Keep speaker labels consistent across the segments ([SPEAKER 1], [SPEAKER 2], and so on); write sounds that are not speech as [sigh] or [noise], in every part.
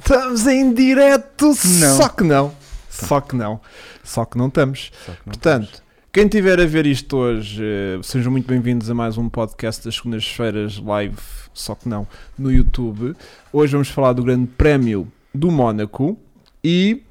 [SPEAKER 1] Estamos em direto, só
[SPEAKER 2] Não. Tá.
[SPEAKER 1] que não. Só que não. Só que não estamos.
[SPEAKER 2] Só que não
[SPEAKER 1] Portanto, quem tiver a ver isto hoje, eh, sejam muito bem-vindos a mais um podcast das segundas-feiras live, só que não, no YouTube. Hoje vamos falar do Grande Prémio do Mónaco e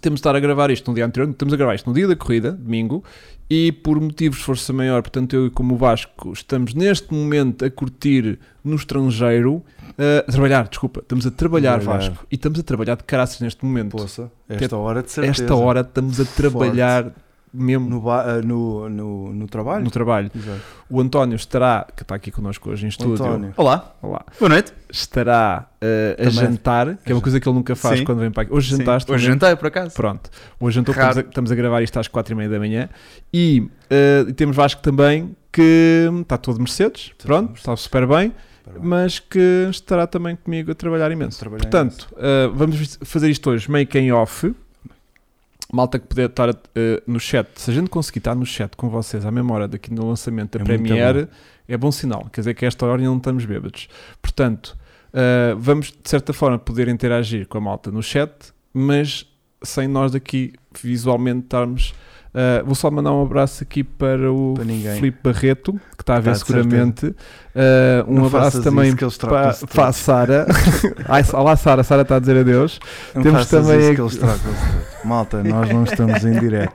[SPEAKER 1] temos de estar a gravar isto no dia anterior, estamos a gravar isto no dia da corrida, domingo, e por motivos de força maior, portanto eu e como o Vasco estamos neste momento a curtir no estrangeiro, eh, a trabalhar, desculpa, estamos a trabalhar,
[SPEAKER 2] Trabalhar.
[SPEAKER 1] Vasco, e estamos a trabalhar de caraças neste momento.
[SPEAKER 2] Poça, esta hora de certeza.
[SPEAKER 1] Esta hora estamos a trabalhar mesmo
[SPEAKER 2] No, ba- ah, no, no, no trabalho?
[SPEAKER 1] no trabalho.
[SPEAKER 2] Exato.
[SPEAKER 1] O António estará, que está aqui connosco hoje em estúdio,
[SPEAKER 2] António.
[SPEAKER 3] Olá,
[SPEAKER 1] olá,
[SPEAKER 3] boa noite.
[SPEAKER 1] estará eh, a
[SPEAKER 2] Também.
[SPEAKER 1] jantar, que é uma coisa que ele nunca faz
[SPEAKER 3] Sim.
[SPEAKER 1] quando vem para aqui. Hoje jantaste?
[SPEAKER 3] Hoje
[SPEAKER 1] não é?
[SPEAKER 3] jantei, por acaso.
[SPEAKER 1] Pronto, hoje jantou,
[SPEAKER 3] Raro.
[SPEAKER 1] estamos a, estamos a gravar isto às 4h30 da manhã e eh, temos Vasco também que está todo Mercedes, pronto,
[SPEAKER 2] Mercedes.
[SPEAKER 1] está super bem,
[SPEAKER 2] Parabéns.
[SPEAKER 1] mas que estará também comigo a trabalhar imenso.
[SPEAKER 2] Trabalhar
[SPEAKER 1] Portanto, eh, vamos fazer isto hoje meio que em off. Malta que puder estar eh, no chat, se a gente conseguir estar no chat com vocês à mesma hora daqui no lançamento da
[SPEAKER 2] É muito
[SPEAKER 1] Premiere, é bom sinal. Quer dizer que a esta hora ainda não estamos bêbados. Portanto, eh, vamos de certa forma poder interagir com a malta no chat, mas sem nós daqui visualmente estarmos. eh, vou só mandar um abraço aqui para o
[SPEAKER 2] Para ninguém.
[SPEAKER 1] Filipe Barreto, que está a ver
[SPEAKER 2] Tá, de
[SPEAKER 1] seguramente. Eh, um
[SPEAKER 2] Não
[SPEAKER 1] abraço
[SPEAKER 2] faças
[SPEAKER 1] também
[SPEAKER 2] isso que eles
[SPEAKER 1] para,
[SPEAKER 2] tratam-se
[SPEAKER 1] para a
[SPEAKER 2] todos.
[SPEAKER 1] Sara. Ai, Olá, Sara. Sara está a dizer adeus. [laughs]
[SPEAKER 2] Não
[SPEAKER 1] Temos
[SPEAKER 2] faças
[SPEAKER 1] também
[SPEAKER 2] isso
[SPEAKER 1] a-
[SPEAKER 2] que eles tratam-se todos. Malta, nós não estamos em direto.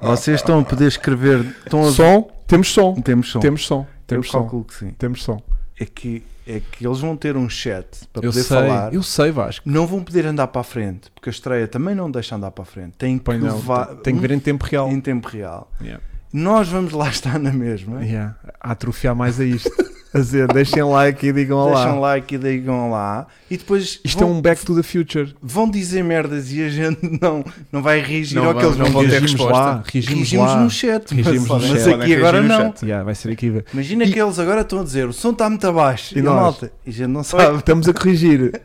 [SPEAKER 2] Vocês estão a poder escrever. Estão a...
[SPEAKER 1] Som? Temos som.
[SPEAKER 2] Temos som.
[SPEAKER 1] Temos som. Temos
[SPEAKER 2] Eu
[SPEAKER 1] som.
[SPEAKER 2] calculo que sim.
[SPEAKER 1] Temos som.
[SPEAKER 2] É que, é que eles vão ter um chat para
[SPEAKER 1] Eu
[SPEAKER 2] poder
[SPEAKER 1] sei.
[SPEAKER 2] falar.
[SPEAKER 1] Eu sei, Vasco.
[SPEAKER 2] Não vão poder andar para a frente, porque a estreia também não deixa andar para a frente. Tem que
[SPEAKER 1] Põe não.
[SPEAKER 2] levar
[SPEAKER 1] Tem que ver em tempo real.
[SPEAKER 2] em tempo real.
[SPEAKER 1] Yeah.
[SPEAKER 2] Nós vamos lá estar na mesma.
[SPEAKER 1] é? Yeah. A atrofiar mais a
[SPEAKER 2] [laughs]
[SPEAKER 1] isto. a dizer, deixem like e digam
[SPEAKER 2] Deixam um
[SPEAKER 1] olá.
[SPEAKER 2] like e digam lá. E depois
[SPEAKER 1] Isto
[SPEAKER 2] vão,
[SPEAKER 1] é um back to the future.
[SPEAKER 2] vão dizer merdas e a gente [laughs] não, não vai reagir
[SPEAKER 3] Não
[SPEAKER 2] ao que
[SPEAKER 3] vamos,
[SPEAKER 2] eles
[SPEAKER 3] não
[SPEAKER 2] vão
[SPEAKER 3] vamos ter
[SPEAKER 2] dizer.
[SPEAKER 1] Reagimos
[SPEAKER 3] resposta.
[SPEAKER 1] lá. Reagimos,
[SPEAKER 2] Reagimos
[SPEAKER 1] lá.
[SPEAKER 2] no chat,
[SPEAKER 1] Reagimos
[SPEAKER 2] mas,
[SPEAKER 1] no
[SPEAKER 2] mas
[SPEAKER 1] chat.
[SPEAKER 2] aqui agora
[SPEAKER 3] Reagir no
[SPEAKER 2] não.
[SPEAKER 3] chat.
[SPEAKER 1] Yeah, vai ser aqui. vai.
[SPEAKER 2] Imagina que eles agora estão a dizer o som está muito abaixo.
[SPEAKER 1] E
[SPEAKER 2] E, a
[SPEAKER 1] nós?
[SPEAKER 2] malta, e a gente não
[SPEAKER 1] Sabe,
[SPEAKER 2] sabe.
[SPEAKER 1] Estamos a
[SPEAKER 2] [laughs]
[SPEAKER 1] corrigir.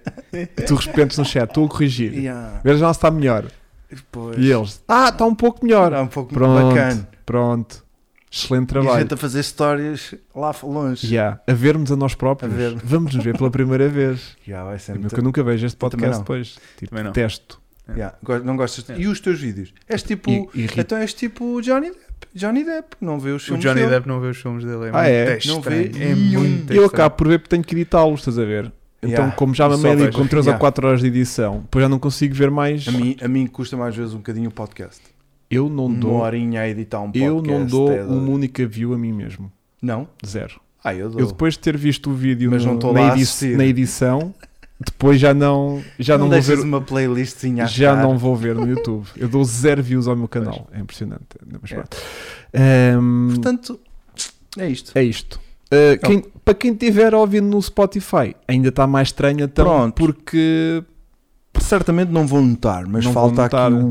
[SPEAKER 1] tu repentes no chat. Estou a corrigir.
[SPEAKER 2] Yeah.
[SPEAKER 1] Veja lá se está melhor.
[SPEAKER 2] ah, Pois.
[SPEAKER 1] E eles, ah, está um pouco melhor.
[SPEAKER 2] Era um pouco
[SPEAKER 1] Pronto,
[SPEAKER 2] bacana.
[SPEAKER 1] pronto. Excelente
[SPEAKER 2] E a
[SPEAKER 1] trabalho.
[SPEAKER 2] gente a fazer histórias lá longe.
[SPEAKER 1] Yeah, a vermos a nós próprios.
[SPEAKER 2] A ver.
[SPEAKER 1] Vamos nos ver pela primeira
[SPEAKER 2] [laughs]
[SPEAKER 1] vez.
[SPEAKER 2] Yeah, vai ser
[SPEAKER 1] Porque
[SPEAKER 2] muito...
[SPEAKER 1] eu nunca vejo este
[SPEAKER 2] Eu também
[SPEAKER 1] podcast
[SPEAKER 2] não.
[SPEAKER 1] depois. Tipo,
[SPEAKER 3] Também não.
[SPEAKER 1] testo.
[SPEAKER 2] Yeah, go- Não gostas?
[SPEAKER 3] É.
[SPEAKER 2] E os teus vídeos? És tipo.
[SPEAKER 1] E, e ri-
[SPEAKER 2] Então és tipo o Johnny Depp. Johnny Depp, não vê os
[SPEAKER 3] O
[SPEAKER 2] filmes.
[SPEAKER 3] Johnny
[SPEAKER 2] dele.
[SPEAKER 3] Depp não vê os filmes dele. É
[SPEAKER 1] Ah,
[SPEAKER 3] muito
[SPEAKER 1] é?
[SPEAKER 3] estranho.
[SPEAKER 2] Não vê
[SPEAKER 3] É
[SPEAKER 2] nenhum.
[SPEAKER 3] muito
[SPEAKER 1] e eu
[SPEAKER 3] estranho.
[SPEAKER 1] acabo por ver porque tenho que editá-los, estás a ver? Então,
[SPEAKER 2] Yeah.
[SPEAKER 1] como já
[SPEAKER 3] Só
[SPEAKER 1] mamei ali
[SPEAKER 3] vejo.
[SPEAKER 1] com 3 ou
[SPEAKER 2] Yeah.
[SPEAKER 1] 4 horas de edição, depois já não consigo ver mais.
[SPEAKER 2] A mim, a mim custa mais vezes um bocadinho o podcast.
[SPEAKER 1] Eu não
[SPEAKER 2] uma
[SPEAKER 1] dou,
[SPEAKER 2] horinha a editar um podcast.
[SPEAKER 1] eu não dou
[SPEAKER 2] é de-
[SPEAKER 1] uma única view a mim mesmo.
[SPEAKER 2] Não?
[SPEAKER 1] Zero.
[SPEAKER 2] Ah, eu dou.
[SPEAKER 1] Eu depois de ter visto o vídeo
[SPEAKER 2] Mas
[SPEAKER 1] no-
[SPEAKER 2] não estou
[SPEAKER 1] na,
[SPEAKER 2] lá a
[SPEAKER 1] edi-
[SPEAKER 2] assistir.
[SPEAKER 1] na edição, depois já não, já não, vou
[SPEAKER 2] deixas
[SPEAKER 1] ver
[SPEAKER 2] uma playlistzinha a
[SPEAKER 1] já
[SPEAKER 2] tocar?
[SPEAKER 1] não vou ver no YouTube. Eu dou zero views ao meu canal. É impressionante. Mas
[SPEAKER 2] É.
[SPEAKER 1] pronto. Ahm,
[SPEAKER 2] Portanto, é isto.
[SPEAKER 1] é isto. Ah, quem- para quem estiver ouvindo no Spotify, ainda está mais estranho então,
[SPEAKER 2] Pronto.
[SPEAKER 1] porque
[SPEAKER 2] É, Certamente não vou notar, um- mas
[SPEAKER 1] Não
[SPEAKER 2] falta
[SPEAKER 1] vou notar.
[SPEAKER 2] aqui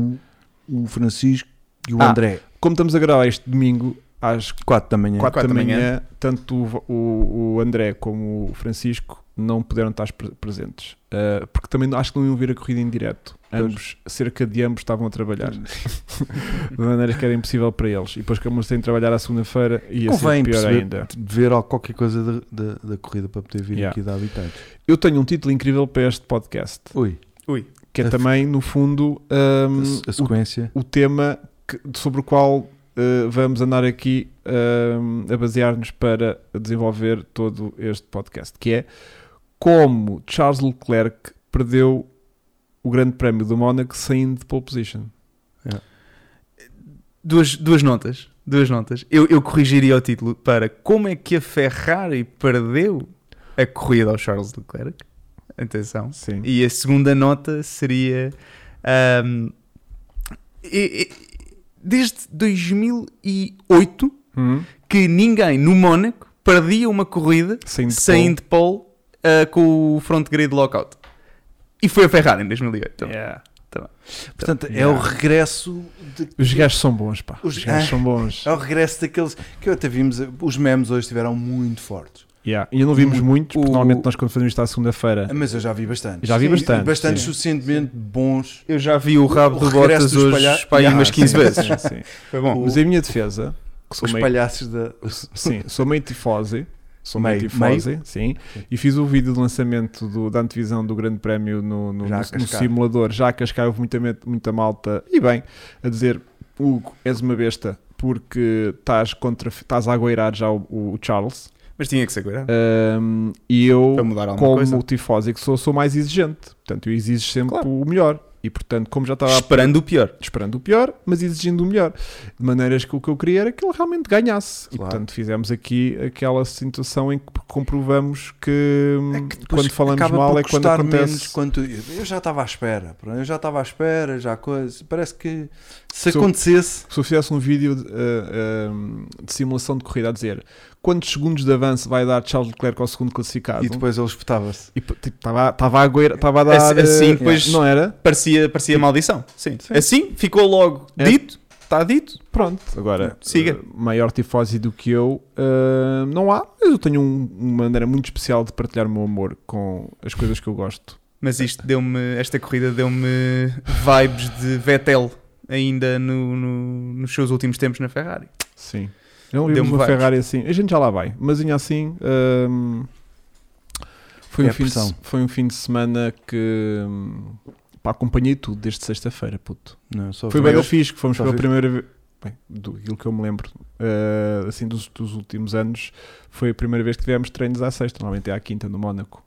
[SPEAKER 2] o, o Francisco e o
[SPEAKER 1] Ah.
[SPEAKER 2] André.
[SPEAKER 1] como estamos a gravar este domingo às
[SPEAKER 2] 4 da manhã.
[SPEAKER 1] 4 da
[SPEAKER 3] da
[SPEAKER 1] manhã,
[SPEAKER 3] manhã.
[SPEAKER 1] tanto o, o- o André como o Francisco não puderam estar pre- presentes, Ah, porque também não- acho que não iam ver a corrida em direto.
[SPEAKER 2] Pois.
[SPEAKER 1] Ambos, cerca de ambos estavam a trabalhar, [laughs] de maneira que era impossível para eles. E depois que ambos têm de trabalhar à segunda-feira, ia ser
[SPEAKER 2] Convém
[SPEAKER 1] pior
[SPEAKER 2] perceber-
[SPEAKER 1] ainda.
[SPEAKER 2] Ver ou qualquer coisa da, da, da corrida para poder vir
[SPEAKER 1] Yeah.
[SPEAKER 2] aqui da habitantes.
[SPEAKER 1] Eu tenho um título incrível para este podcast,
[SPEAKER 2] Ui,
[SPEAKER 1] que é
[SPEAKER 2] A-
[SPEAKER 1] também, no fundo, hum,
[SPEAKER 2] a, se- a sequência.
[SPEAKER 1] o, o tema que- sobre o qual uh, vamos andar aqui hum, a basear-nos para desenvolver todo este podcast, que é como Charles Leclerc perdeu o Grande Prémio do Mónaco saindo de pole position.
[SPEAKER 3] Duas, duas notas. Duas notas. Eu, eu corrigiria o título para como é que a Ferrari perdeu a corrida ao Charles Leclerc. Atenção.
[SPEAKER 1] Sim.
[SPEAKER 3] E a segunda nota seria. ahm, e- e- desde 2008
[SPEAKER 1] Hum?
[SPEAKER 3] que ninguém no Mónaco perdia uma corrida
[SPEAKER 1] Saindo de
[SPEAKER 3] sem de pole ah, com o front grid lockout. E foi a Ferrari em 2008.
[SPEAKER 1] pole.
[SPEAKER 3] também.
[SPEAKER 1] Yeah.
[SPEAKER 2] Portanto, é
[SPEAKER 1] Yeah.
[SPEAKER 2] o regresso de.
[SPEAKER 1] Os gajos são bons, pá. Os,
[SPEAKER 2] Os-
[SPEAKER 1] gajos
[SPEAKER 2] Ah.
[SPEAKER 1] são bons.
[SPEAKER 2] É o regresso daqueles que eu até vimos, os memes hoje estiveram muito fortes.
[SPEAKER 1] Yeah. Ainda não vimos
[SPEAKER 3] O-
[SPEAKER 1] muitos, porque
[SPEAKER 3] o-
[SPEAKER 1] normalmente nós quando fazemos isto à segunda-feira,
[SPEAKER 2] Mas eu já vi bastante.
[SPEAKER 1] Já vi bastante,
[SPEAKER 2] Bastante
[SPEAKER 1] sim.
[SPEAKER 2] suficientemente bons.
[SPEAKER 3] Eu já vi o rabo
[SPEAKER 2] O
[SPEAKER 3] do
[SPEAKER 2] regresso
[SPEAKER 3] Bottas
[SPEAKER 2] dos
[SPEAKER 3] hoje
[SPEAKER 2] palha-
[SPEAKER 3] pá, aí
[SPEAKER 2] Yeah,
[SPEAKER 3] umas 15
[SPEAKER 1] Ah, sim,
[SPEAKER 3] vezes.
[SPEAKER 1] sim, sim.
[SPEAKER 3] [laughs] Foi bom.
[SPEAKER 2] O-
[SPEAKER 1] Mas em minha defesa, que sou
[SPEAKER 2] Os
[SPEAKER 1] meio,
[SPEAKER 2] palhaços da.
[SPEAKER 1] sim, sou meio tifose, sou
[SPEAKER 2] Meio,
[SPEAKER 1] meio tifosi, sim, e fiz o vídeo de lançamento do, da antevisão do Grande Prémio no, no,
[SPEAKER 2] Já a
[SPEAKER 1] no- no
[SPEAKER 2] cascar.
[SPEAKER 1] simulador, já a cascar, houve muita, met- muita malta, e bem, a dizer, Hugo, és uma besta, porque estás, contra, estás a agoirar já o, o Charles,
[SPEAKER 3] Mas tinha que se aguardar.
[SPEAKER 1] Ahm, e eu,
[SPEAKER 3] para mudar alguma
[SPEAKER 1] como
[SPEAKER 3] coisa.
[SPEAKER 1] tifosi que sou, sou mais exigente, portanto eu exijo sempre o melhor, e portanto como já
[SPEAKER 3] tá-
[SPEAKER 1] estava a
[SPEAKER 3] Esperando o pior.
[SPEAKER 1] esperando o pior, mas exigindo o melhor. De maneiras que o que eu queria era que ele realmente ganhasse. E
[SPEAKER 2] Claro.
[SPEAKER 1] portanto fizemos aqui aquela situação em que comprovamos que,
[SPEAKER 2] É
[SPEAKER 1] hum,
[SPEAKER 2] que depois
[SPEAKER 1] quando falamos
[SPEAKER 2] acaba
[SPEAKER 1] mal
[SPEAKER 2] por
[SPEAKER 1] é quando
[SPEAKER 2] custar
[SPEAKER 1] acontece.
[SPEAKER 2] menos quando- eu já estava à espera, pronto, eu já estava à espera, já coisa. Parece que se
[SPEAKER 1] Sou-
[SPEAKER 2] acontecesse.
[SPEAKER 1] Se eu fizesse um vídeo de, ah, ah, de simulação de corrida a dizer quantos segundos de avanço vai dar Charles Leclerc ao segundo classificado,
[SPEAKER 2] E depois É, ele espetava-se.
[SPEAKER 1] e tipo, estava estava a, goer- estava a dar.
[SPEAKER 3] Assim- assim,
[SPEAKER 1] ah,
[SPEAKER 3] depois-
[SPEAKER 1] Não era?
[SPEAKER 3] Parecia, parecia maldição. Sim.
[SPEAKER 2] Sim.
[SPEAKER 3] Assim ficou logo
[SPEAKER 1] É.
[SPEAKER 3] dito. Está dito.
[SPEAKER 1] Pronto, agora
[SPEAKER 3] Siga.
[SPEAKER 1] eh, maior tifosi do que eu eh, não há, mas eu tenho um- uma maneira muito especial de partilhar o meu amor com as coisas que eu gosto.
[SPEAKER 3] Mas isto deu-me. Esta corrida deu-me vibes de Vettel ainda no- no- nos seus últimos tempos na Ferrari.
[SPEAKER 1] Sim. Não vimos
[SPEAKER 3] Deu-me
[SPEAKER 1] uma
[SPEAKER 3] vibes.
[SPEAKER 1] Ferrari assim. A gente já lá vai, mas ainda assim ehm, foi,
[SPEAKER 2] É
[SPEAKER 1] um fim de,
[SPEAKER 2] pressão.
[SPEAKER 1] se- foi um fim de semana que hum, pá, acompanhei tudo desde sexta-feira, puto.
[SPEAKER 2] Não, só
[SPEAKER 1] Foi
[SPEAKER 2] vi
[SPEAKER 1] bem da
[SPEAKER 2] eu.
[SPEAKER 1] fixe que fomos
[SPEAKER 2] Só
[SPEAKER 1] pela
[SPEAKER 2] fixe.
[SPEAKER 1] primeira vez. Bem, do, aquilo que eu me lembro, eh, assim, dos, dos últimos anos, foi a primeira vez que tivemos treinos à sexta. Normalmente é à quinta no Mónaco.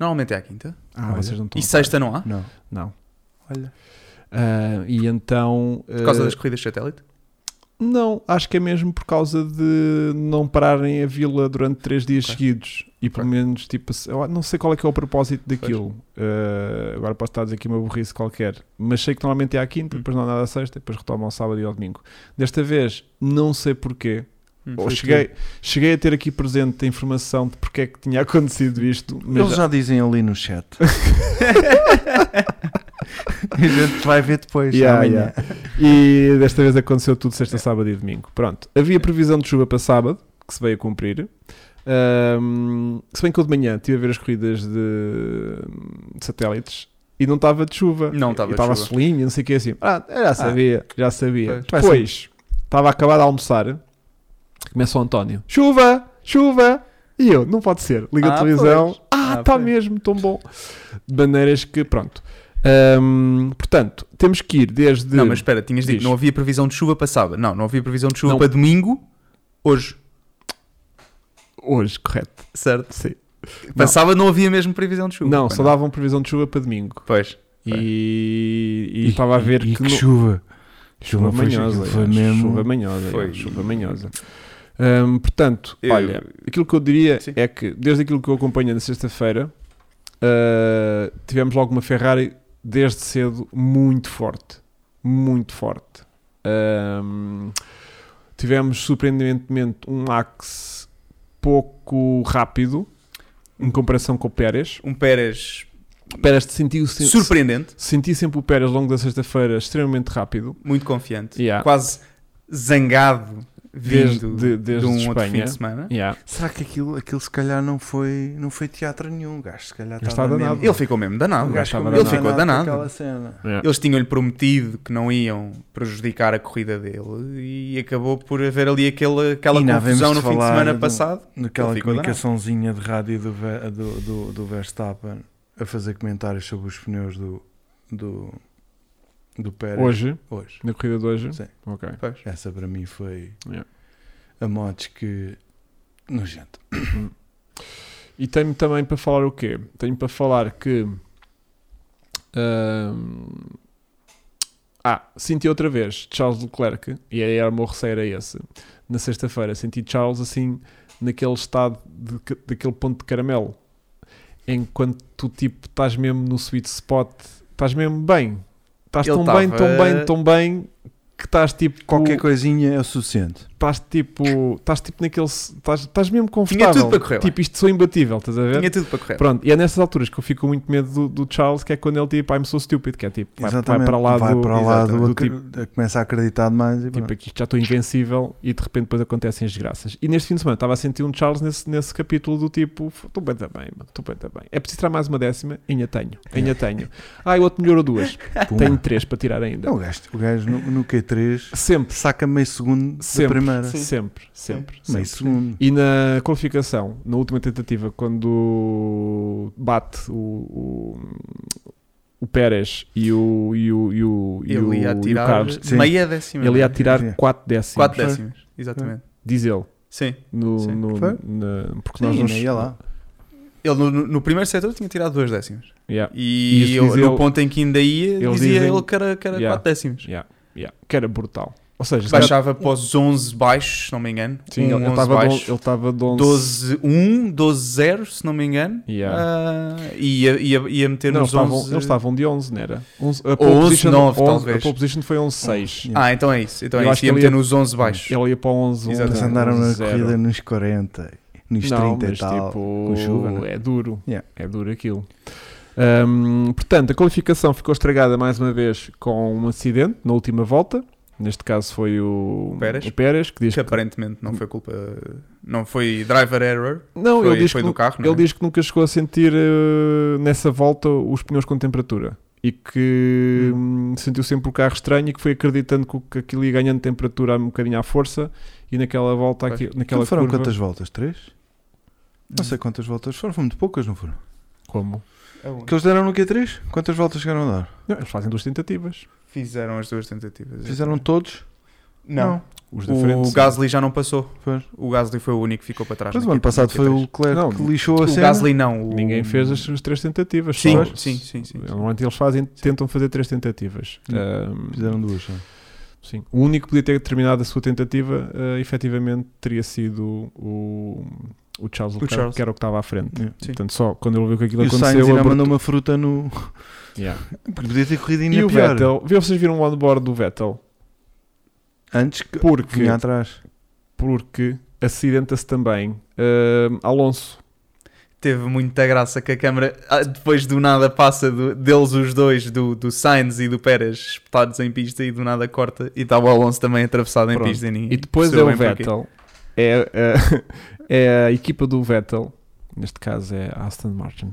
[SPEAKER 3] Normalmente é à quinta.
[SPEAKER 1] Ah,
[SPEAKER 2] Olha.
[SPEAKER 1] vocês não estão.
[SPEAKER 3] E sexta não há?
[SPEAKER 2] Não,
[SPEAKER 1] Não.
[SPEAKER 2] olha.
[SPEAKER 1] Ah, e então.
[SPEAKER 3] Por causa
[SPEAKER 1] ah,
[SPEAKER 3] das corridas de satélite?
[SPEAKER 1] Não, acho que é mesmo por causa de não pararem a vila durante três dias
[SPEAKER 3] Ok.
[SPEAKER 1] seguidos. E pelo menos, tipo, se- eu não sei qual é que é o propósito daquilo. Ah, agora posso estar a dizer aqui uma burrice qualquer. Mas sei que normalmente é à quinta,
[SPEAKER 3] Hum.
[SPEAKER 1] depois não há nada à sexta, depois retomam ao sábado e ao domingo. Desta vez, não sei porquê.
[SPEAKER 3] Hum,
[SPEAKER 1] Ou
[SPEAKER 3] foi
[SPEAKER 1] cheguei, cheguei a ter aqui presente a informação de porque é que tinha [laughs] acontecido isto. Mas
[SPEAKER 2] Eles já dizem ali
[SPEAKER 1] [laughs]
[SPEAKER 2] no chat. [laughs] e a gente vai ver depois.
[SPEAKER 1] Yeah,
[SPEAKER 2] amanhã. [laughs] É.
[SPEAKER 1] E desta vez aconteceu tudo sexta, sábado e domingo. Pronto. Havia previsão de chuva para sábado, que se veio a cumprir. Ahm, se bem que eu de manhã estive a ver as corridas de, de satélites e não estava de chuva.
[SPEAKER 3] Não
[SPEAKER 1] E-
[SPEAKER 3] estava
[SPEAKER 1] e
[SPEAKER 3] de
[SPEAKER 1] Estava
[SPEAKER 3] chuva.
[SPEAKER 1] solinho, e não sei o que assim. Ah, eu já sabia, já sabia.
[SPEAKER 2] Pois.
[SPEAKER 1] Depois, estava a acabar de almoçar, começa o António. Chuva, chuva. E eu, não pode ser. Liga a
[SPEAKER 3] Ah,
[SPEAKER 1] televisão.
[SPEAKER 3] pois.
[SPEAKER 1] Ah,
[SPEAKER 3] Ah,
[SPEAKER 1] está
[SPEAKER 3] pois.
[SPEAKER 1] mesmo, tão bom. De maneiras que, pronto. Ahm, portanto, temos que ir desde.
[SPEAKER 3] Não, mas espera, tinhas dito,
[SPEAKER 1] Diz.
[SPEAKER 3] não havia previsão de chuva para sábado. Não, não havia previsão de chuva
[SPEAKER 1] Não.
[SPEAKER 3] para domingo, hoje,
[SPEAKER 1] Hoje, correto.
[SPEAKER 3] certo?
[SPEAKER 1] Sim.
[SPEAKER 3] Para sábado não havia mesmo previsão de chuva.
[SPEAKER 1] Não,
[SPEAKER 3] Pois
[SPEAKER 1] só davam previsão de chuva para domingo.
[SPEAKER 3] Pois.
[SPEAKER 1] E, e estava a ver
[SPEAKER 2] e
[SPEAKER 1] que.
[SPEAKER 2] que,
[SPEAKER 1] no-
[SPEAKER 2] chuva.
[SPEAKER 1] chuva
[SPEAKER 2] Chuva foi-
[SPEAKER 1] manhosa.
[SPEAKER 2] foi
[SPEAKER 1] é,
[SPEAKER 2] mesmo-
[SPEAKER 1] Chuva manhosa.
[SPEAKER 3] Foi.
[SPEAKER 1] é, Chuva manhosa. Hum, portanto,
[SPEAKER 3] Eu-
[SPEAKER 1] olha, aquilo que eu diria
[SPEAKER 3] Sim.
[SPEAKER 1] é que, desde aquilo que eu acompanho na sexta-feira, ah, tivemos logo uma Ferrari desde cedo muito forte. Muito forte. Hum, tivemos surpreendentemente um axe pouco rápido em comparação com o Pérez.
[SPEAKER 3] Um Pérez
[SPEAKER 1] O Pérez sentiu-se.
[SPEAKER 3] surpreendente,
[SPEAKER 1] Senti sempre o Pérez ao longo da sexta-feira extremamente rápido.
[SPEAKER 3] muito confiante,
[SPEAKER 1] Yeah.
[SPEAKER 3] quase zangado
[SPEAKER 1] Desde-
[SPEAKER 3] vindo
[SPEAKER 1] de-
[SPEAKER 3] de,
[SPEAKER 1] desde
[SPEAKER 3] um
[SPEAKER 1] Espanha.
[SPEAKER 3] outro fim de semana.
[SPEAKER 1] Yeah.
[SPEAKER 2] Será que aquilo, aquilo se calhar não foi, não foi teatro nenhum? O gajo se calhar
[SPEAKER 1] Não
[SPEAKER 2] estava
[SPEAKER 1] estava
[SPEAKER 2] mesmo-
[SPEAKER 1] nada.
[SPEAKER 3] Ele ficou mesmo danado.
[SPEAKER 2] O gajo
[SPEAKER 1] Não,
[SPEAKER 2] ficou
[SPEAKER 1] estava
[SPEAKER 2] mesmo
[SPEAKER 1] danado. Ele ficou
[SPEAKER 2] com
[SPEAKER 3] danado.
[SPEAKER 2] aquela cena.
[SPEAKER 1] Yeah.
[SPEAKER 3] Eles tinham-lhe prometido que não iam prejudicar a corrida dele e acabou por haver ali aquela, aquela
[SPEAKER 2] E não havemos
[SPEAKER 3] confusão
[SPEAKER 2] de
[SPEAKER 3] no fim de
[SPEAKER 2] falar
[SPEAKER 3] semana
[SPEAKER 2] do-
[SPEAKER 3] passado. Ele ficou
[SPEAKER 2] Naquela
[SPEAKER 3] danado.
[SPEAKER 2] comunicaçãozinha de rádio do, Ve- do, do, do Verstappen a fazer comentários sobre os pneus do, do, do Pérez
[SPEAKER 1] Hoje,
[SPEAKER 2] hoje.
[SPEAKER 1] na corrida de hoje.
[SPEAKER 2] Sim.
[SPEAKER 1] Ok.
[SPEAKER 3] Pois.
[SPEAKER 2] Essa para mim foi
[SPEAKER 1] Yeah.
[SPEAKER 2] a motes que nojento.
[SPEAKER 1] E tenho também para falar o quê? Tenho para falar que. ahm, ah, senti outra vez Charles Leclerc, e aí era o meu receio, era esse. Na sexta-feira, senti Charles assim, naquele estado, de, ca- daquele ponto de caramelo. Enquanto tu, tipo, estás mesmo no sweet spot, estás mesmo bem. Estás
[SPEAKER 3] Ele
[SPEAKER 1] tão bem,
[SPEAKER 3] tava-
[SPEAKER 1] tão bem, tão bem, que estás tipo.
[SPEAKER 2] Qualquer coisinha é o suficiente.
[SPEAKER 1] Estás tipo. Estás tipo naquele. Estás estás mesmo confortável.
[SPEAKER 3] Tinha tudo para correr. lá.
[SPEAKER 1] Tipo, isto sou imbatível, estás a ver?
[SPEAKER 3] Tinha tudo para correr.
[SPEAKER 1] Pronto, e é nessas alturas que eu fico com muito medo do, do Charles, que é quando ele tipo, I'm so stupid, que é tipo, vai, vai
[SPEAKER 2] Exatamente.
[SPEAKER 1] para lá
[SPEAKER 2] vai
[SPEAKER 1] do,
[SPEAKER 2] para lá do,
[SPEAKER 1] exatamente, do tipo,
[SPEAKER 2] acre- começa a acreditar demais e
[SPEAKER 1] tipo,
[SPEAKER 2] pronto.
[SPEAKER 1] aqui já estou invencível e de repente depois acontecem as desgraças. E neste fim de semana estava a sentir um Charles nesse, nesse capítulo do tipo, "F- estou bem também, mano, estou bem também. É preciso tirar mais uma décima, ainda tenho, ainda tenho. Ah, e o outro melhorou duas,
[SPEAKER 2] Pum.
[SPEAKER 1] tenho três para tirar ainda.
[SPEAKER 2] Não, o gajo, o gajo no, no QT Q3
[SPEAKER 1] Sempre,
[SPEAKER 2] saca meio segundo da
[SPEAKER 1] Sempre.
[SPEAKER 2] primeira.
[SPEAKER 4] Sim.
[SPEAKER 1] sempre, sempre.
[SPEAKER 2] Meio
[SPEAKER 1] sempre.
[SPEAKER 2] segundo.
[SPEAKER 1] E na qualificação, na última tentativa, quando bate o, o, o Pérez e o, e o, e o, e o,
[SPEAKER 3] Ele ia
[SPEAKER 1] e o
[SPEAKER 3] tirar
[SPEAKER 1] Carlos,
[SPEAKER 2] Sim.
[SPEAKER 3] meia décima.
[SPEAKER 1] ele ia
[SPEAKER 2] Sim.
[SPEAKER 1] tirar 4 décimos,
[SPEAKER 3] 4 décimas, exatamente.
[SPEAKER 1] diz ele.
[SPEAKER 3] Sim.
[SPEAKER 1] No,
[SPEAKER 3] Sim.
[SPEAKER 1] no-
[SPEAKER 2] Foi?
[SPEAKER 1] na- porque nós
[SPEAKER 2] Sim,
[SPEAKER 1] nos-
[SPEAKER 2] nem ia lá.
[SPEAKER 3] Ele no, no- no primeiro setor tinha tirado 2 décimas.
[SPEAKER 1] Yeah, E
[SPEAKER 3] E
[SPEAKER 1] isso
[SPEAKER 3] eu-
[SPEAKER 1] diz
[SPEAKER 3] no
[SPEAKER 1] ele-
[SPEAKER 3] ponto em que ainda ia,
[SPEAKER 1] eles
[SPEAKER 3] dizia
[SPEAKER 1] dizem-
[SPEAKER 3] ele que era 4
[SPEAKER 1] Yeah.
[SPEAKER 3] décimas.
[SPEAKER 1] yeah, yeah, que era brutal. Ou seja, se calhar-
[SPEAKER 3] Baixava para os 11 baixos, se não me engano.
[SPEAKER 1] sim,
[SPEAKER 3] um
[SPEAKER 1] ele- ele
[SPEAKER 3] 11
[SPEAKER 1] estava de on-
[SPEAKER 3] baixo.
[SPEAKER 1] ele estava de 11.
[SPEAKER 3] 12 1, 12 0, um, se não me engano.
[SPEAKER 1] Yeah.
[SPEAKER 3] Ah, e ia, ia, ia meter
[SPEAKER 1] Não,
[SPEAKER 3] nos
[SPEAKER 1] eles estavam-
[SPEAKER 3] 11.
[SPEAKER 1] eles estavam de 11, não era? 11, a
[SPEAKER 3] Ou
[SPEAKER 1] pole
[SPEAKER 3] 11,
[SPEAKER 1] position-
[SPEAKER 3] nove,
[SPEAKER 1] 11
[SPEAKER 3] talvez.
[SPEAKER 1] A pole position foi 11-6.
[SPEAKER 3] Ah, então é isso. Então
[SPEAKER 1] Eu
[SPEAKER 3] é
[SPEAKER 1] acho
[SPEAKER 3] isso.
[SPEAKER 1] que
[SPEAKER 3] Ia
[SPEAKER 1] ele
[SPEAKER 3] meter
[SPEAKER 1] ia-
[SPEAKER 3] nos 11 baixos.
[SPEAKER 1] Ele ia para 11 11,
[SPEAKER 3] Exatamente.
[SPEAKER 2] Eles andaram na
[SPEAKER 1] 11-0.
[SPEAKER 2] corrida nos 40, nos
[SPEAKER 1] Não,
[SPEAKER 2] 30 e
[SPEAKER 1] mas,
[SPEAKER 2] tal.
[SPEAKER 1] tipo,
[SPEAKER 2] com chuva, né?
[SPEAKER 1] É duro.
[SPEAKER 2] Yeah.
[SPEAKER 1] É duro aquilo. Hum, portanto, a qualificação ficou estragada mais uma vez com um acidente na última volta. Neste caso foi o
[SPEAKER 3] Pérez.
[SPEAKER 1] o que diz
[SPEAKER 3] Que
[SPEAKER 1] que.
[SPEAKER 3] aparentemente não foi culpa. Não foi driver error.
[SPEAKER 1] Não,
[SPEAKER 3] foi
[SPEAKER 1] ele diz
[SPEAKER 3] foi
[SPEAKER 1] que,
[SPEAKER 3] do
[SPEAKER 1] nu-
[SPEAKER 3] carro. Não
[SPEAKER 1] ele
[SPEAKER 3] é?
[SPEAKER 1] diz que nunca chegou a sentir eh, nessa volta os pneus com temperatura e que hum, sentiu sempre o carro estranho e que foi acreditando que o- que aquilo ia ganhando temperatura um bocadinho à força e naquela volta,
[SPEAKER 3] Pois.
[SPEAKER 1] aqui,
[SPEAKER 2] Aquilo
[SPEAKER 1] naquela
[SPEAKER 2] foram
[SPEAKER 1] curva.
[SPEAKER 2] quantas voltas? Três? Não sei quantas voltas foram, foram muito poucas, não foram?
[SPEAKER 1] Como?
[SPEAKER 3] é
[SPEAKER 2] Que eles deram no Q3? Quantas voltas chegaram a dar?
[SPEAKER 1] Não, eles fazem duas tentativas.
[SPEAKER 3] Fizeram as duas tentativas.
[SPEAKER 2] Fizeram todos?
[SPEAKER 3] Não.
[SPEAKER 1] Os da frente,
[SPEAKER 3] O
[SPEAKER 1] sim.
[SPEAKER 3] Gasly já não passou.
[SPEAKER 2] Pois.
[SPEAKER 3] O Gasly foi o único que ficou para trás.
[SPEAKER 2] Mas o
[SPEAKER 3] na
[SPEAKER 2] ano
[SPEAKER 3] equipa
[SPEAKER 2] passado
[SPEAKER 3] do
[SPEAKER 2] foi o
[SPEAKER 3] Q3.
[SPEAKER 2] Leclerc
[SPEAKER 1] Não,
[SPEAKER 2] que lixou a
[SPEAKER 3] O
[SPEAKER 2] cena.
[SPEAKER 3] Gasly não. o-
[SPEAKER 1] Ninguém fez as, as três tentativas.
[SPEAKER 3] Sim,
[SPEAKER 1] só-
[SPEAKER 3] sim, sim, sim.
[SPEAKER 1] Normalmente eles fazem, tentam fazer três tentativas.
[SPEAKER 2] Sim.
[SPEAKER 1] Ahm,
[SPEAKER 2] Fizeram duas. é? só.
[SPEAKER 1] sim. O único que podia ter terminado a sua tentativa, ah, efetivamente, teria sido o, o Charles Leclerc,
[SPEAKER 3] Charles.
[SPEAKER 1] que era o que estava à frente.
[SPEAKER 2] Yeah.
[SPEAKER 3] Sim.
[SPEAKER 1] Portanto, só quando ele viu que
[SPEAKER 2] E
[SPEAKER 1] aquilo
[SPEAKER 2] o Sainz
[SPEAKER 1] aconteceu...
[SPEAKER 2] ainda
[SPEAKER 1] abre-
[SPEAKER 2] mandou uma fruta no.
[SPEAKER 1] [laughs] Yeah.
[SPEAKER 2] Porque podia ter corrido ainda
[SPEAKER 1] E o
[SPEAKER 2] pior.
[SPEAKER 1] Vettel, viu, vocês viram o onboard do Vettel?
[SPEAKER 2] Antes que.
[SPEAKER 1] Porque,
[SPEAKER 2] Vinha atrás.
[SPEAKER 1] porque acidenta-se também ahm, Alonso.
[SPEAKER 3] Teve muita graça que a câmara ah, depois do nada passa do- deles os dois, do, do Sainz e do Pérez, espetados em pista e do nada corta e está o Alonso também atravessado em
[SPEAKER 1] Pronto.
[SPEAKER 3] pista. E, ninguém
[SPEAKER 1] E depois é
[SPEAKER 3] percebeu
[SPEAKER 1] o
[SPEAKER 3] bem porquê.
[SPEAKER 1] Vettel. É, é, [laughs] é a equipa do Vettel, neste caso é a Aston Martin,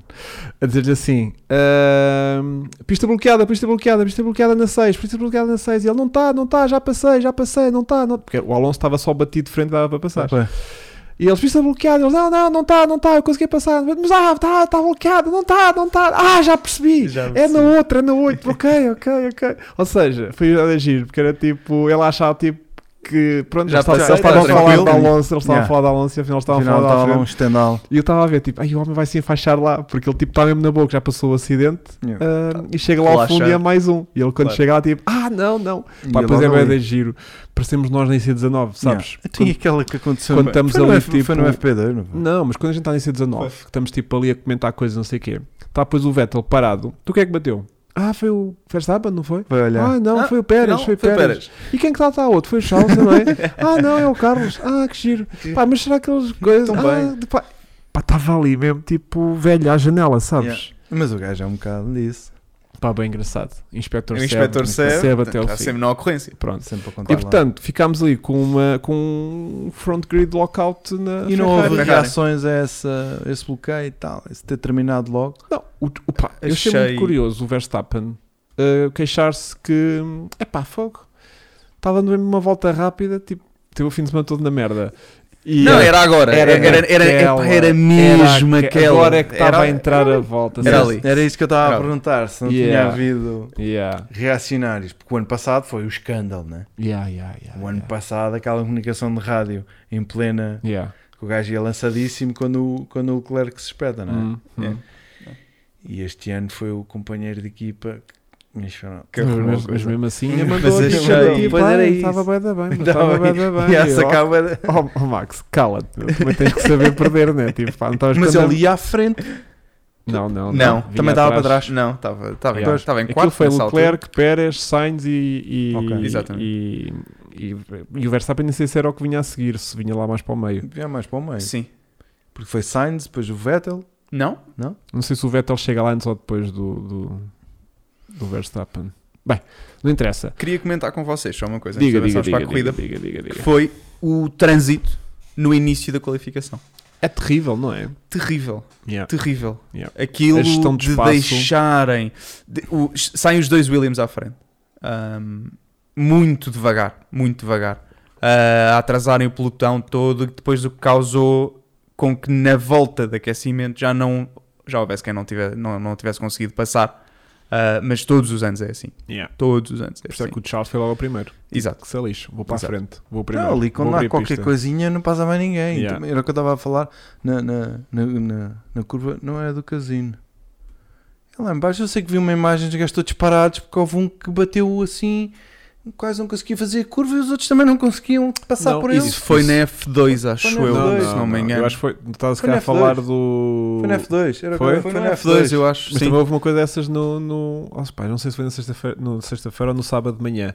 [SPEAKER 1] a dizer-lhe assim: "Ahm, pista bloqueada, pista bloqueada, pista bloqueada na 6, pista bloqueada na 6. E ele não está, não está, já passei, já passei, não está. Não... Porque o Alonso estava só batido de frente, dava para passar.
[SPEAKER 2] Pá,
[SPEAKER 1] E eles, pista bloqueada, eles, não, não, não está, não está, eu consegui passar. Mas ah, está, está bloqueada, não está, não está. Ah, já percebi.
[SPEAKER 3] Já
[SPEAKER 1] É na
[SPEAKER 3] percebi.
[SPEAKER 1] outra, é na 8, ok, ok, ok. Ou seja, foi agir, porque era tipo, ele achava tipo que, pronto,
[SPEAKER 3] Já
[SPEAKER 1] já eles
[SPEAKER 3] passei,
[SPEAKER 1] estavam a
[SPEAKER 3] já
[SPEAKER 1] falar de
[SPEAKER 2] tranquilo.
[SPEAKER 1] Alonso, eles estavam a
[SPEAKER 2] Yeah.
[SPEAKER 1] falar de Alonso e afinal estavam a
[SPEAKER 2] Afinal,
[SPEAKER 1] falar
[SPEAKER 2] estava
[SPEAKER 1] de
[SPEAKER 2] lá um
[SPEAKER 1] Alonso.
[SPEAKER 2] estendal.
[SPEAKER 1] E eu estava a ver, tipo, ai, o homem vai se enfaixar lá, porque ele tipo está mesmo na boca, já passou o acidente
[SPEAKER 2] Yeah.
[SPEAKER 1] ah, e chega lá ao
[SPEAKER 3] Relaxado.
[SPEAKER 1] fundo e é mais um. E ele quando
[SPEAKER 3] Claro.
[SPEAKER 1] chega lá, tipo, ah, não, não. Pá,
[SPEAKER 2] E
[SPEAKER 1] pois é,
[SPEAKER 2] logo
[SPEAKER 1] bem de
[SPEAKER 2] ali.
[SPEAKER 1] giro. Parecemos nós na IC19, sabes?
[SPEAKER 2] Yeah. Tinha aquela que aconteceu.
[SPEAKER 1] quando
[SPEAKER 2] no-
[SPEAKER 1] estamos
[SPEAKER 2] foi no
[SPEAKER 1] ali,
[SPEAKER 2] F- Foi no
[SPEAKER 1] tipo-
[SPEAKER 2] FP2, não foi?
[SPEAKER 1] Não, mas quando a gente está nesse 19, que estamos tipo ali a comentar coisas, não sei o quê, está depois o Vettel parado. Tu quem é que bateu? Ah, foi o Verstappen, não foi?
[SPEAKER 2] Vai olhar.
[SPEAKER 1] Ah, não,
[SPEAKER 3] Ah,
[SPEAKER 1] foi o Pérez,
[SPEAKER 3] não,
[SPEAKER 1] foi o
[SPEAKER 3] foi o
[SPEAKER 1] Pérez. E quem que está está outro? Foi o Charles também. ah, não, é o Carlos. Ah, que giro. Pá, mas será que eles coisas.
[SPEAKER 2] Tão
[SPEAKER 1] Ah,
[SPEAKER 2] bem.
[SPEAKER 1] de- pá, Pá, estava ali mesmo, tipo, velho à janela, sabes?
[SPEAKER 2] Yeah. Mas o gajo é um bocado disso.
[SPEAKER 1] Pá, bem engraçado.
[SPEAKER 3] É O
[SPEAKER 1] Inspector
[SPEAKER 3] inspetor
[SPEAKER 1] Seb,
[SPEAKER 3] Seb,
[SPEAKER 1] Seb até o
[SPEAKER 3] está
[SPEAKER 1] fim.
[SPEAKER 3] sempre na ocorrência.
[SPEAKER 1] Pronto.
[SPEAKER 2] Sempre a contar.
[SPEAKER 1] E
[SPEAKER 2] Tá lá.
[SPEAKER 1] portanto, ficámos ali com, uma, com um front grid lockout na.
[SPEAKER 2] E não
[SPEAKER 1] Ferrari.
[SPEAKER 2] houve
[SPEAKER 3] Ferrari.
[SPEAKER 2] reações a essa, esse bloqueio e tal. Esse ter terminado logo.
[SPEAKER 1] Não, o, o pá, eu achei
[SPEAKER 3] Achei-
[SPEAKER 1] muito curioso o Verstappen uh, queixar-se que é pá, fogo. Estava dando mesmo uma volta rápida, tipo, teve o fim de semana todo na merda. E,
[SPEAKER 3] não,
[SPEAKER 1] uh,
[SPEAKER 3] era agora. Era, era, era,
[SPEAKER 1] naquela,
[SPEAKER 3] epá, era mesmo
[SPEAKER 1] era aque-
[SPEAKER 3] aquela.
[SPEAKER 1] Agora é que estava
[SPEAKER 3] Era-
[SPEAKER 1] a entrar a volta.
[SPEAKER 3] Era
[SPEAKER 1] sabe?
[SPEAKER 3] ali.
[SPEAKER 2] Era isso que eu estava a
[SPEAKER 3] Era ali.
[SPEAKER 2] perguntar. Se não
[SPEAKER 1] Yeah.
[SPEAKER 2] tinha havido
[SPEAKER 1] Yeah,
[SPEAKER 2] reacionários. Porque o ano passado foi o escândalo, né?
[SPEAKER 1] yeah, yeah, yeah,
[SPEAKER 2] O ano
[SPEAKER 1] yeah.
[SPEAKER 2] passado, aquela comunicação de rádio em plena.
[SPEAKER 1] Yeah.
[SPEAKER 2] que o gajo ia lançadíssimo quando, o- quando o Leclerc se espeta, não é?
[SPEAKER 1] Hum, hum.
[SPEAKER 3] Yeah.
[SPEAKER 2] E este ano foi o companheiro de equipa que me chorou.
[SPEAKER 3] Que
[SPEAKER 1] Mas-
[SPEAKER 3] arrumou
[SPEAKER 1] mas,
[SPEAKER 3] coisa.
[SPEAKER 1] mesmo assim,
[SPEAKER 2] Mas
[SPEAKER 1] mandou aquilo,
[SPEAKER 2] achei-
[SPEAKER 1] mandou, tipo,
[SPEAKER 2] pois era
[SPEAKER 1] "Ah,
[SPEAKER 2] isso.
[SPEAKER 1] Estava bem da
[SPEAKER 2] [laughs]
[SPEAKER 1] bem, mas
[SPEAKER 2] Estava
[SPEAKER 1] estava bem da
[SPEAKER 2] bem.
[SPEAKER 1] bem.
[SPEAKER 2] E a
[SPEAKER 1] E, ó, [laughs]
[SPEAKER 2] sacar bué da-
[SPEAKER 1] ó, ó, Max, cala-te, meu, também tens que saber perder, né? Tipo, pá, não estavas
[SPEAKER 2] Mas
[SPEAKER 1] com
[SPEAKER 2] ele ia à frente.
[SPEAKER 1] Não, não,
[SPEAKER 3] Não,
[SPEAKER 1] Vinha
[SPEAKER 2] também estava para
[SPEAKER 1] atrás.
[SPEAKER 2] trás.
[SPEAKER 3] Não, estava estava em-
[SPEAKER 1] Yeah.
[SPEAKER 3] estava em
[SPEAKER 1] Aquilo
[SPEAKER 3] quarto.
[SPEAKER 1] foi
[SPEAKER 3] nessa altura.
[SPEAKER 1] Leclerc, Pérez, Sainz e, e,
[SPEAKER 2] Ok.
[SPEAKER 3] Exatamente.
[SPEAKER 1] e, e, e o Verstappen nem sei se era o que vinha a seguir, se vinha lá mais para o meio.
[SPEAKER 2] Vinha mais para o meio.
[SPEAKER 3] Sim.
[SPEAKER 2] Porque foi Sainz, depois o Vettel.
[SPEAKER 3] Não?
[SPEAKER 1] Não sei se o Vettel chega lá antes ou depois do, do, do Verstappen. Bem, não interessa.
[SPEAKER 3] Queria comentar com vocês só uma coisa. antes
[SPEAKER 1] Diga,
[SPEAKER 3] de
[SPEAKER 1] diga,
[SPEAKER 3] avançarmos para
[SPEAKER 1] diga,
[SPEAKER 3] a corrida,
[SPEAKER 1] diga, diga, diga,
[SPEAKER 3] que
[SPEAKER 1] diga.
[SPEAKER 3] foi o trânsito no início da qualificação.
[SPEAKER 1] É terrível, não é?
[SPEAKER 3] Terrível.
[SPEAKER 1] Yeah.
[SPEAKER 3] terrível.
[SPEAKER 1] Yeah.
[SPEAKER 3] Aquilo
[SPEAKER 1] A gestão de
[SPEAKER 3] de,
[SPEAKER 1] espaço.
[SPEAKER 3] deixarem. de- o- saem os dois Williams à frente. Ahm, muito devagar, muito devagar, ah, a atrasarem o pelotão todo, depois o que causou com que na volta de aquecimento já não já houvesse quem não, tiver, não, não tivesse conseguido passar, Ah, mas todos os anos é assim,
[SPEAKER 1] Yeah.
[SPEAKER 3] todos os anos é
[SPEAKER 1] Por isso é
[SPEAKER 3] assim.
[SPEAKER 1] que o Charles foi logo o primeiro.
[SPEAKER 3] Exato.
[SPEAKER 1] Que se lixe. Vou para
[SPEAKER 3] Exato.
[SPEAKER 1] a frente. Vou primeiro.
[SPEAKER 2] Não, ali quando
[SPEAKER 1] Vou
[SPEAKER 2] há
[SPEAKER 1] abrir a
[SPEAKER 2] qualquer
[SPEAKER 1] pista.
[SPEAKER 2] coisinha não passa mais ninguém.
[SPEAKER 1] Yeah.
[SPEAKER 2] Também Era o que eu estava a falar na, na, na, na- na curva, não era do casino. É lá em baixo eu sei que vi uma imagem de gajos todos parados porque houve um que bateu assim, quase não conseguia fazer a curva e os outros também não conseguiam passar
[SPEAKER 1] Não,
[SPEAKER 2] por ele.
[SPEAKER 1] isso
[SPEAKER 3] Isso foi na F2, acho
[SPEAKER 2] Foi na
[SPEAKER 3] eu,
[SPEAKER 2] F2.
[SPEAKER 3] se não me engano.
[SPEAKER 1] Eu acho que foi. Estás
[SPEAKER 2] Foi
[SPEAKER 1] a
[SPEAKER 2] na
[SPEAKER 1] falar
[SPEAKER 2] F2.
[SPEAKER 1] do.
[SPEAKER 2] Foi na F2, era o que
[SPEAKER 1] Foi?
[SPEAKER 2] eu-
[SPEAKER 3] Foi na F2, eu acho.
[SPEAKER 1] Mas
[SPEAKER 3] sim.
[SPEAKER 1] também houve uma coisa dessas no. no... Oh, pai, não sei se foi na sexta-feira no sexta-feira ou no sábado de manhã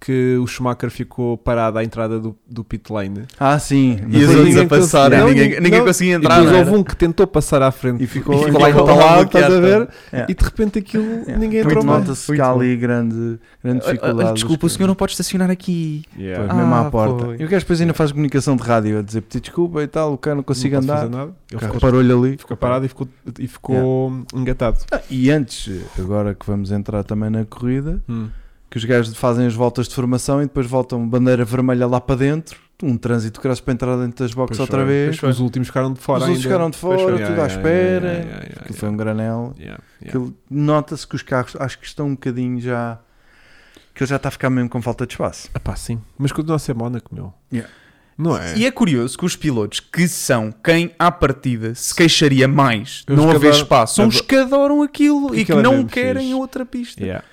[SPEAKER 1] que o Schumacher ficou parado à entrada do, do pit lane.
[SPEAKER 2] Ah, sim.
[SPEAKER 1] E
[SPEAKER 3] E
[SPEAKER 1] Mas foi
[SPEAKER 3] os outros a
[SPEAKER 1] ninguém
[SPEAKER 3] passarem,
[SPEAKER 1] conseguiu.
[SPEAKER 3] ninguém,
[SPEAKER 1] Não,
[SPEAKER 3] ninguém
[SPEAKER 1] não.
[SPEAKER 3] conseguia
[SPEAKER 1] E
[SPEAKER 3] entrar.
[SPEAKER 1] depois
[SPEAKER 3] não
[SPEAKER 1] houve
[SPEAKER 3] era?
[SPEAKER 1] um que tentou passar à frente.
[SPEAKER 2] E ficou,
[SPEAKER 1] E
[SPEAKER 3] ficou lá
[SPEAKER 1] lá
[SPEAKER 3] entalado,
[SPEAKER 1] estás a ver?
[SPEAKER 2] Yeah.
[SPEAKER 1] E de repente aquilo ninguém
[SPEAKER 2] É, Muito
[SPEAKER 1] entrou mais.
[SPEAKER 2] nota-se que há ali grande,
[SPEAKER 3] Olha,
[SPEAKER 2] grande dificuldade.
[SPEAKER 3] olha,
[SPEAKER 2] dos
[SPEAKER 3] Ah, Desculpa, o senhor não pode estacionar aqui.
[SPEAKER 2] Pois,
[SPEAKER 1] Yeah.
[SPEAKER 3] Ah,
[SPEAKER 2] mesmo à porta.
[SPEAKER 3] pois.
[SPEAKER 2] E o gajo depois ainda faz comunicação de rádio a dizer pedir desculpa e tal, o cara não consigo
[SPEAKER 1] Não posso
[SPEAKER 2] andar.
[SPEAKER 1] fazer nada. Ele
[SPEAKER 2] O
[SPEAKER 1] ficou
[SPEAKER 2] carro parou-lhe ali.
[SPEAKER 1] Ficou parado e ficou, e ficou engatado.
[SPEAKER 2] Ah, E antes, agora que vamos entrar também na corrida,
[SPEAKER 1] Hum.
[SPEAKER 2] que os gajos fazem as voltas de formação e depois voltam bandeira vermelha lá para dentro, um trânsito que para entrar dentro das boxes
[SPEAKER 1] Pois
[SPEAKER 2] outra
[SPEAKER 1] foi,
[SPEAKER 2] vez.
[SPEAKER 1] Os últimos ficaram de fora
[SPEAKER 2] Os outros
[SPEAKER 1] ainda.
[SPEAKER 2] ficaram de
[SPEAKER 1] Pois
[SPEAKER 2] fora,
[SPEAKER 1] foi.
[SPEAKER 2] tudo
[SPEAKER 1] Yeah,
[SPEAKER 2] à
[SPEAKER 1] yeah,
[SPEAKER 2] espera.
[SPEAKER 1] yeah, yeah, yeah,
[SPEAKER 2] Aquilo foi um granel.
[SPEAKER 1] yeah, yeah.
[SPEAKER 2] Aquilo- Nota-se que os carros acho que estão um bocadinho já. que ele já está a ficar mesmo com falta de espaço.
[SPEAKER 1] Ah pá, sim. Mas continua a ser Mónaco, meu.
[SPEAKER 2] Yeah.
[SPEAKER 1] Não é?
[SPEAKER 3] E é curioso que os pilotos, que são quem à partida se queixaria mais de
[SPEAKER 1] Os
[SPEAKER 3] não
[SPEAKER 1] que
[SPEAKER 3] haver
[SPEAKER 1] adoram-
[SPEAKER 3] espaço, são os que adoram aquilo e que
[SPEAKER 1] Aquilo é
[SPEAKER 3] não
[SPEAKER 1] mesmo
[SPEAKER 3] querem
[SPEAKER 1] fixe.
[SPEAKER 3] outra pista.
[SPEAKER 1] Yeah.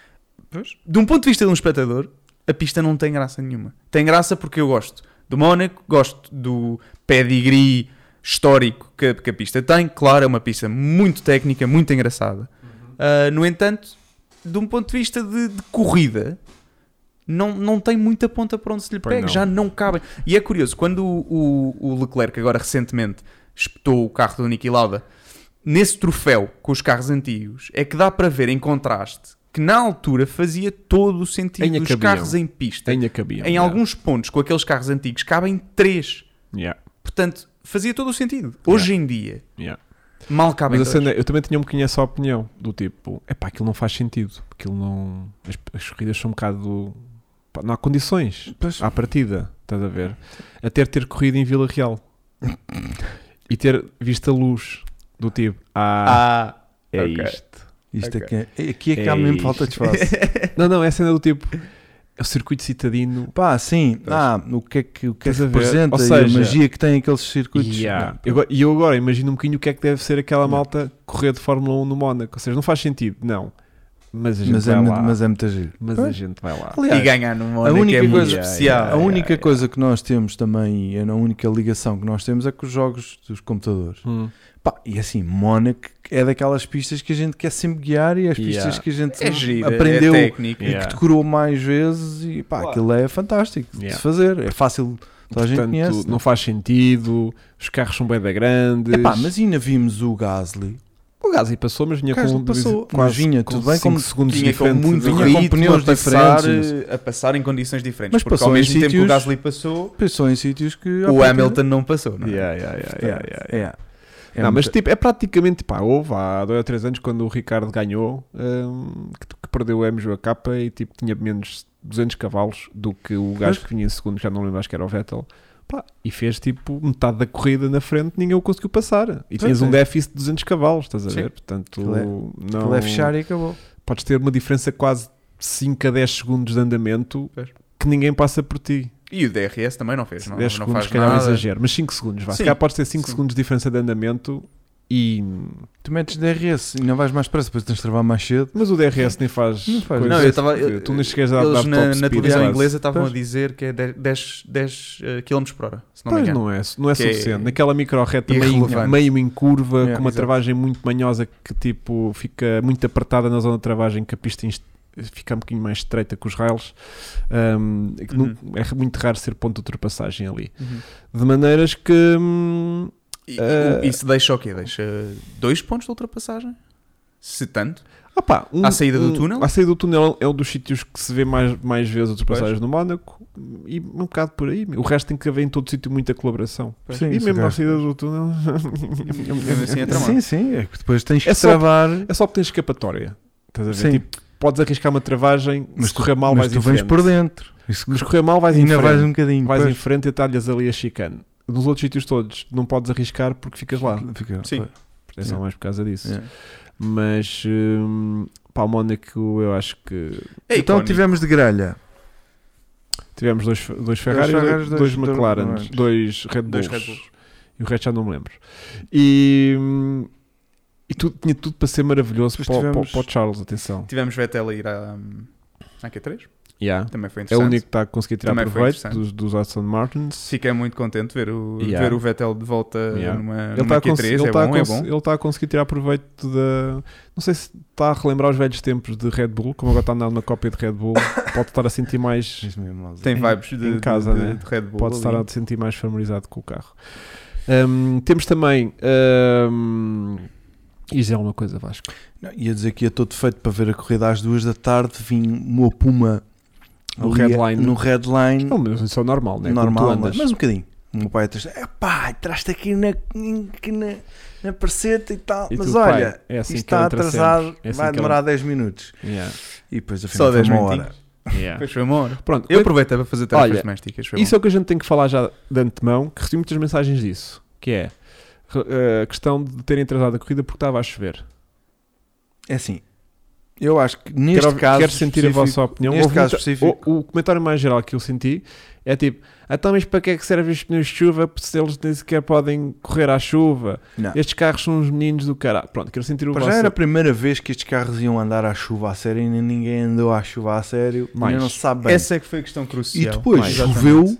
[SPEAKER 3] De um ponto de vista de um espectador, a pista não tem graça nenhuma. Tem graça porque eu gosto do Mónaco, gosto do pedigree histórico que, a- que a pista tem. Claro, é uma pista muito técnica, muito engraçada.
[SPEAKER 1] Uhum.
[SPEAKER 3] Ah, no entanto, de um ponto de vista de, de corrida, não, não tem muita ponta para onde se lhe
[SPEAKER 1] Pois
[SPEAKER 3] pegue,
[SPEAKER 1] não.
[SPEAKER 3] já não cabem. E é curioso, quando o, o, o Leclerc, agora recentemente, espetou o carro do Niki Lauda, nesse troféu com os carros antigos, é que dá para ver em contraste que na altura fazia todo o sentido
[SPEAKER 1] Ainda
[SPEAKER 3] dos
[SPEAKER 1] cabiam.
[SPEAKER 3] carros em pista.
[SPEAKER 1] Tenha cabido.
[SPEAKER 3] em alguns pontos, com aqueles carros antigos, cabem três.
[SPEAKER 1] Yeah.
[SPEAKER 3] Portanto, fazia todo o sentido. Hoje em dia,
[SPEAKER 1] Yeah.
[SPEAKER 3] mal cabem
[SPEAKER 1] Mas a
[SPEAKER 3] dois.
[SPEAKER 1] cena- eu também tinha um bocadinho essa opinião. Do tipo, é pá, aquilo não faz sentido. Aquilo não. As, as corridas são um bocado. pá, não há condições à partida. Estás a ver? Até ter corrido em Vila Real
[SPEAKER 3] [laughs]
[SPEAKER 1] e ter visto a luz. Do tipo, ah,
[SPEAKER 3] Ah,
[SPEAKER 1] é
[SPEAKER 3] ok.
[SPEAKER 1] isto.
[SPEAKER 2] Isto
[SPEAKER 3] Ok.
[SPEAKER 2] aqui, é- aqui é que há
[SPEAKER 1] É
[SPEAKER 2] mesmo
[SPEAKER 1] isto.
[SPEAKER 2] falta
[SPEAKER 1] [laughs]
[SPEAKER 2] de espaço.
[SPEAKER 1] Não, não, é a cena do tipo. É o circuito citadino.
[SPEAKER 2] Pá, sim, ah, o que é que, o que, é
[SPEAKER 1] Estás
[SPEAKER 2] que
[SPEAKER 1] a ver?
[SPEAKER 2] representa
[SPEAKER 1] Ou
[SPEAKER 2] e
[SPEAKER 1] seja,
[SPEAKER 2] a magia que tem aqueles circuitos?
[SPEAKER 1] E há- eu go- E eu, agora imagino um bocadinho o que é que deve ser aquela malta correr de Fórmula 1 no Mónaco. Ou seja, não faz sentido, não. Mas a gente
[SPEAKER 2] Mas, é,
[SPEAKER 1] vai
[SPEAKER 2] mu-
[SPEAKER 1] lá.
[SPEAKER 2] mas é muito giro.
[SPEAKER 1] Mas a gente vai lá.
[SPEAKER 2] Aliás,
[SPEAKER 3] e ganhar no Mónaco
[SPEAKER 2] única
[SPEAKER 3] é muito
[SPEAKER 2] coisa-
[SPEAKER 3] especial. É
[SPEAKER 2] a única coisa que nós temos também, e é a única ligação que nós temos é com os jogos dos computadores.
[SPEAKER 1] Hum.
[SPEAKER 2] Pá, e assim, Mónaco é daquelas pistas que a gente quer sempre guiar e as
[SPEAKER 1] Yeah.
[SPEAKER 2] pistas que a gente
[SPEAKER 3] É gira,
[SPEAKER 2] aprendeu
[SPEAKER 3] é técnica.
[SPEAKER 2] e que decorou mais vezes e pá, aquilo é fantástico
[SPEAKER 1] Yeah.
[SPEAKER 2] de fazer, é fácil, toda a gente
[SPEAKER 1] Portanto,
[SPEAKER 2] conhece. né?
[SPEAKER 1] não faz sentido, os carros são bem da grandes.
[SPEAKER 2] Epá, mas ainda vimos o Gasly
[SPEAKER 1] o Gasly passou, mas vinha
[SPEAKER 2] O Gasly
[SPEAKER 1] com um
[SPEAKER 2] passou,
[SPEAKER 1] quase
[SPEAKER 2] mas vinha,
[SPEAKER 1] com
[SPEAKER 2] tudo bem,
[SPEAKER 1] cinco
[SPEAKER 2] como-
[SPEAKER 1] segundos
[SPEAKER 3] Tinha com
[SPEAKER 1] diferente
[SPEAKER 3] muito
[SPEAKER 1] do-
[SPEAKER 2] vinha com
[SPEAKER 3] ritmo
[SPEAKER 2] pneus
[SPEAKER 3] a passar,
[SPEAKER 2] diferentes.
[SPEAKER 3] eh, a passar em condições diferentes.
[SPEAKER 2] Mas
[SPEAKER 3] porque
[SPEAKER 2] passou
[SPEAKER 3] ao
[SPEAKER 2] em
[SPEAKER 3] mesmo tempo que o
[SPEAKER 2] sítios-
[SPEAKER 3] Gasly passou,
[SPEAKER 2] pensou em sítios que à
[SPEAKER 3] o
[SPEAKER 2] partida-
[SPEAKER 3] Hamilton não passou.
[SPEAKER 2] né?
[SPEAKER 3] Não é?
[SPEAKER 1] Yeah, yeah, yeah, yeah,
[SPEAKER 2] Yeah,
[SPEAKER 1] yeah.
[SPEAKER 2] yeah. É
[SPEAKER 1] não, mas
[SPEAKER 2] muito-
[SPEAKER 1] tipo, é praticamente, pá, houve há dois ou três anos quando o Ricardo ganhou, hum, que, que perdeu o MJ capa e tipo tinha menos 200 cavalos do que o gajo que vinha em segundo, já não lembro, acho que era o Vettel. Pá, e fez tipo metade da corrida na frente, ninguém o conseguiu passar. E
[SPEAKER 2] Sim,
[SPEAKER 1] tinhas um
[SPEAKER 2] sim.
[SPEAKER 1] déficit de 200 cavalos, estás a
[SPEAKER 2] Sim.
[SPEAKER 1] ver? Portanto,
[SPEAKER 2] Aquilo é-
[SPEAKER 1] não
[SPEAKER 2] Ele é fechar e acabou.
[SPEAKER 1] podes ter uma diferença quase 5 a 10 segundos de andamento
[SPEAKER 3] Pois.
[SPEAKER 1] que ninguém passa por ti.
[SPEAKER 3] E o DRS também não fez. Não,
[SPEAKER 1] 10
[SPEAKER 3] não
[SPEAKER 1] segundos,
[SPEAKER 3] faz
[SPEAKER 1] se calhar é um
[SPEAKER 3] nada.
[SPEAKER 1] exagero, mas 5 segundos, vá. Se
[SPEAKER 3] Sim.
[SPEAKER 1] calhar podes ter 5
[SPEAKER 3] Sim.
[SPEAKER 1] segundos de diferença de andamento e.
[SPEAKER 2] Tu metes DRS e não vais mais depressa, depois tens de travar mais cedo.
[SPEAKER 1] Mas o DRS nem faz.
[SPEAKER 2] Não faz.
[SPEAKER 1] coisa.
[SPEAKER 3] Não, eu tava- eu-
[SPEAKER 1] tu nem chegas a dar
[SPEAKER 3] Eles
[SPEAKER 1] top
[SPEAKER 3] na, na
[SPEAKER 1] speed
[SPEAKER 3] televisão
[SPEAKER 1] quase.
[SPEAKER 3] inglesa estavam a
[SPEAKER 2] Pois.
[SPEAKER 3] dizer que é 10, 10 eh, km por hora, se não me
[SPEAKER 1] Pois
[SPEAKER 3] engano.
[SPEAKER 1] não é, não é
[SPEAKER 3] Que é
[SPEAKER 1] suficiente. Naquela micro reta meio,
[SPEAKER 3] irrelevante.
[SPEAKER 1] meio em curva,
[SPEAKER 2] Yeah,
[SPEAKER 1] com uma
[SPEAKER 3] exato.
[SPEAKER 1] travagem muito manhosa que tipo fica muito apertada na zona de travagem, que a pista inst- fica um bocadinho mais estreita que os rails. Um, é que não-
[SPEAKER 3] Uhum.
[SPEAKER 1] É muito raro ser ponto de ultrapassagem ali.
[SPEAKER 3] Uhum.
[SPEAKER 1] De maneiras que. hum,
[SPEAKER 3] E,
[SPEAKER 1] Eh,
[SPEAKER 3] isso deixa o quê? Deixa dois pontos de ultrapassagem? Se
[SPEAKER 1] [laughs]
[SPEAKER 3] tanto.
[SPEAKER 1] Ah pá, um-
[SPEAKER 3] À saída do
[SPEAKER 1] um-
[SPEAKER 3] túnel?
[SPEAKER 1] À saída do túnel é um dos sítios que se vê mais, mais vezes ultrapassagens no Mónaco e um bocado por aí. O resto tem que haver em todo sítio muita colaboração.
[SPEAKER 3] Pois.
[SPEAKER 2] Sim,
[SPEAKER 1] e
[SPEAKER 2] isso
[SPEAKER 1] mesmo à
[SPEAKER 2] é claro.
[SPEAKER 1] saída do túnel. [laughs]
[SPEAKER 3] Mesmo assim é tramado.
[SPEAKER 2] Sim, sim, é que depois tens que
[SPEAKER 1] É só-
[SPEAKER 2] travar.
[SPEAKER 1] é só porque tem escapatória. Estás a ver?
[SPEAKER 2] Sim.
[SPEAKER 1] Tipo, podes arriscar uma travagem,
[SPEAKER 2] Mas
[SPEAKER 1] se correr mal
[SPEAKER 2] mas
[SPEAKER 1] vais
[SPEAKER 2] tu
[SPEAKER 1] em
[SPEAKER 2] vens
[SPEAKER 1] frente.
[SPEAKER 2] por dentro. Isso
[SPEAKER 1] Mas se correr mal vais em
[SPEAKER 2] ainda
[SPEAKER 1] frente.
[SPEAKER 2] vais um bocadinho.
[SPEAKER 1] Vais em
[SPEAKER 2] pois.
[SPEAKER 1] frente e atalhas ali a chicane. Nos outros sítios todos não podes arriscar porque ficas lá.
[SPEAKER 2] Fica-
[SPEAKER 3] Sim.
[SPEAKER 2] pois.
[SPEAKER 1] É só
[SPEAKER 2] Yeah.
[SPEAKER 1] mais por causa disso.
[SPEAKER 2] Yeah.
[SPEAKER 1] Mas hum, para o Mónaco eu acho que
[SPEAKER 3] É
[SPEAKER 2] Então
[SPEAKER 3] icónico.
[SPEAKER 2] tivemos de grelha.
[SPEAKER 1] tivemos dois, dois Ferrari, dois,
[SPEAKER 2] Ferraris, dois- dois
[SPEAKER 1] McLarens,
[SPEAKER 2] Ferraris.
[SPEAKER 1] dois Red Bulls.
[SPEAKER 3] Dois Red Bulls.
[SPEAKER 1] E o resto já não me lembro. E, hum, e tudo, tinha tudo para ser maravilhoso para,
[SPEAKER 2] Depois
[SPEAKER 1] o- para o-
[SPEAKER 2] tivemos-
[SPEAKER 1] para o Charles, atenção.
[SPEAKER 3] Tivemos Vettel a ir à, hum, à Q3.
[SPEAKER 1] Yeah.
[SPEAKER 3] Também foi
[SPEAKER 1] É o
[SPEAKER 3] interessante.
[SPEAKER 1] único que está a conseguir tirar
[SPEAKER 3] Também foi
[SPEAKER 1] proveito
[SPEAKER 3] interessante.
[SPEAKER 1] dos, dos Aston Martins.
[SPEAKER 3] Fiquei muito contente de ver o, de
[SPEAKER 1] Yeah.
[SPEAKER 3] ver o Vettel de volta
[SPEAKER 1] Yeah.
[SPEAKER 3] numa,
[SPEAKER 1] Ele
[SPEAKER 3] numa
[SPEAKER 1] está a, cons-
[SPEAKER 3] Q3.
[SPEAKER 1] ele
[SPEAKER 3] é
[SPEAKER 1] tá a
[SPEAKER 3] bom, é
[SPEAKER 1] cons-
[SPEAKER 3] bom.
[SPEAKER 1] ele tá a conseguir tirar proveito da. Não sei se está a relembrar os velhos tempos de Red Bull, como agora está a andar numa cópia de Red Bull, pode estar a sentir
[SPEAKER 3] [laughs]
[SPEAKER 1] mais.
[SPEAKER 2] Isso mesmo, Alza.
[SPEAKER 3] Tem
[SPEAKER 1] em-
[SPEAKER 3] vibes de,
[SPEAKER 1] em casa,
[SPEAKER 3] de- de-
[SPEAKER 1] né?
[SPEAKER 3] de Red Bull.
[SPEAKER 1] Pode estar
[SPEAKER 3] ali.
[SPEAKER 1] a sentir mais familiarizado com o carro. Hum, temos também. hum, isto é uma coisa, Vasco.
[SPEAKER 2] Não, ia dizer que ia todo feito para ver a corrida às duas da tarde. Vim uma puma
[SPEAKER 1] No
[SPEAKER 2] ali
[SPEAKER 1] Redline.
[SPEAKER 2] No Redline.
[SPEAKER 1] Não, mas isso é normal, né? Quando
[SPEAKER 2] Hum. normal,
[SPEAKER 1] tu andas.
[SPEAKER 2] mas, mas um bocadinho. O meu pai atrás, é pá, entraste aqui na, aqui na, na perceta e tal,
[SPEAKER 1] E tu,
[SPEAKER 2] mas
[SPEAKER 1] pai,
[SPEAKER 2] olha,
[SPEAKER 1] é assim
[SPEAKER 2] isto
[SPEAKER 1] que ele
[SPEAKER 2] está
[SPEAKER 1] entra
[SPEAKER 2] atrasado,
[SPEAKER 1] sempre. É assim
[SPEAKER 2] vai
[SPEAKER 1] que
[SPEAKER 2] demorar 10 minutos.
[SPEAKER 1] ele-
[SPEAKER 2] [laughs]
[SPEAKER 1] Yeah,
[SPEAKER 2] E depois afinal
[SPEAKER 3] Só 10
[SPEAKER 2] foi uma hora.
[SPEAKER 3] minutinhos.
[SPEAKER 1] yeah.
[SPEAKER 3] Pois foi uma hora.
[SPEAKER 1] Pronto,
[SPEAKER 3] Eu aproveitei para fazer tarefas
[SPEAKER 1] Olha,
[SPEAKER 3] domésticas. Foi
[SPEAKER 1] Isso
[SPEAKER 3] bom.
[SPEAKER 1] é o que a gente tem que falar já de antemão, que recebi muitas mensagens disso, que é re- a questão de terem atrasado a corrida porque estava a chover.
[SPEAKER 2] É assim, eu acho que neste
[SPEAKER 1] quero,
[SPEAKER 2] caso.
[SPEAKER 1] quero sentir a
[SPEAKER 2] específico-
[SPEAKER 1] vossa opinião.
[SPEAKER 2] neste
[SPEAKER 1] Houve
[SPEAKER 2] caso
[SPEAKER 1] muita-
[SPEAKER 2] específico-
[SPEAKER 1] o, o comentário mais geral que eu senti é tipo: então, mas para que é que servem os pneus de chuva se eles nem sequer podem correr à chuva?
[SPEAKER 2] Não.
[SPEAKER 1] Estes carros são uns meninos do caralho. Pronto, quero sentir o
[SPEAKER 2] Para
[SPEAKER 1] vosso.
[SPEAKER 2] já era a primeira vez que estes carros iam andar à chuva a sério e nem ninguém andou à chuva a sério.
[SPEAKER 1] Mais.
[SPEAKER 2] Ainda não se sabe bem.
[SPEAKER 3] Essa é que foi a questão crucial.
[SPEAKER 2] e depois
[SPEAKER 1] mais,
[SPEAKER 2] choveu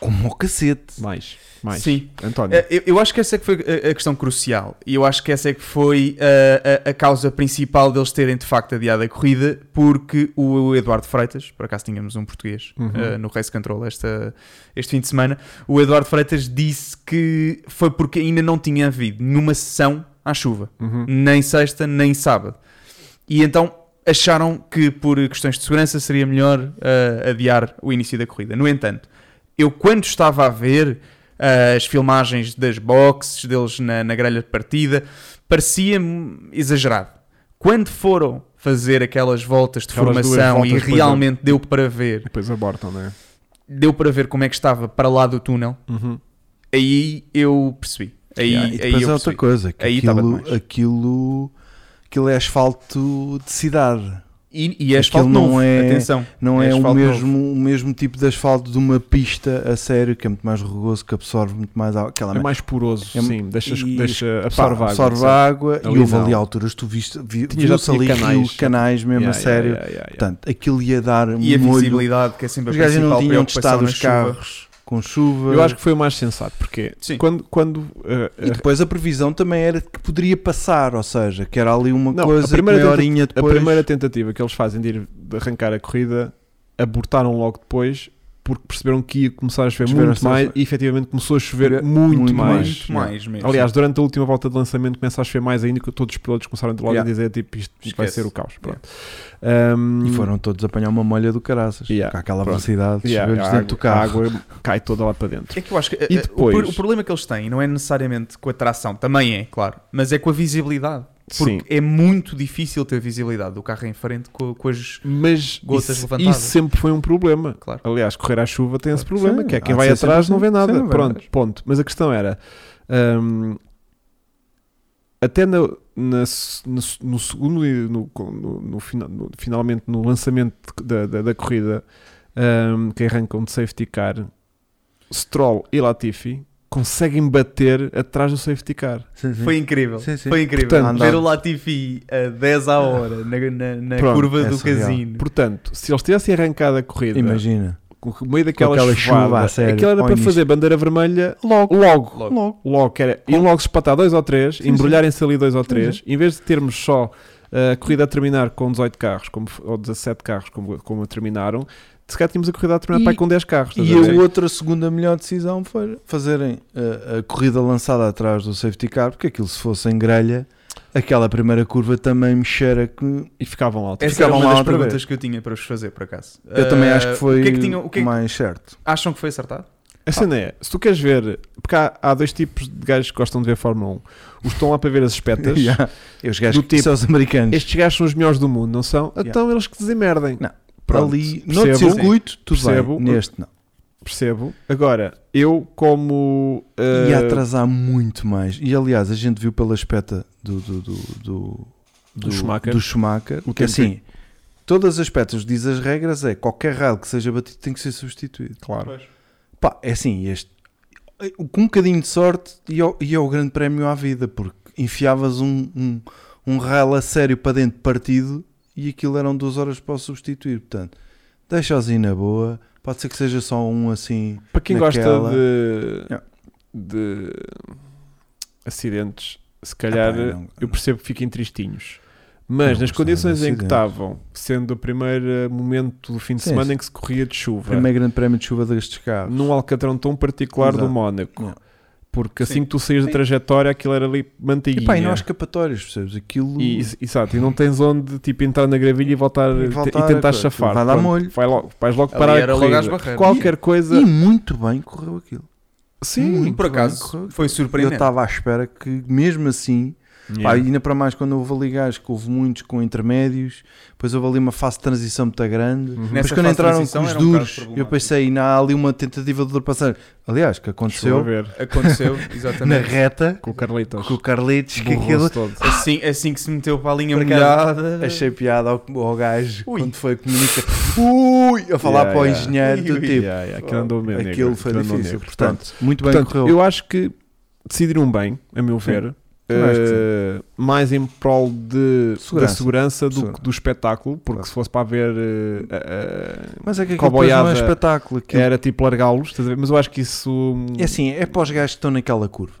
[SPEAKER 2] como o cacete.
[SPEAKER 1] Mais, mais.
[SPEAKER 3] Sim.
[SPEAKER 1] António,
[SPEAKER 3] É, Eu, eu acho que essa é que foi a, a questão crucial e eu acho que essa é que foi a, a- a causa principal deles terem de facto adiado a corrida porque o Eduardo Freitas, por acaso tínhamos um português
[SPEAKER 1] Uhum.
[SPEAKER 3] eh, no Race Control esta, este fim de semana, o Eduardo Freitas disse que foi porque ainda não tinha havido numa sessão à chuva,
[SPEAKER 1] Uhum.
[SPEAKER 3] nem sexta nem sábado. E então acharam que por questões de segurança seria melhor eh, adiar o início da corrida. No entanto, eu quando estava a ver eh, as filmagens das boxes deles na, na grelha de partida, parecia-me exagerado. Quando foram fazer aquelas voltas de
[SPEAKER 1] Aquelas duas
[SPEAKER 3] formação
[SPEAKER 1] voltas,
[SPEAKER 3] e
[SPEAKER 1] pois é.
[SPEAKER 3] realmente deu para ver,
[SPEAKER 1] depois abortam, não é?
[SPEAKER 3] deu para ver como é que estava para lá do túnel,
[SPEAKER 1] Uhum.
[SPEAKER 3] aí eu percebi. Aí,
[SPEAKER 2] Yeah, e
[SPEAKER 3] aí
[SPEAKER 2] depois
[SPEAKER 3] eu
[SPEAKER 2] é outra
[SPEAKER 3] percebi.
[SPEAKER 2] coisa, que
[SPEAKER 3] Aí estava
[SPEAKER 2] aquilo,
[SPEAKER 3] demais.
[SPEAKER 2] aquilo, aquilo é asfalto de cidade,
[SPEAKER 3] E, e é asfalto
[SPEAKER 2] Aquilo não
[SPEAKER 3] novo,
[SPEAKER 2] é-
[SPEAKER 3] atenção.
[SPEAKER 2] não é,
[SPEAKER 3] É
[SPEAKER 2] o,
[SPEAKER 3] asfalto
[SPEAKER 2] mesmo, o mesmo tipo de asfalto de uma pista a sério, que é muito mais rugoso, que absorve muito mais água. Aquela
[SPEAKER 1] É
[SPEAKER 2] merda.
[SPEAKER 1] mais poroso,
[SPEAKER 2] É-
[SPEAKER 1] sim. Deixa,
[SPEAKER 2] e-
[SPEAKER 1] deixa
[SPEAKER 2] Pá,
[SPEAKER 1] absorve água.
[SPEAKER 2] absorve
[SPEAKER 1] sim.
[SPEAKER 2] água
[SPEAKER 1] Ali
[SPEAKER 2] e houve ali
[SPEAKER 1] não.
[SPEAKER 2] alturas, tu viste, vi,
[SPEAKER 1] Tinha- já
[SPEAKER 2] viu-se
[SPEAKER 1] tinha
[SPEAKER 2] ali
[SPEAKER 1] canais.
[SPEAKER 2] canais, canais mesmo
[SPEAKER 1] Yeah,
[SPEAKER 2] a sério.
[SPEAKER 1] yeah, yeah, yeah.
[SPEAKER 2] Portanto, aquilo ia dar um
[SPEAKER 3] E a
[SPEAKER 2] molho
[SPEAKER 3] visibilidade, que é sempre a
[SPEAKER 2] Os gajos
[SPEAKER 3] principal
[SPEAKER 2] não tinham
[SPEAKER 3] preocupação
[SPEAKER 2] testado
[SPEAKER 3] na
[SPEAKER 2] os
[SPEAKER 3] chuva.
[SPEAKER 2] carros com chuva.
[SPEAKER 1] Eu acho que foi o mais sensato, porque
[SPEAKER 3] Sim.
[SPEAKER 1] quando, quando uh,
[SPEAKER 2] E depois a previsão também era que poderia passar, ou seja, que era ali uma
[SPEAKER 1] Não, a
[SPEAKER 2] coisa que
[SPEAKER 1] primeira
[SPEAKER 2] meia
[SPEAKER 1] tenta-
[SPEAKER 2] horinha
[SPEAKER 1] a
[SPEAKER 2] depois.
[SPEAKER 1] primeira tentativa que eles fazem de, ir, de arrancar a corrida abortaram logo depois porque perceberam que ia começar a chover
[SPEAKER 2] Perceberam
[SPEAKER 1] muito
[SPEAKER 2] essa-
[SPEAKER 1] mais e efetivamente começou a chover
[SPEAKER 2] Chover
[SPEAKER 1] muito,
[SPEAKER 2] muito
[SPEAKER 1] mais.
[SPEAKER 3] Muito
[SPEAKER 2] é.
[SPEAKER 3] mais mesmo.
[SPEAKER 1] Aliás, durante a última volta de lançamento começa a chover mais ainda que todos os pilotos começaram logo
[SPEAKER 2] Yeah.
[SPEAKER 1] a dizer tipo isto vai
[SPEAKER 3] Esquece.
[SPEAKER 1] ser o caos. Pronto. Um,
[SPEAKER 2] E foram todos apanhar uma molha do caraças.
[SPEAKER 1] Yeah,
[SPEAKER 2] Com aquela
[SPEAKER 1] pronto.
[SPEAKER 2] velocidade,
[SPEAKER 1] yeah,
[SPEAKER 2] choveu-lhes
[SPEAKER 1] a água-
[SPEAKER 2] dentro do carro.
[SPEAKER 1] A água cai toda lá para dentro.
[SPEAKER 3] É que eu acho que eh,
[SPEAKER 1] E
[SPEAKER 3] eh,
[SPEAKER 1] depois?
[SPEAKER 3] o, pro- o problema que eles têm não é necessariamente com a tração, também é, claro, mas é com a visibilidade. Porque
[SPEAKER 1] Sim.
[SPEAKER 3] é muito difícil ter visibilidade do carro em frente com, com as.
[SPEAKER 1] Mas
[SPEAKER 3] Gotas
[SPEAKER 1] isso,
[SPEAKER 3] levantadas.
[SPEAKER 1] isso sempre foi um problema.
[SPEAKER 3] Claro.
[SPEAKER 1] Aliás, correr à chuva tem esse
[SPEAKER 2] Claro.
[SPEAKER 1] problema,
[SPEAKER 2] Sim,
[SPEAKER 1] que é quem
[SPEAKER 2] há de
[SPEAKER 1] vai
[SPEAKER 2] ser
[SPEAKER 1] atrás
[SPEAKER 2] sempre
[SPEAKER 1] não vê
[SPEAKER 2] assim.
[SPEAKER 1] nada.
[SPEAKER 2] Sim, não vê
[SPEAKER 1] Pronto,
[SPEAKER 2] nada.
[SPEAKER 1] ponto. Mas a questão era, hum, até na- na s- no, s- no segundo e no, no- no final- no- finalmente no lançamento da, da- da corrida, hum, que arrancam de safety car, Stroll e Latifi conseguem bater atrás do safety car.
[SPEAKER 2] Sim, sim.
[SPEAKER 3] Foi incrível.
[SPEAKER 2] Sim, sim.
[SPEAKER 3] Foi incrível.
[SPEAKER 1] Portanto,
[SPEAKER 3] Ver o Latifi a 10 à hora na, na- na
[SPEAKER 1] Pronto,
[SPEAKER 3] curva
[SPEAKER 2] é
[SPEAKER 3] do
[SPEAKER 2] surreal.
[SPEAKER 3] casino.
[SPEAKER 1] Portanto, se eles tivessem arrancado a corrida
[SPEAKER 2] Imagina.
[SPEAKER 1] com o meio daquela,
[SPEAKER 2] aquela chuva,
[SPEAKER 1] chuvada,
[SPEAKER 2] a sério,
[SPEAKER 1] aquilo era
[SPEAKER 2] ao
[SPEAKER 1] para
[SPEAKER 2] início.
[SPEAKER 1] fazer bandeira vermelha logo. Logo.
[SPEAKER 3] Logo.
[SPEAKER 2] Logo.
[SPEAKER 1] Logo, que era, iam logo se espatar dois ou três,
[SPEAKER 2] sim.
[SPEAKER 1] embrulharem-se ali dois ou três, em vez de termos só uh, a corrida a terminar com 18 carros, como, f- ou 17 carros, como, como a terminaram, se calhar tínhamos a corrida a terminar
[SPEAKER 2] E-
[SPEAKER 1] para aí com 10 carros. estás
[SPEAKER 2] E
[SPEAKER 1] a ver?
[SPEAKER 2] a outra segunda melhor decisão foi fazerem eh, a, a corrida lançada atrás do safety car, porque aquilo se fosse em grelha, aquela primeira curva também mexera que
[SPEAKER 1] E ficavam lá. outra vez.
[SPEAKER 3] Essa era
[SPEAKER 2] Ficavam
[SPEAKER 3] uma
[SPEAKER 2] lá
[SPEAKER 3] das
[SPEAKER 2] outra
[SPEAKER 3] perguntas que eu tinha para vos fazer, por acaso.
[SPEAKER 2] eu também acho
[SPEAKER 3] Ah,
[SPEAKER 2] que foi
[SPEAKER 3] O que é que tinham- o que é que [laughs]
[SPEAKER 2] mais certo.
[SPEAKER 3] acham que foi acertado?
[SPEAKER 1] A cena é, se tu queres ver, porque há, há dois tipos de gajos que gostam de ver Fórmula 1. Os que estão lá para ver as espetas.
[SPEAKER 2] [laughs] Yeah. E os gajos
[SPEAKER 1] Do
[SPEAKER 2] que
[SPEAKER 1] tipo-
[SPEAKER 2] são os americanos.
[SPEAKER 1] Estes gajos são os melhores do mundo, não são? Então eles que desemerdem.
[SPEAKER 2] Não.
[SPEAKER 1] Pronto,
[SPEAKER 2] Ali, no
[SPEAKER 1] percebo,
[SPEAKER 2] circuito, tu
[SPEAKER 1] assim. Percebo.
[SPEAKER 2] vai. Neste, não.
[SPEAKER 1] percebo. Agora, eu como...
[SPEAKER 2] E
[SPEAKER 1] ah,
[SPEAKER 2] atrasar muito mais. E aliás, a gente viu pela espeta do, do, do, do,
[SPEAKER 1] Do Schumacher.
[SPEAKER 2] do Schumacher,
[SPEAKER 1] O tempo
[SPEAKER 2] que assim, todas as petas diz as regras é qualquer ralo que seja batido tem que ser substituído.
[SPEAKER 1] Claro.
[SPEAKER 2] Pá, é assim, este, com um bocadinho de sorte e ao, e ao grande prémio à vida, porque enfiavas um, um, um ralo a sério para dentro partido e aquilo eram duas horas para o substituir. Portanto, deixa-os aí na boa. Pode ser que seja só um assim.
[SPEAKER 1] Para quem
[SPEAKER 2] naquela-
[SPEAKER 1] gosta de,
[SPEAKER 2] Yeah.
[SPEAKER 1] de acidentes, se
[SPEAKER 2] "Ah, pá,
[SPEAKER 1] calhar
[SPEAKER 2] não-
[SPEAKER 1] eu percebo que fiquem tristinhos. Mas
[SPEAKER 2] Não
[SPEAKER 1] nas
[SPEAKER 2] gostava
[SPEAKER 1] condições
[SPEAKER 2] de
[SPEAKER 1] em que
[SPEAKER 2] acidentes.
[SPEAKER 1] estavam, sendo o primeiro momento do fim de
[SPEAKER 2] Sim,
[SPEAKER 1] semana
[SPEAKER 2] sim.
[SPEAKER 1] em que se corria de chuva,
[SPEAKER 2] Primeiro grande prémio de chuva destes carros.
[SPEAKER 1] num alcatrão tão particular do
[SPEAKER 2] Exato.
[SPEAKER 1] Mónaco.
[SPEAKER 2] Yeah.
[SPEAKER 1] Porque assim
[SPEAKER 3] Sim.
[SPEAKER 1] que tu saís da
[SPEAKER 2] Sim.
[SPEAKER 1] trajetória, aquilo era ali manteiga.
[SPEAKER 2] E pá, e não há escapatórias, percebes? Aquilo.
[SPEAKER 1] E, exato, e não tens onde tipo, entrar na gravilha e voltar
[SPEAKER 2] E
[SPEAKER 1] e,
[SPEAKER 2] voltar a
[SPEAKER 1] tentar
[SPEAKER 2] coisa.
[SPEAKER 1] chafar.
[SPEAKER 2] Vai dar
[SPEAKER 1] Pronto,
[SPEAKER 2] molho.
[SPEAKER 1] Vai logo, vais logo
[SPEAKER 3] Ali
[SPEAKER 1] parar
[SPEAKER 3] era
[SPEAKER 1] a
[SPEAKER 3] logo
[SPEAKER 1] corrida.
[SPEAKER 3] às barreiras.
[SPEAKER 1] Qualquer coisa.
[SPEAKER 2] E muito bem correu aquilo.
[SPEAKER 1] Sim,
[SPEAKER 2] Muito
[SPEAKER 3] Por
[SPEAKER 2] bem
[SPEAKER 3] acaso,
[SPEAKER 2] correu.
[SPEAKER 3] foi
[SPEAKER 2] Eu
[SPEAKER 3] surpreendente.
[SPEAKER 2] estava à espera que, mesmo assim, pá, ainda para mais quando houve ali gajos, que houve muitos com intermédios, depois houve ali uma fase de transição muito grande.
[SPEAKER 1] Uhum.
[SPEAKER 2] Mas
[SPEAKER 3] Nessa
[SPEAKER 2] quando
[SPEAKER 3] fase de
[SPEAKER 2] entraram com
[SPEAKER 3] transição
[SPEAKER 2] os
[SPEAKER 3] era um bocado
[SPEAKER 2] duros, eu
[SPEAKER 3] problemático.
[SPEAKER 2] pensei, "Não, há ali uma tentativa de ultrapassagem. Aliás, que
[SPEAKER 1] Deixa eu
[SPEAKER 2] aconteceu
[SPEAKER 1] ver.
[SPEAKER 3] Aconteceu,
[SPEAKER 2] [laughs] na
[SPEAKER 3] exatamente.
[SPEAKER 2] reta
[SPEAKER 1] Com o Carlitos.
[SPEAKER 2] com o Carlitos, que aquilo.
[SPEAKER 1] Borrou-se todo.
[SPEAKER 3] assim, assim que se meteu para a linha
[SPEAKER 2] Por acaso,
[SPEAKER 3] molhada.
[SPEAKER 2] Achei piada ao, ao gajo
[SPEAKER 3] Ui.
[SPEAKER 2] quando foi comunicar. Ui! A falar
[SPEAKER 1] Yeah,
[SPEAKER 2] para o
[SPEAKER 1] yeah.
[SPEAKER 2] engenheiro do
[SPEAKER 3] Ui,
[SPEAKER 2] tipo.
[SPEAKER 1] Yeah, yeah, aquilo andou meio negro,
[SPEAKER 2] Aquilo foi
[SPEAKER 1] aquilo andou
[SPEAKER 2] difícil.
[SPEAKER 1] negro.
[SPEAKER 2] Portanto, muito bem
[SPEAKER 1] Portanto,
[SPEAKER 2] correu.
[SPEAKER 1] eu acho que decidiram bem, a meu ver.
[SPEAKER 2] também acho que
[SPEAKER 1] eh, mais em prol de, da
[SPEAKER 2] Segurança.
[SPEAKER 1] segurança do
[SPEAKER 2] Segurança.
[SPEAKER 1] que do espetáculo, porque
[SPEAKER 2] Claro.
[SPEAKER 1] se fosse para haver eh, a- a-
[SPEAKER 2] Mas é que aquilo depois não
[SPEAKER 1] Coboiada
[SPEAKER 2] é espetáculo.
[SPEAKER 1] que
[SPEAKER 2] Aquilo... É...
[SPEAKER 1] era um tipo largá-los, estás a ver? mas eu acho que isso
[SPEAKER 2] assim, é para os gajos que estão naquela curva.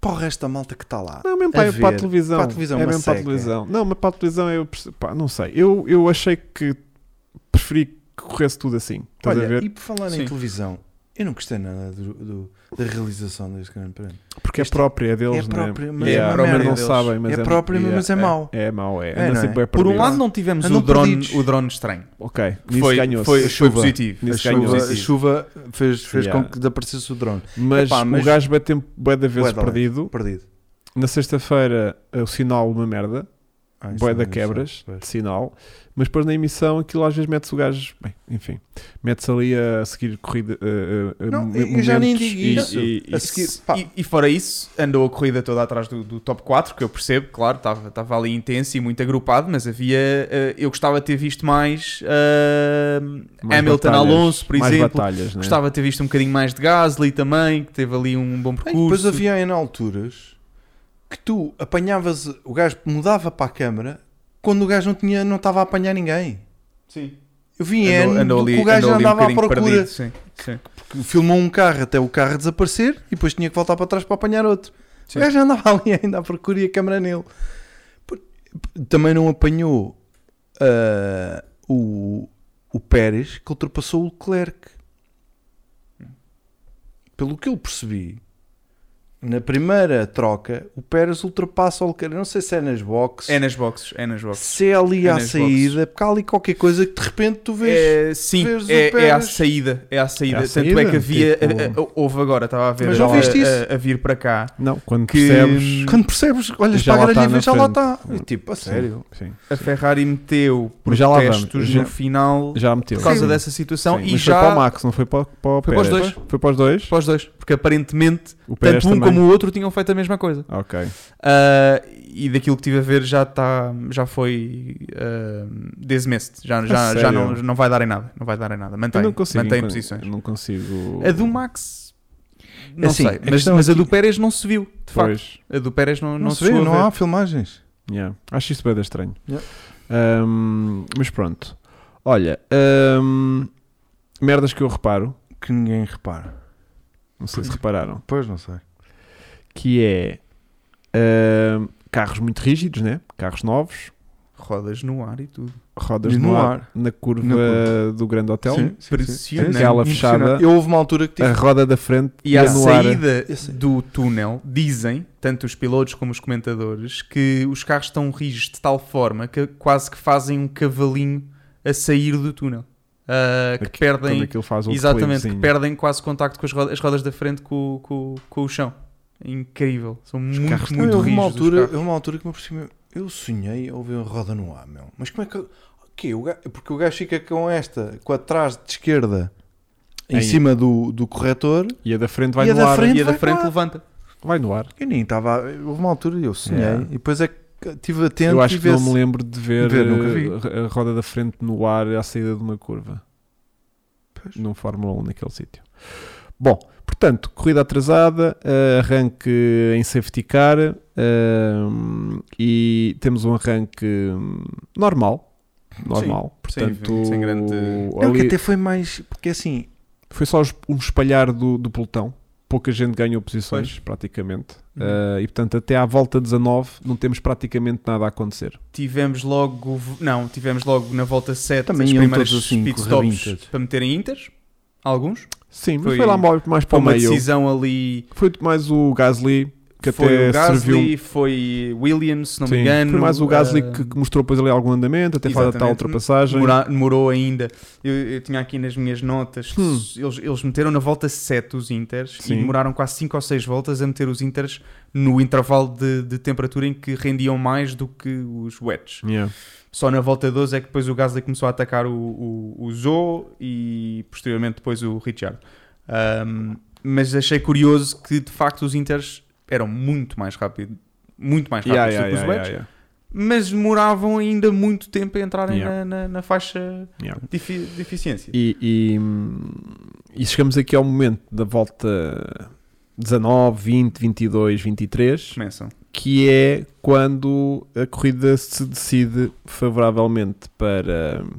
[SPEAKER 2] Para o resto da malta que está lá.
[SPEAKER 1] não, mesmo para,
[SPEAKER 2] a
[SPEAKER 1] para a
[SPEAKER 2] é ver.
[SPEAKER 1] televisão.
[SPEAKER 2] Para a televisão,
[SPEAKER 1] é
[SPEAKER 2] uma
[SPEAKER 1] mesmo para a
[SPEAKER 2] seca.
[SPEAKER 1] televisão. Não, mas para a televisão eu perce- pá, não sei. Eu, eu achei que preferi que corresse tudo assim. Estás a
[SPEAKER 2] Olha,
[SPEAKER 1] ver?
[SPEAKER 2] e por falar
[SPEAKER 3] Sim.
[SPEAKER 2] em televisão, eu não gostei nada do- do- da realização deste grande prémio.
[SPEAKER 1] Porque é
[SPEAKER 2] isto-
[SPEAKER 1] própria é deles,
[SPEAKER 2] é própria,
[SPEAKER 1] né?
[SPEAKER 2] mas
[SPEAKER 1] E
[SPEAKER 3] é uma
[SPEAKER 1] a Roma
[SPEAKER 3] merda
[SPEAKER 1] não
[SPEAKER 3] deles.
[SPEAKER 1] sabem, mas
[SPEAKER 2] É própria, mas é mau.
[SPEAKER 1] É, mau, é.
[SPEAKER 2] É,
[SPEAKER 1] Anda
[SPEAKER 2] não é?
[SPEAKER 1] sempre bem
[SPEAKER 3] Por um
[SPEAKER 1] perdido.
[SPEAKER 3] lado não tivemos
[SPEAKER 2] Andam
[SPEAKER 3] o drone,
[SPEAKER 2] perdidos.
[SPEAKER 3] o drone estranho.
[SPEAKER 1] ok, nisso
[SPEAKER 3] foi,
[SPEAKER 1] ganhou-se.
[SPEAKER 3] foi,
[SPEAKER 2] A
[SPEAKER 3] foi
[SPEAKER 2] chuva.
[SPEAKER 3] positivo.
[SPEAKER 2] A
[SPEAKER 1] Nisso
[SPEAKER 2] chuva,
[SPEAKER 1] ganhou-se.
[SPEAKER 2] a
[SPEAKER 3] isso.
[SPEAKER 2] chuva fez, fez
[SPEAKER 1] Yeah.
[SPEAKER 2] com que desaparecesse o drone.
[SPEAKER 1] Mas,
[SPEAKER 2] Epá, mas-
[SPEAKER 1] o gajo bateu bué da vezes
[SPEAKER 2] Bué da
[SPEAKER 1] perdido.
[SPEAKER 2] Perdido.
[SPEAKER 1] Na sexta-feira, eh, o sinal uma merda.
[SPEAKER 2] Ah, isso
[SPEAKER 1] Boé
[SPEAKER 2] não
[SPEAKER 1] da
[SPEAKER 2] é
[SPEAKER 1] quebras,
[SPEAKER 2] pois.
[SPEAKER 1] de sinal, mas depois na emissão aquilo às vezes mete-se o gajo, bem, enfim, mete-se ali a seguir corrida. A, a- a
[SPEAKER 2] Não,
[SPEAKER 1] mo-
[SPEAKER 2] eu já nem
[SPEAKER 1] momentos
[SPEAKER 2] digo
[SPEAKER 1] e-
[SPEAKER 2] isso. Assim,
[SPEAKER 1] e- e-
[SPEAKER 2] A seguir,
[SPEAKER 3] Se-
[SPEAKER 2] pá,
[SPEAKER 3] E, e fora isso, andou a corrida toda atrás do, do top 4, que eu percebo, claro, estava estava ali intenso e muito agrupado, mas havia. eh, eu gostava de ter visto mais, eh,
[SPEAKER 1] mais
[SPEAKER 3] Hamilton
[SPEAKER 1] batalhas,
[SPEAKER 3] Alonso, por
[SPEAKER 1] mais
[SPEAKER 3] exemplo.
[SPEAKER 1] batalhas, né?
[SPEAKER 3] Gostava de ter visto um bocadinho mais de Gasly também, que teve ali um bom
[SPEAKER 2] Bem,
[SPEAKER 3] percurso.
[SPEAKER 2] depois havia em alturas que tu apanhavas, o gajo mudava para a câmara quando o gajo não tinha, não estava a apanhar ninguém.
[SPEAKER 3] Sim.
[SPEAKER 2] Eu vi em
[SPEAKER 3] Andou,
[SPEAKER 2] ano
[SPEAKER 3] andou ali,
[SPEAKER 2] é que o gajo
[SPEAKER 3] andou ali um
[SPEAKER 2] andava à
[SPEAKER 3] bocadinho
[SPEAKER 2] procura,
[SPEAKER 3] perdido. Sim, sim.
[SPEAKER 2] que filmou um carro até o carro desaparecer e depois tinha que voltar para trás para apanhar outro.
[SPEAKER 3] Sim.
[SPEAKER 2] O gajo andava ali ainda à procura e a câmara nele. Por- Também não apanhou ah, o, o Pérez que ultrapassou o Leclerc. Pelo que eu percebi, na primeira troca, o Pérez ultrapassa o Leclerc. Eu Não sei se é nas boxes,
[SPEAKER 3] É nas boxes, é nas boxes.
[SPEAKER 2] se é ali
[SPEAKER 3] é
[SPEAKER 2] à
[SPEAKER 3] nas
[SPEAKER 2] saída, porque há ali qualquer coisa que de repente tu vês.
[SPEAKER 3] É, sim,
[SPEAKER 2] vês o
[SPEAKER 3] é, é à
[SPEAKER 2] Pérez.
[SPEAKER 3] saída, é à
[SPEAKER 1] É
[SPEAKER 3] saída.
[SPEAKER 1] à
[SPEAKER 3] Tanto é
[SPEAKER 1] saída,
[SPEAKER 3] que havia,
[SPEAKER 1] tipo-
[SPEAKER 3] a- a- houve agora, estava a ver,
[SPEAKER 2] Mas já
[SPEAKER 3] a-
[SPEAKER 2] viste
[SPEAKER 3] a-
[SPEAKER 2] isso?
[SPEAKER 3] a vir para cá.
[SPEAKER 1] Não, quando
[SPEAKER 3] que-
[SPEAKER 1] percebes.
[SPEAKER 2] Quando percebes, olhas
[SPEAKER 1] Já
[SPEAKER 2] para
[SPEAKER 1] lá
[SPEAKER 2] a grelha
[SPEAKER 1] tá
[SPEAKER 2] e
[SPEAKER 1] na
[SPEAKER 2] vês, já lá
[SPEAKER 1] frente.
[SPEAKER 2] está. Tipo, a sério.
[SPEAKER 1] Sim,
[SPEAKER 3] A
[SPEAKER 1] sim.
[SPEAKER 3] Ferrari meteu
[SPEAKER 1] Mas já lá
[SPEAKER 3] protestos
[SPEAKER 1] vamos, já-
[SPEAKER 3] no final
[SPEAKER 1] Já meteu.
[SPEAKER 3] por causa
[SPEAKER 1] Sim.
[SPEAKER 3] dessa situação
[SPEAKER 1] Sim,
[SPEAKER 3] e
[SPEAKER 1] mas
[SPEAKER 3] já
[SPEAKER 1] foi para o Max, não foi para, para o
[SPEAKER 3] Foi para os
[SPEAKER 1] Pérez.
[SPEAKER 3] dois.
[SPEAKER 1] Foi para os dois?
[SPEAKER 3] para os dois, porque aparentemente
[SPEAKER 1] O Pérez
[SPEAKER 3] tanto um
[SPEAKER 1] também.
[SPEAKER 3] como um. o outro tinham feito a mesma coisa.
[SPEAKER 1] Ok.
[SPEAKER 3] Ah, e daquilo que tive a ver já está, já foi ah, dismissed, já, já, já
[SPEAKER 1] sério?
[SPEAKER 3] não, não vai dar em nada, não vai dar em nada. Mantém,
[SPEAKER 1] Eu não consigo.
[SPEAKER 3] mantém
[SPEAKER 1] encon-
[SPEAKER 3] posições. É
[SPEAKER 1] Não consigo.
[SPEAKER 3] A do Max não
[SPEAKER 2] Tipo, Assim,
[SPEAKER 3] sei,
[SPEAKER 2] a
[SPEAKER 3] mas,
[SPEAKER 2] questão
[SPEAKER 3] mas a
[SPEAKER 2] aqui-
[SPEAKER 3] do Pérez não se viu, de facto.
[SPEAKER 1] Pois.
[SPEAKER 3] A do Pérez não, é? não,
[SPEAKER 2] Não, se vê,
[SPEAKER 3] chegou a
[SPEAKER 2] não
[SPEAKER 3] ver.
[SPEAKER 2] há filmagens.
[SPEAKER 1] Yeah. Acho isso bem estranho.
[SPEAKER 2] Yeah.
[SPEAKER 1] Um, mas pronto. Olha, um, merdas que eu reparo,
[SPEAKER 2] Que ninguém repara.
[SPEAKER 1] não sei se repararam,
[SPEAKER 2] Pois, não sei.
[SPEAKER 1] que é um, carros muito rígidos, né? Carros novos,
[SPEAKER 3] Rodas no ar e tudo.
[SPEAKER 1] rodas
[SPEAKER 2] E
[SPEAKER 1] no,
[SPEAKER 2] no
[SPEAKER 1] ar,
[SPEAKER 2] ar.
[SPEAKER 1] na curva
[SPEAKER 2] Na curva.
[SPEAKER 1] do grande hotel,
[SPEAKER 2] Sim,
[SPEAKER 3] Impressionante.
[SPEAKER 1] Aquela fechada.
[SPEAKER 2] Eu houve uma altura que tive.
[SPEAKER 1] a roda da frente
[SPEAKER 3] E à
[SPEAKER 1] ia no ar.
[SPEAKER 3] saída
[SPEAKER 2] Eu sei.
[SPEAKER 3] do túnel, dizem, tanto os pilotos como os comentadores, que os carros estão rígidos de tal forma que quase que fazem um cavalinho a sair do túnel. ah, que
[SPEAKER 1] Aqui- Quando
[SPEAKER 3] perdem
[SPEAKER 1] aquilo faz o
[SPEAKER 3] Exatamente, que
[SPEAKER 1] clipezinho.
[SPEAKER 3] perdem quase contacto com as rodas, as rodas da frente com, o- com, o- com o chão. É incrível. São
[SPEAKER 1] carros
[SPEAKER 3] muito,
[SPEAKER 1] também.
[SPEAKER 3] muito
[SPEAKER 2] houve
[SPEAKER 3] rígidos. os
[SPEAKER 2] uma altura,
[SPEAKER 3] carros.
[SPEAKER 2] houve uma altura que me aproximei. Eu sonhei a ouvir uma roda no ar, meu. Mas como é que. eu- Que o ga- Porque o gajo fica com esta, com a trás de esquerda, em
[SPEAKER 1] Aí.
[SPEAKER 2] cima do, do corretor.
[SPEAKER 1] E a da frente vai
[SPEAKER 2] E a
[SPEAKER 1] no
[SPEAKER 2] da
[SPEAKER 1] ar.
[SPEAKER 2] frente-
[SPEAKER 3] E a da
[SPEAKER 2] vai
[SPEAKER 3] frente
[SPEAKER 2] lá.
[SPEAKER 3] levanta.
[SPEAKER 1] Vai no ar.
[SPEAKER 2] Eu nem estava. Houve uma altura e eu sonhei.
[SPEAKER 1] É.
[SPEAKER 2] E depois é que estive atento
[SPEAKER 1] Eu acho
[SPEAKER 2] e
[SPEAKER 1] que
[SPEAKER 2] vi
[SPEAKER 1] não
[SPEAKER 2] esse-
[SPEAKER 1] me lembro de ver,
[SPEAKER 2] ver, nunca
[SPEAKER 1] eh, a roda da frente no ar à saída de uma curva.
[SPEAKER 2] Pois.
[SPEAKER 1] Num Fórmula 1 naquele sítio. Bom, portanto, corrida atrasada, eh, arranque em safety car eh, e temos um arranque hum, normal. Normal,
[SPEAKER 3] sim,
[SPEAKER 1] portanto,
[SPEAKER 3] sem grande-
[SPEAKER 2] Não,
[SPEAKER 1] ali
[SPEAKER 2] que até foi mais. Porque assim,
[SPEAKER 1] foi só os- um espalhar do, do pelotão. Pouca gente ganhou posições, praticamente.
[SPEAKER 3] Uhum.
[SPEAKER 1] Eh, e portanto, até à volta 19, não temos praticamente nada a acontecer.
[SPEAKER 3] Tivemos logo, não, tivemos logo na volta 7
[SPEAKER 2] Também
[SPEAKER 3] as
[SPEAKER 2] iam
[SPEAKER 3] primeiras
[SPEAKER 2] todos assim,
[SPEAKER 3] pit
[SPEAKER 2] corrabinho
[SPEAKER 3] stops
[SPEAKER 2] todos.
[SPEAKER 3] para meterem inters. Alguns.
[SPEAKER 1] Sim, mas
[SPEAKER 3] Foi-
[SPEAKER 1] foi, lá mais, mais para
[SPEAKER 3] Foi
[SPEAKER 1] o
[SPEAKER 3] uma
[SPEAKER 1] meio.
[SPEAKER 3] decisão ali.
[SPEAKER 1] Foi mais o Gasly que
[SPEAKER 3] foi
[SPEAKER 1] até
[SPEAKER 3] o Gasly,
[SPEAKER 1] serviu. um-
[SPEAKER 3] foi Williams, se não
[SPEAKER 1] Sim,
[SPEAKER 3] me engano.
[SPEAKER 1] foi mais o Gasly
[SPEAKER 3] ah,
[SPEAKER 1] que, que mostrou depois ali algum andamento, até faz a tal
[SPEAKER 3] Exatamente.
[SPEAKER 1] ultrapassagem.
[SPEAKER 3] Demora- demorou ainda. Eu, eu tinha aqui nas minhas notas que
[SPEAKER 1] Hum.
[SPEAKER 3] s- eles, eles meteram na volta 7 os Inters e
[SPEAKER 1] Sim.
[SPEAKER 3] demoraram quase 5 ou 6 voltas a meter os Inters no intervalo de, de temperatura em que rendiam mais do que os wets.
[SPEAKER 1] Yeah.
[SPEAKER 3] Só na volta 12 é que depois o Gasly começou a atacar o, o, o Zo e posteriormente depois o Richard. Ahm, mas achei curioso que de facto os Inters eram muito mais rápido muito mais rápidos
[SPEAKER 1] Yeah,
[SPEAKER 3] do que os
[SPEAKER 1] yeah,
[SPEAKER 3] wets,
[SPEAKER 1] yeah, yeah,
[SPEAKER 3] mas demoravam ainda muito tempo a entrarem
[SPEAKER 1] Yeah.
[SPEAKER 3] na- na- na faixa
[SPEAKER 1] yeah.
[SPEAKER 3] Defi- deficiência.
[SPEAKER 1] E, e, hum, e chegamos aqui ao momento da volta 19, 20, 22, 23,
[SPEAKER 3] Começam.
[SPEAKER 1] que é quando a corrida se decide favoravelmente para hum,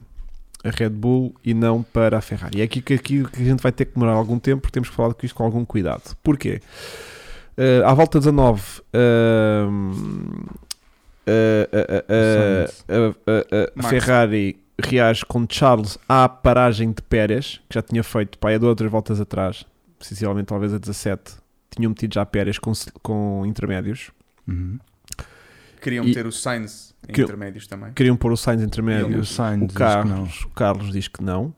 [SPEAKER 1] a Red Bull e não para a Ferrari. É aqui que, aqui que a gente vai ter que demorar algum tempo, porque temos que falar com isto com algum cuidado. Porquê? Eh, à volta hum, 19, ahm, eh, eh, eh, eh, a- a- a- a
[SPEAKER 3] Max.
[SPEAKER 1] Ferrari reage com Charles à paragem de Pérez, que já tinha feito pá, há duas ou três voltas atrás, sinceramente talvez a 17, tinham metido já Pérez com, se- com intermédios.
[SPEAKER 3] Queriam
[SPEAKER 1] E-
[SPEAKER 3] meter o Sainz em
[SPEAKER 1] Que-
[SPEAKER 3] intermédios também.
[SPEAKER 1] Queriam pôr o Sainz
[SPEAKER 3] E
[SPEAKER 1] intermédios.
[SPEAKER 2] Sainz
[SPEAKER 1] O
[SPEAKER 2] diz que não.
[SPEAKER 1] Carlos, o Carlos diz que não.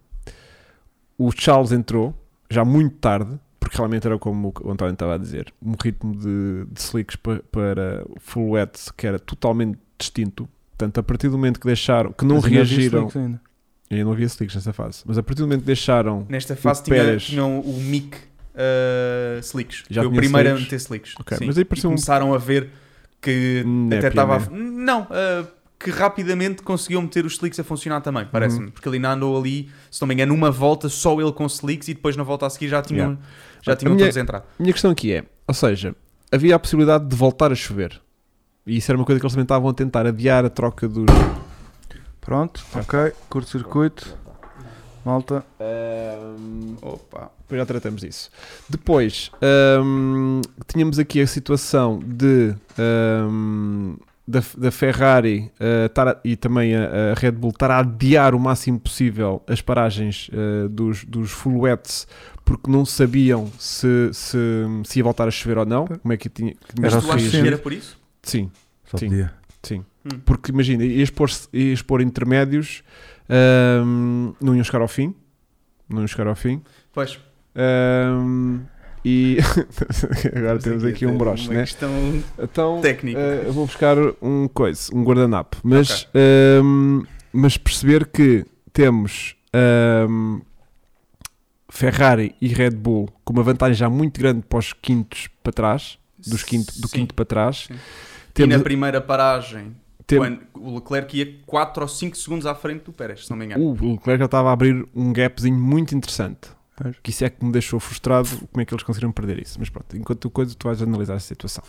[SPEAKER 1] O Charles entrou já muito tarde, porque realmente era como o António estava a dizer, um ritmo de, de slicks pa- para, full wet que era totalmente distinto. Portanto, a partir do momento que deixaram, que não
[SPEAKER 2] Mas ainda havia
[SPEAKER 1] reagiram,
[SPEAKER 2] slicks ainda.
[SPEAKER 1] ainda não havia slicks nessa fase, mas a partir do momento que deixaram,
[SPEAKER 3] Nesta fase
[SPEAKER 1] o
[SPEAKER 3] tinha,
[SPEAKER 1] Pérez.
[SPEAKER 3] tinham o Mick uh, Slicks.
[SPEAKER 1] Já
[SPEAKER 3] Foi o
[SPEAKER 1] tinha
[SPEAKER 3] primeiro a
[SPEAKER 1] Slicks?
[SPEAKER 3] meter Slicks.
[SPEAKER 1] Ok,
[SPEAKER 3] Sim.
[SPEAKER 1] mas aí
[SPEAKER 3] E
[SPEAKER 1] pareceu um-
[SPEAKER 3] começaram a ver que
[SPEAKER 1] Hum, é
[SPEAKER 3] até estava. a-
[SPEAKER 1] pioneiro.
[SPEAKER 3] Não, uh, que rapidamente conseguiam meter os Slicks a funcionar também,
[SPEAKER 1] Uhum.
[SPEAKER 3] parece-me. Porque ele ainda andou ali, se não me engano, uma volta só ele com Slicks e depois na volta a seguir já tinham, já
[SPEAKER 1] A
[SPEAKER 3] tinham
[SPEAKER 1] minha-
[SPEAKER 3] todos entrado.
[SPEAKER 1] a minha questão aqui é, ou seja, havia a possibilidade de voltar a chover. E isso era uma coisa que eles também estavam a tentar adiar a troca dos,
[SPEAKER 2] Pronto, ok. Curto-circuito. Malta.
[SPEAKER 3] Opa.
[SPEAKER 1] Depois já tratamos disso. Depois, hum, tínhamos aqui a situação de hum, da, da Ferrari eh, estar a- e também a, a Red Bull estar a adiar o máximo possível as paragens eh, dos, dos full wets porque não sabiam se, se, se ia voltar a chover ou não. Como é que tinha que
[SPEAKER 2] Era
[SPEAKER 3] Mas
[SPEAKER 1] tinha
[SPEAKER 2] o
[SPEAKER 3] tu achas que
[SPEAKER 2] suficiente.
[SPEAKER 3] era por isso?
[SPEAKER 1] Sim,
[SPEAKER 2] Só
[SPEAKER 1] Sim.
[SPEAKER 2] podia.
[SPEAKER 1] sim.
[SPEAKER 3] Hum.
[SPEAKER 1] Porque imagina, ias pôr, ias pôr intermédios, hum, não iam chegar ao fim. Não iam chegar ao fim.
[SPEAKER 3] Pois.
[SPEAKER 1] Ahm, e [laughs] agora temos
[SPEAKER 3] a
[SPEAKER 1] aqui
[SPEAKER 3] ter
[SPEAKER 1] um broche,
[SPEAKER 3] uma
[SPEAKER 1] né?
[SPEAKER 3] questão
[SPEAKER 1] Então,
[SPEAKER 3] técnica.
[SPEAKER 1] eh, eu vou buscar um coisa, um guardanapo, mas, ahm, mas perceber que temos ahm, Ferrari e Red Bull com uma vantagem já muito grande para os quintos para trás, dos quinto, do
[SPEAKER 3] Sim.
[SPEAKER 1] quinto para trás.
[SPEAKER 3] Sim. E
[SPEAKER 1] Temos,
[SPEAKER 3] na primeira paragem,
[SPEAKER 1] tem-
[SPEAKER 3] quando o Leclerc ia 4 ou 5 segundos à frente do Pérez, se não me engano.
[SPEAKER 1] o Leclerc já estava a abrir um gapzinho muito interessante.
[SPEAKER 2] Pois.
[SPEAKER 1] Que isso é que me deixou frustrado como é que eles conseguiram perder isso. Mas pronto, enquanto coisa, tu vais analisar a situação.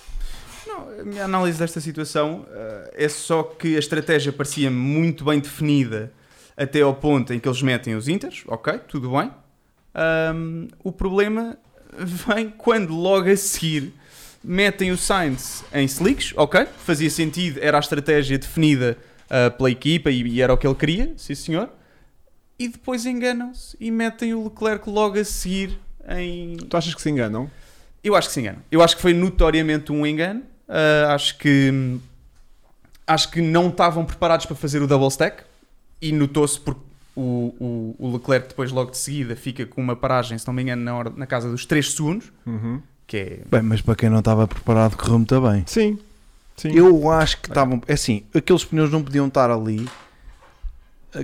[SPEAKER 3] Não, a minha análise desta situação eh, é só que a estratégia parecia muito bem definida até ao ponto em que eles metem os Inters, ok, tudo bem. Ahm, o problema [laughs] vem quando logo a seguir metem o Sainz em slicks, ok, fazia sentido, era a estratégia definida ah, pela equipa e, e era o que ele queria, sim senhor. E depois enganam-se e metem o Leclerc logo a seguir em,
[SPEAKER 1] Tu achas que se enganam?
[SPEAKER 3] eu acho que se engano. Eu acho que foi notoriamente um engano. Ah, acho que acho que não estavam preparados para fazer o double stack e notou-se porque O, o, o Leclerc depois logo de seguida fica com uma paragem, se não me engano, na, hora- na casa dos 3 segundos,
[SPEAKER 1] Uhum.
[SPEAKER 3] que é
[SPEAKER 2] Bem, mas para quem não estava preparado, correu muito bem.
[SPEAKER 1] Sim. Sim.
[SPEAKER 2] Eu acho que estavam. É assim, aqueles pneus não podiam estar ali.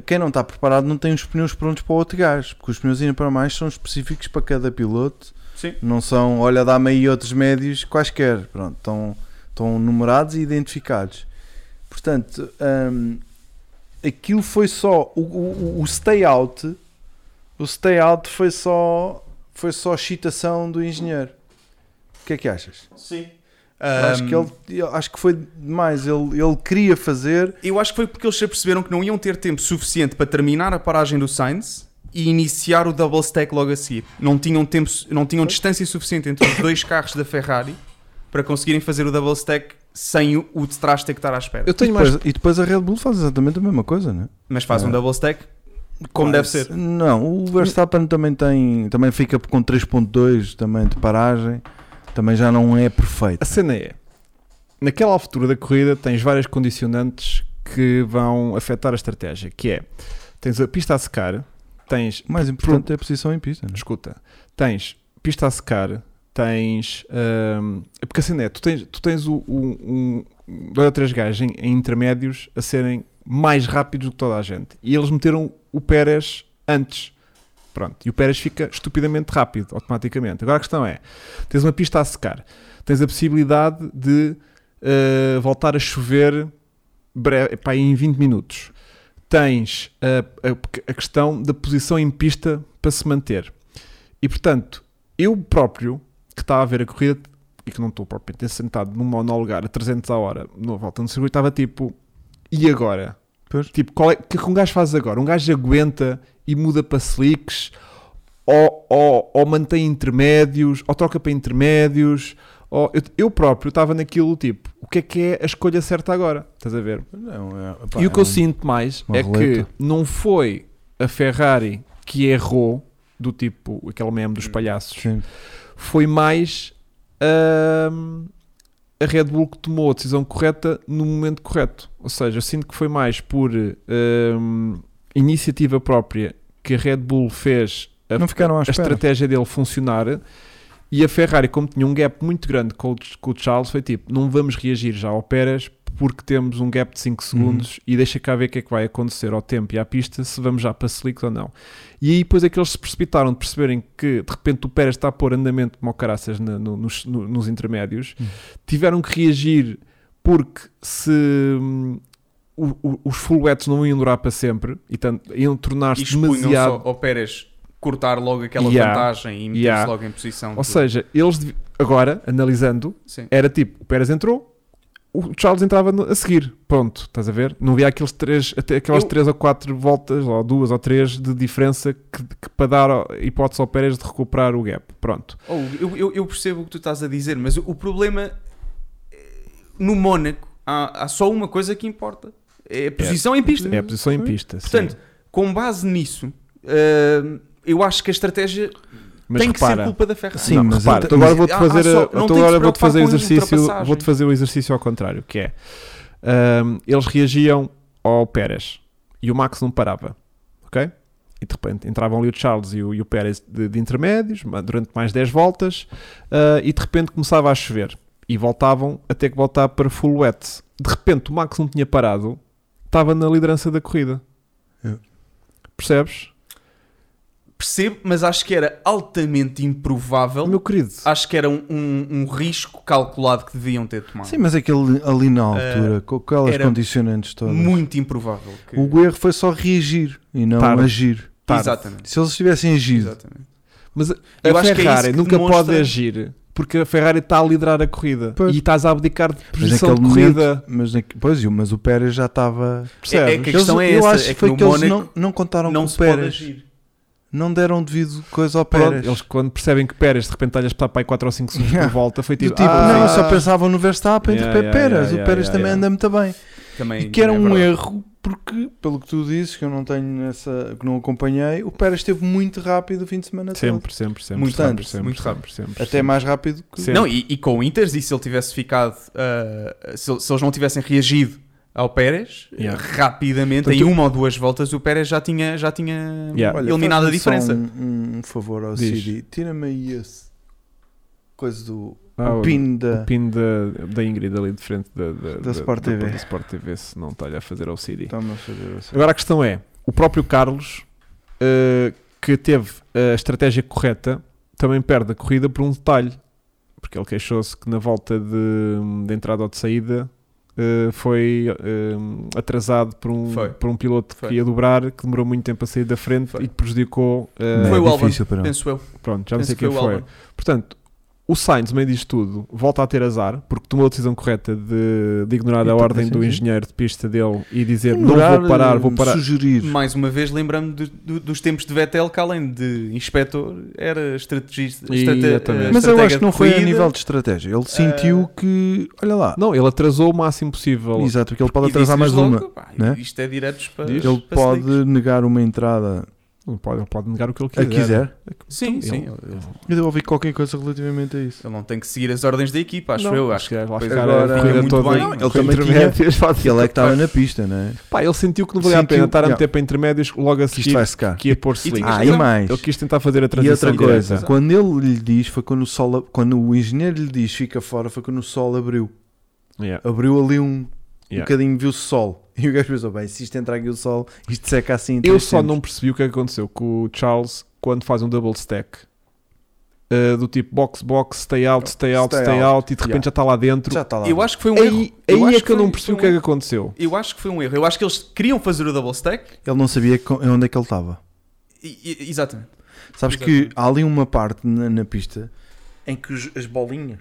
[SPEAKER 2] Quem não está preparado não tem os pneus prontos para o outro gajo, porque os pneus ainda para mais são específicos para cada piloto.
[SPEAKER 3] Sim.
[SPEAKER 2] Não são, olha, dá-me aí outros médios quaisquer. Pronto, estão, estão numerados e identificados. Portanto, hum, aquilo foi só. O, o, o- o stay out. O stay out foi só. Foi só excitação do engenheiro. O que é que achas?
[SPEAKER 3] Sim.
[SPEAKER 2] acho, que ele, eu acho que foi demais. Ele, ele queria fazer.
[SPEAKER 3] Eu acho que foi porque eles se aperceberam que não iam ter tempo suficiente para terminar a paragem do Sainz e iniciar o double stack logo a seguir. Não tinham, tempo, não tinham distância suficiente entre os dois carros da Ferrari para conseguirem fazer o double stack sem o, o de trás ter que estar à espera.
[SPEAKER 1] Eu tenho
[SPEAKER 2] e,
[SPEAKER 1] mais.
[SPEAKER 2] depois, e depois a Red Bull faz exatamente a mesma coisa, né?
[SPEAKER 3] Mas faz um
[SPEAKER 2] É.
[SPEAKER 3] double stack como deve
[SPEAKER 2] Quase.
[SPEAKER 3] ser.
[SPEAKER 2] Não, o Verstappen também tem, também fica com 3.2 também de paragem. Também já não é perfeito.
[SPEAKER 1] A cena é: naquela altura da corrida, tens várias condicionantes que vão afetar a estratégia. Que é: tens a pista a secar, tens.
[SPEAKER 2] O mais importante é a posição em pista, né?
[SPEAKER 1] Escuta, tens pista a secar, tens. hum, porque a cena é: tu tens, tu tens o, o- um, dois ou três gajos em, em intermédios a serem mais rápidos do que toda a gente. E eles meteram o Pérez antes. Pronto, e o Pérez fica estupidamente rápido, automaticamente. Agora a questão é: tens uma pista a secar, tens a possibilidade de uh, voltar a chover breve, epá, em 20 minutos. Tens uh, a, a questão da posição em pista para se manter. E portanto, eu próprio, que estava a ver a corrida e que não estou propriamente sentado num monolugar a 300 a hora, numa volta no circuito, estava tipo: e agora?
[SPEAKER 2] Pois.
[SPEAKER 1] Tipo, qual é, o que é que um gajo faz agora? Um gajo aguenta e muda para slicks? Ou, ou, ou mantém intermédios? Ou troca para intermédios? Ou, eu, eu próprio estava naquilo tipo: o que é que é a escolha certa agora? Estás a ver?
[SPEAKER 2] Não, é- pá,
[SPEAKER 1] e o que eu
[SPEAKER 2] é um-
[SPEAKER 1] sinto mais
[SPEAKER 2] uma
[SPEAKER 1] é
[SPEAKER 2] roleta.
[SPEAKER 1] que não foi a Ferrari que errou, do tipo aquele meme dos
[SPEAKER 3] Hum.
[SPEAKER 1] palhaços,
[SPEAKER 2] Sim.
[SPEAKER 1] foi mais hum, a Red Bull que tomou a decisão correta no momento correto. Ou seja, eu sinto que foi mais por hum, iniciativa própria que a Red Bull fez a,
[SPEAKER 2] Não ficaram à
[SPEAKER 1] a
[SPEAKER 2] espera.
[SPEAKER 1] estratégia dele funcionar. E a Ferrari, como tinha um gap muito grande com o, com o Charles, foi tipo: não vamos reagir já ao Pérez porque temos um gap de 5 segundos e deixa cá ver o que é que vai acontecer ao tempo e à pista, se vamos já para slicks ou não. E aí depois é que eles se precipitaram de perceberem que de repente o Pérez está a pôr andamento como o caraças na- no- nos, no- nos intermédios,
[SPEAKER 2] Hum.
[SPEAKER 1] tiveram que reagir porque se. hum, o- o- os fullbacks não iam durar para sempre e tanto, iam
[SPEAKER 3] E
[SPEAKER 1] tornar-se
[SPEAKER 3] expunham
[SPEAKER 1] demasiado
[SPEAKER 3] só ao Pérez cortar logo aquela
[SPEAKER 1] Yeah.
[SPEAKER 3] vantagem e meter-se
[SPEAKER 1] Yeah.
[SPEAKER 3] logo em posição.
[SPEAKER 1] Ou
[SPEAKER 3] de-
[SPEAKER 1] seja, eles devi- agora, analisando,
[SPEAKER 3] Sim.
[SPEAKER 1] era tipo, o Pérez entrou, o Charles entrava no- a seguir. Pronto, estás a ver? Não havia aqueles três, até aquelas
[SPEAKER 3] Eu-
[SPEAKER 1] três ou quatro voltas, ou duas ou três, de diferença que, que para dar a hipótese ao Pérez de recuperar o gap. Pronto.
[SPEAKER 3] Oh, eu, eu- eu percebo o que tu estás a dizer, mas o, o problema eh, no Mónaco há, há só uma coisa que importa: é a posição em pista.
[SPEAKER 1] É a posição em
[SPEAKER 2] Sim.
[SPEAKER 1] pista. sim.
[SPEAKER 3] Portanto, com base nisso, ah, eu acho que a estratégia
[SPEAKER 1] Mas
[SPEAKER 3] tem que ser
[SPEAKER 1] repara,
[SPEAKER 3] culpa da Ferrari.
[SPEAKER 2] Sim,
[SPEAKER 1] não,
[SPEAKER 2] mas
[SPEAKER 1] repara, tu
[SPEAKER 2] eu te-
[SPEAKER 1] agora
[SPEAKER 2] mas-
[SPEAKER 1] vou-te
[SPEAKER 3] há- há
[SPEAKER 1] fazer,
[SPEAKER 3] ah, só-
[SPEAKER 1] a-
[SPEAKER 3] não
[SPEAKER 1] tu
[SPEAKER 3] tem que se
[SPEAKER 1] agora vou-te
[SPEAKER 3] preocupar
[SPEAKER 1] fazer
[SPEAKER 3] com
[SPEAKER 1] exercício,
[SPEAKER 3] ultrapassagem.
[SPEAKER 1] vou-te fazer o exercício ao contrário, que é, hum, eles reagiam ao Pérez e o Max não parava, ok? E de repente entravam ali o Charles e o, e o Pérez de, de intermédios, ma- durante mais 10 voltas, ah, e de repente começava a chover. E voltavam a ter que voltar para full wet. De repente o Max não tinha parado, estava na liderança da corrida.
[SPEAKER 2] É.
[SPEAKER 1] Percebes?
[SPEAKER 3] Percebo, mas acho que era altamente improvável.
[SPEAKER 1] Meu querido,
[SPEAKER 3] Acho que era um, um- um risco calculado que deviam ter tomado.
[SPEAKER 2] Sim, mas aquele ali na altura, com aquelas
[SPEAKER 3] É, era
[SPEAKER 2] condicionantes todas.
[SPEAKER 3] Muito improvável. que-
[SPEAKER 2] O erro foi só reagir e não
[SPEAKER 1] Tarde.
[SPEAKER 2] agir.
[SPEAKER 1] tarde.
[SPEAKER 3] Exatamente.
[SPEAKER 2] Se eles tivessem agido,
[SPEAKER 3] Exatamente.
[SPEAKER 1] Mas a,
[SPEAKER 3] Eu
[SPEAKER 1] a
[SPEAKER 3] acho que é
[SPEAKER 1] Ferrari
[SPEAKER 3] isso que
[SPEAKER 1] nunca
[SPEAKER 3] demonstra-
[SPEAKER 1] pode agir porque a Ferrari está a liderar a corrida
[SPEAKER 2] Pois.
[SPEAKER 1] e estás a abdicar de
[SPEAKER 2] mas
[SPEAKER 1] posição
[SPEAKER 2] naquele
[SPEAKER 1] de corrida.
[SPEAKER 2] momento, mas, naque- pois, mas o Pérez já estava.
[SPEAKER 1] Percebes?
[SPEAKER 3] É- é que- A questão
[SPEAKER 2] Eles-
[SPEAKER 3] é
[SPEAKER 2] eu
[SPEAKER 3] essa,
[SPEAKER 2] acho
[SPEAKER 3] é
[SPEAKER 2] que
[SPEAKER 3] que
[SPEAKER 2] foi
[SPEAKER 3] no
[SPEAKER 2] que eles não,
[SPEAKER 3] Mónaco
[SPEAKER 2] não contaram
[SPEAKER 3] Não
[SPEAKER 2] com
[SPEAKER 3] se
[SPEAKER 2] o
[SPEAKER 3] pode
[SPEAKER 2] Pérez.
[SPEAKER 3] agir.
[SPEAKER 2] Não deram devido coisa ao
[SPEAKER 1] Pronto,
[SPEAKER 2] Pérez.
[SPEAKER 1] eles quando percebem que Pérez de repente está-lhe a espetar para aí 4 ou 5 segundos por
[SPEAKER 2] Yeah.
[SPEAKER 1] volta, foi
[SPEAKER 2] Do
[SPEAKER 1] tipo,
[SPEAKER 2] tipo,
[SPEAKER 1] ah,
[SPEAKER 2] não, só pensavam no Verstappen
[SPEAKER 1] Yeah,
[SPEAKER 2] e de repente,
[SPEAKER 1] yeah,
[SPEAKER 2] Pérez.
[SPEAKER 1] yeah,
[SPEAKER 2] o Pérez
[SPEAKER 1] yeah,
[SPEAKER 2] também
[SPEAKER 1] yeah.
[SPEAKER 2] anda muito bem.
[SPEAKER 3] Também
[SPEAKER 2] E que era
[SPEAKER 3] é
[SPEAKER 2] um
[SPEAKER 3] verdade.
[SPEAKER 2] erro, porque, pelo que tu dizes, que eu não tenho essa, que não acompanhei, o Pérez esteve muito rápido o fim de semana todo.
[SPEAKER 1] sempre, sempre, sempre,
[SPEAKER 2] Muito
[SPEAKER 1] sempre,
[SPEAKER 2] rápido,
[SPEAKER 1] sempre,
[SPEAKER 3] muito
[SPEAKER 1] sempre,
[SPEAKER 3] rápido.
[SPEAKER 1] sempre,
[SPEAKER 2] Até
[SPEAKER 1] sempre.
[SPEAKER 2] mais rápido que
[SPEAKER 1] Sim.
[SPEAKER 3] Não, e, e com o Inters, e se ele tivesse ficado, ah, se, se eles não tivessem reagido ao Pérez,
[SPEAKER 1] Yeah.
[SPEAKER 3] rapidamente,
[SPEAKER 1] Portanto,
[SPEAKER 3] em uma ou duas voltas, o Pérez já tinha, já tinha
[SPEAKER 1] Yeah.
[SPEAKER 3] eliminado a
[SPEAKER 2] faz-me só
[SPEAKER 3] diferença.
[SPEAKER 2] Um, um favor ao
[SPEAKER 1] Diz.
[SPEAKER 2] Siri, tira-me aí esse coisa do
[SPEAKER 1] Ah,
[SPEAKER 2] o pin da.
[SPEAKER 1] O pin da, da Ingrid ali de frente da, da,
[SPEAKER 2] Sport TV.
[SPEAKER 1] da Sport TV, se não está-lhe a fazer ao CD.
[SPEAKER 2] Está-me a fazer assim.
[SPEAKER 1] Agora a questão é: o próprio Carlos, eh, que teve a estratégia correta, também perde a corrida por um detalhe. Porque ele queixou-se que na volta de, de entrada ou de saída eh, foi eh, atrasado por um,
[SPEAKER 3] Foi.
[SPEAKER 1] por um piloto
[SPEAKER 3] Foi.
[SPEAKER 1] que ia dobrar, que demorou muito tempo a sair da frente
[SPEAKER 3] Foi.
[SPEAKER 1] e que prejudicou.
[SPEAKER 2] É
[SPEAKER 1] eh,
[SPEAKER 3] Foi o Albon.
[SPEAKER 4] difícil para ele.
[SPEAKER 3] Penso eu.
[SPEAKER 1] Pronto, já não
[SPEAKER 3] Penso
[SPEAKER 1] sei
[SPEAKER 3] que foi
[SPEAKER 1] quem
[SPEAKER 3] o
[SPEAKER 1] foi.
[SPEAKER 3] Albon.
[SPEAKER 1] Portanto, o Sainz, no meio disto tudo, volta a ter azar, porque tomou a decisão correta de, de ignorar a
[SPEAKER 4] Então,
[SPEAKER 1] ordem
[SPEAKER 4] sim,
[SPEAKER 1] do
[SPEAKER 4] sim.
[SPEAKER 1] engenheiro de pista dele e dizer não
[SPEAKER 2] Ignorar,
[SPEAKER 1] vou parar, vou parar.
[SPEAKER 2] Sugerir.
[SPEAKER 3] Mais uma vez, lembrando dos tempos de Vettel, que além de inspetor, era estrategista.
[SPEAKER 1] Exatamente.
[SPEAKER 2] Mas eu
[SPEAKER 3] estratega
[SPEAKER 2] acho que não
[SPEAKER 3] de
[SPEAKER 2] foi a
[SPEAKER 3] corrida. Eh,
[SPEAKER 2] nível de estratégia. Ele sentiu que. Olha lá.
[SPEAKER 1] Não, ele atrasou o máximo possível.
[SPEAKER 2] Exato, porque ele pode
[SPEAKER 3] E
[SPEAKER 2] atrasar mais
[SPEAKER 3] disse-lhes
[SPEAKER 2] uma.
[SPEAKER 3] logo, pá,
[SPEAKER 2] né?
[SPEAKER 3] Isto é diretos para.
[SPEAKER 1] Diz.
[SPEAKER 2] Ele
[SPEAKER 3] para slicks.
[SPEAKER 2] pode negar uma entrada
[SPEAKER 1] Ele pode, ele pode negar o que ele
[SPEAKER 2] a
[SPEAKER 1] quiser.
[SPEAKER 2] que quiser.
[SPEAKER 3] Sim,
[SPEAKER 1] Então,
[SPEAKER 3] sim.
[SPEAKER 1] ele-
[SPEAKER 3] Ele,
[SPEAKER 2] Eu devo ouvir qualquer coisa relativamente a isso.
[SPEAKER 3] ele não tem que seguir as ordens da equipa, acho eu. Acho que
[SPEAKER 1] lá
[SPEAKER 3] depois
[SPEAKER 1] ficar
[SPEAKER 2] agora-
[SPEAKER 1] a
[SPEAKER 2] Correu
[SPEAKER 1] corrida
[SPEAKER 3] muito
[SPEAKER 1] toda.
[SPEAKER 3] bem.
[SPEAKER 1] em-
[SPEAKER 3] Não, ele
[SPEAKER 1] com
[SPEAKER 2] também tinha-
[SPEAKER 1] intermédios, pá,
[SPEAKER 2] Ele é que estava na pista, né?
[SPEAKER 1] Pá, ele sentiu que não valia
[SPEAKER 2] Sentiu-
[SPEAKER 1] a pena estar a
[SPEAKER 2] yeah.
[SPEAKER 1] meter para intermédios logo a
[SPEAKER 2] Que isto
[SPEAKER 1] seguir
[SPEAKER 2] vai secar.
[SPEAKER 1] que ia pôr-se
[SPEAKER 3] E tinha-
[SPEAKER 1] livre.
[SPEAKER 2] Ah, e
[SPEAKER 3] razão.
[SPEAKER 2] mais.
[SPEAKER 1] Ele quis tentar fazer a
[SPEAKER 2] E
[SPEAKER 1] transição
[SPEAKER 2] outra
[SPEAKER 1] direta.
[SPEAKER 2] coisa, quando ele lhe diz, foi quando o sol. ab- Quando o engenheiro lhe diz fica fora, foi quando o sol abriu.
[SPEAKER 1] Yeah.
[SPEAKER 2] Abriu ali um. Um
[SPEAKER 1] Yeah.
[SPEAKER 2] bocadinho viu-se sol. [laughs] E o gajo pensou: bem, se isto entrar aqui o sol, isto seca assim. em
[SPEAKER 1] Eu
[SPEAKER 2] três
[SPEAKER 1] só
[SPEAKER 2] tempos.
[SPEAKER 1] não percebi o que é que aconteceu com o Charles quando faz um double stack uh, do tipo box, box, stay out, stay out,
[SPEAKER 2] Stay
[SPEAKER 1] stay, out,
[SPEAKER 2] out.
[SPEAKER 1] e de repente
[SPEAKER 2] Yeah.
[SPEAKER 1] já está lá dentro.
[SPEAKER 2] Já está é lá.
[SPEAKER 3] Eu acho que foi um erro.
[SPEAKER 1] Aí, aí é
[SPEAKER 3] acho
[SPEAKER 1] que eu
[SPEAKER 3] foi-
[SPEAKER 1] não percebi
[SPEAKER 3] foi
[SPEAKER 1] o que é
[SPEAKER 3] um-
[SPEAKER 1] que
[SPEAKER 2] [laughs]
[SPEAKER 1] aconteceu.
[SPEAKER 3] Eu acho que foi um erro. Eu acho que eles queriam fazer o double stack.
[SPEAKER 2] Ele não sabia co- onde é que ele estava.
[SPEAKER 3] e- e- exatamente.
[SPEAKER 2] Sabes que
[SPEAKER 3] Exatamente.
[SPEAKER 2] há ali uma parte na, na pista em que os- as [laughs] bolinhas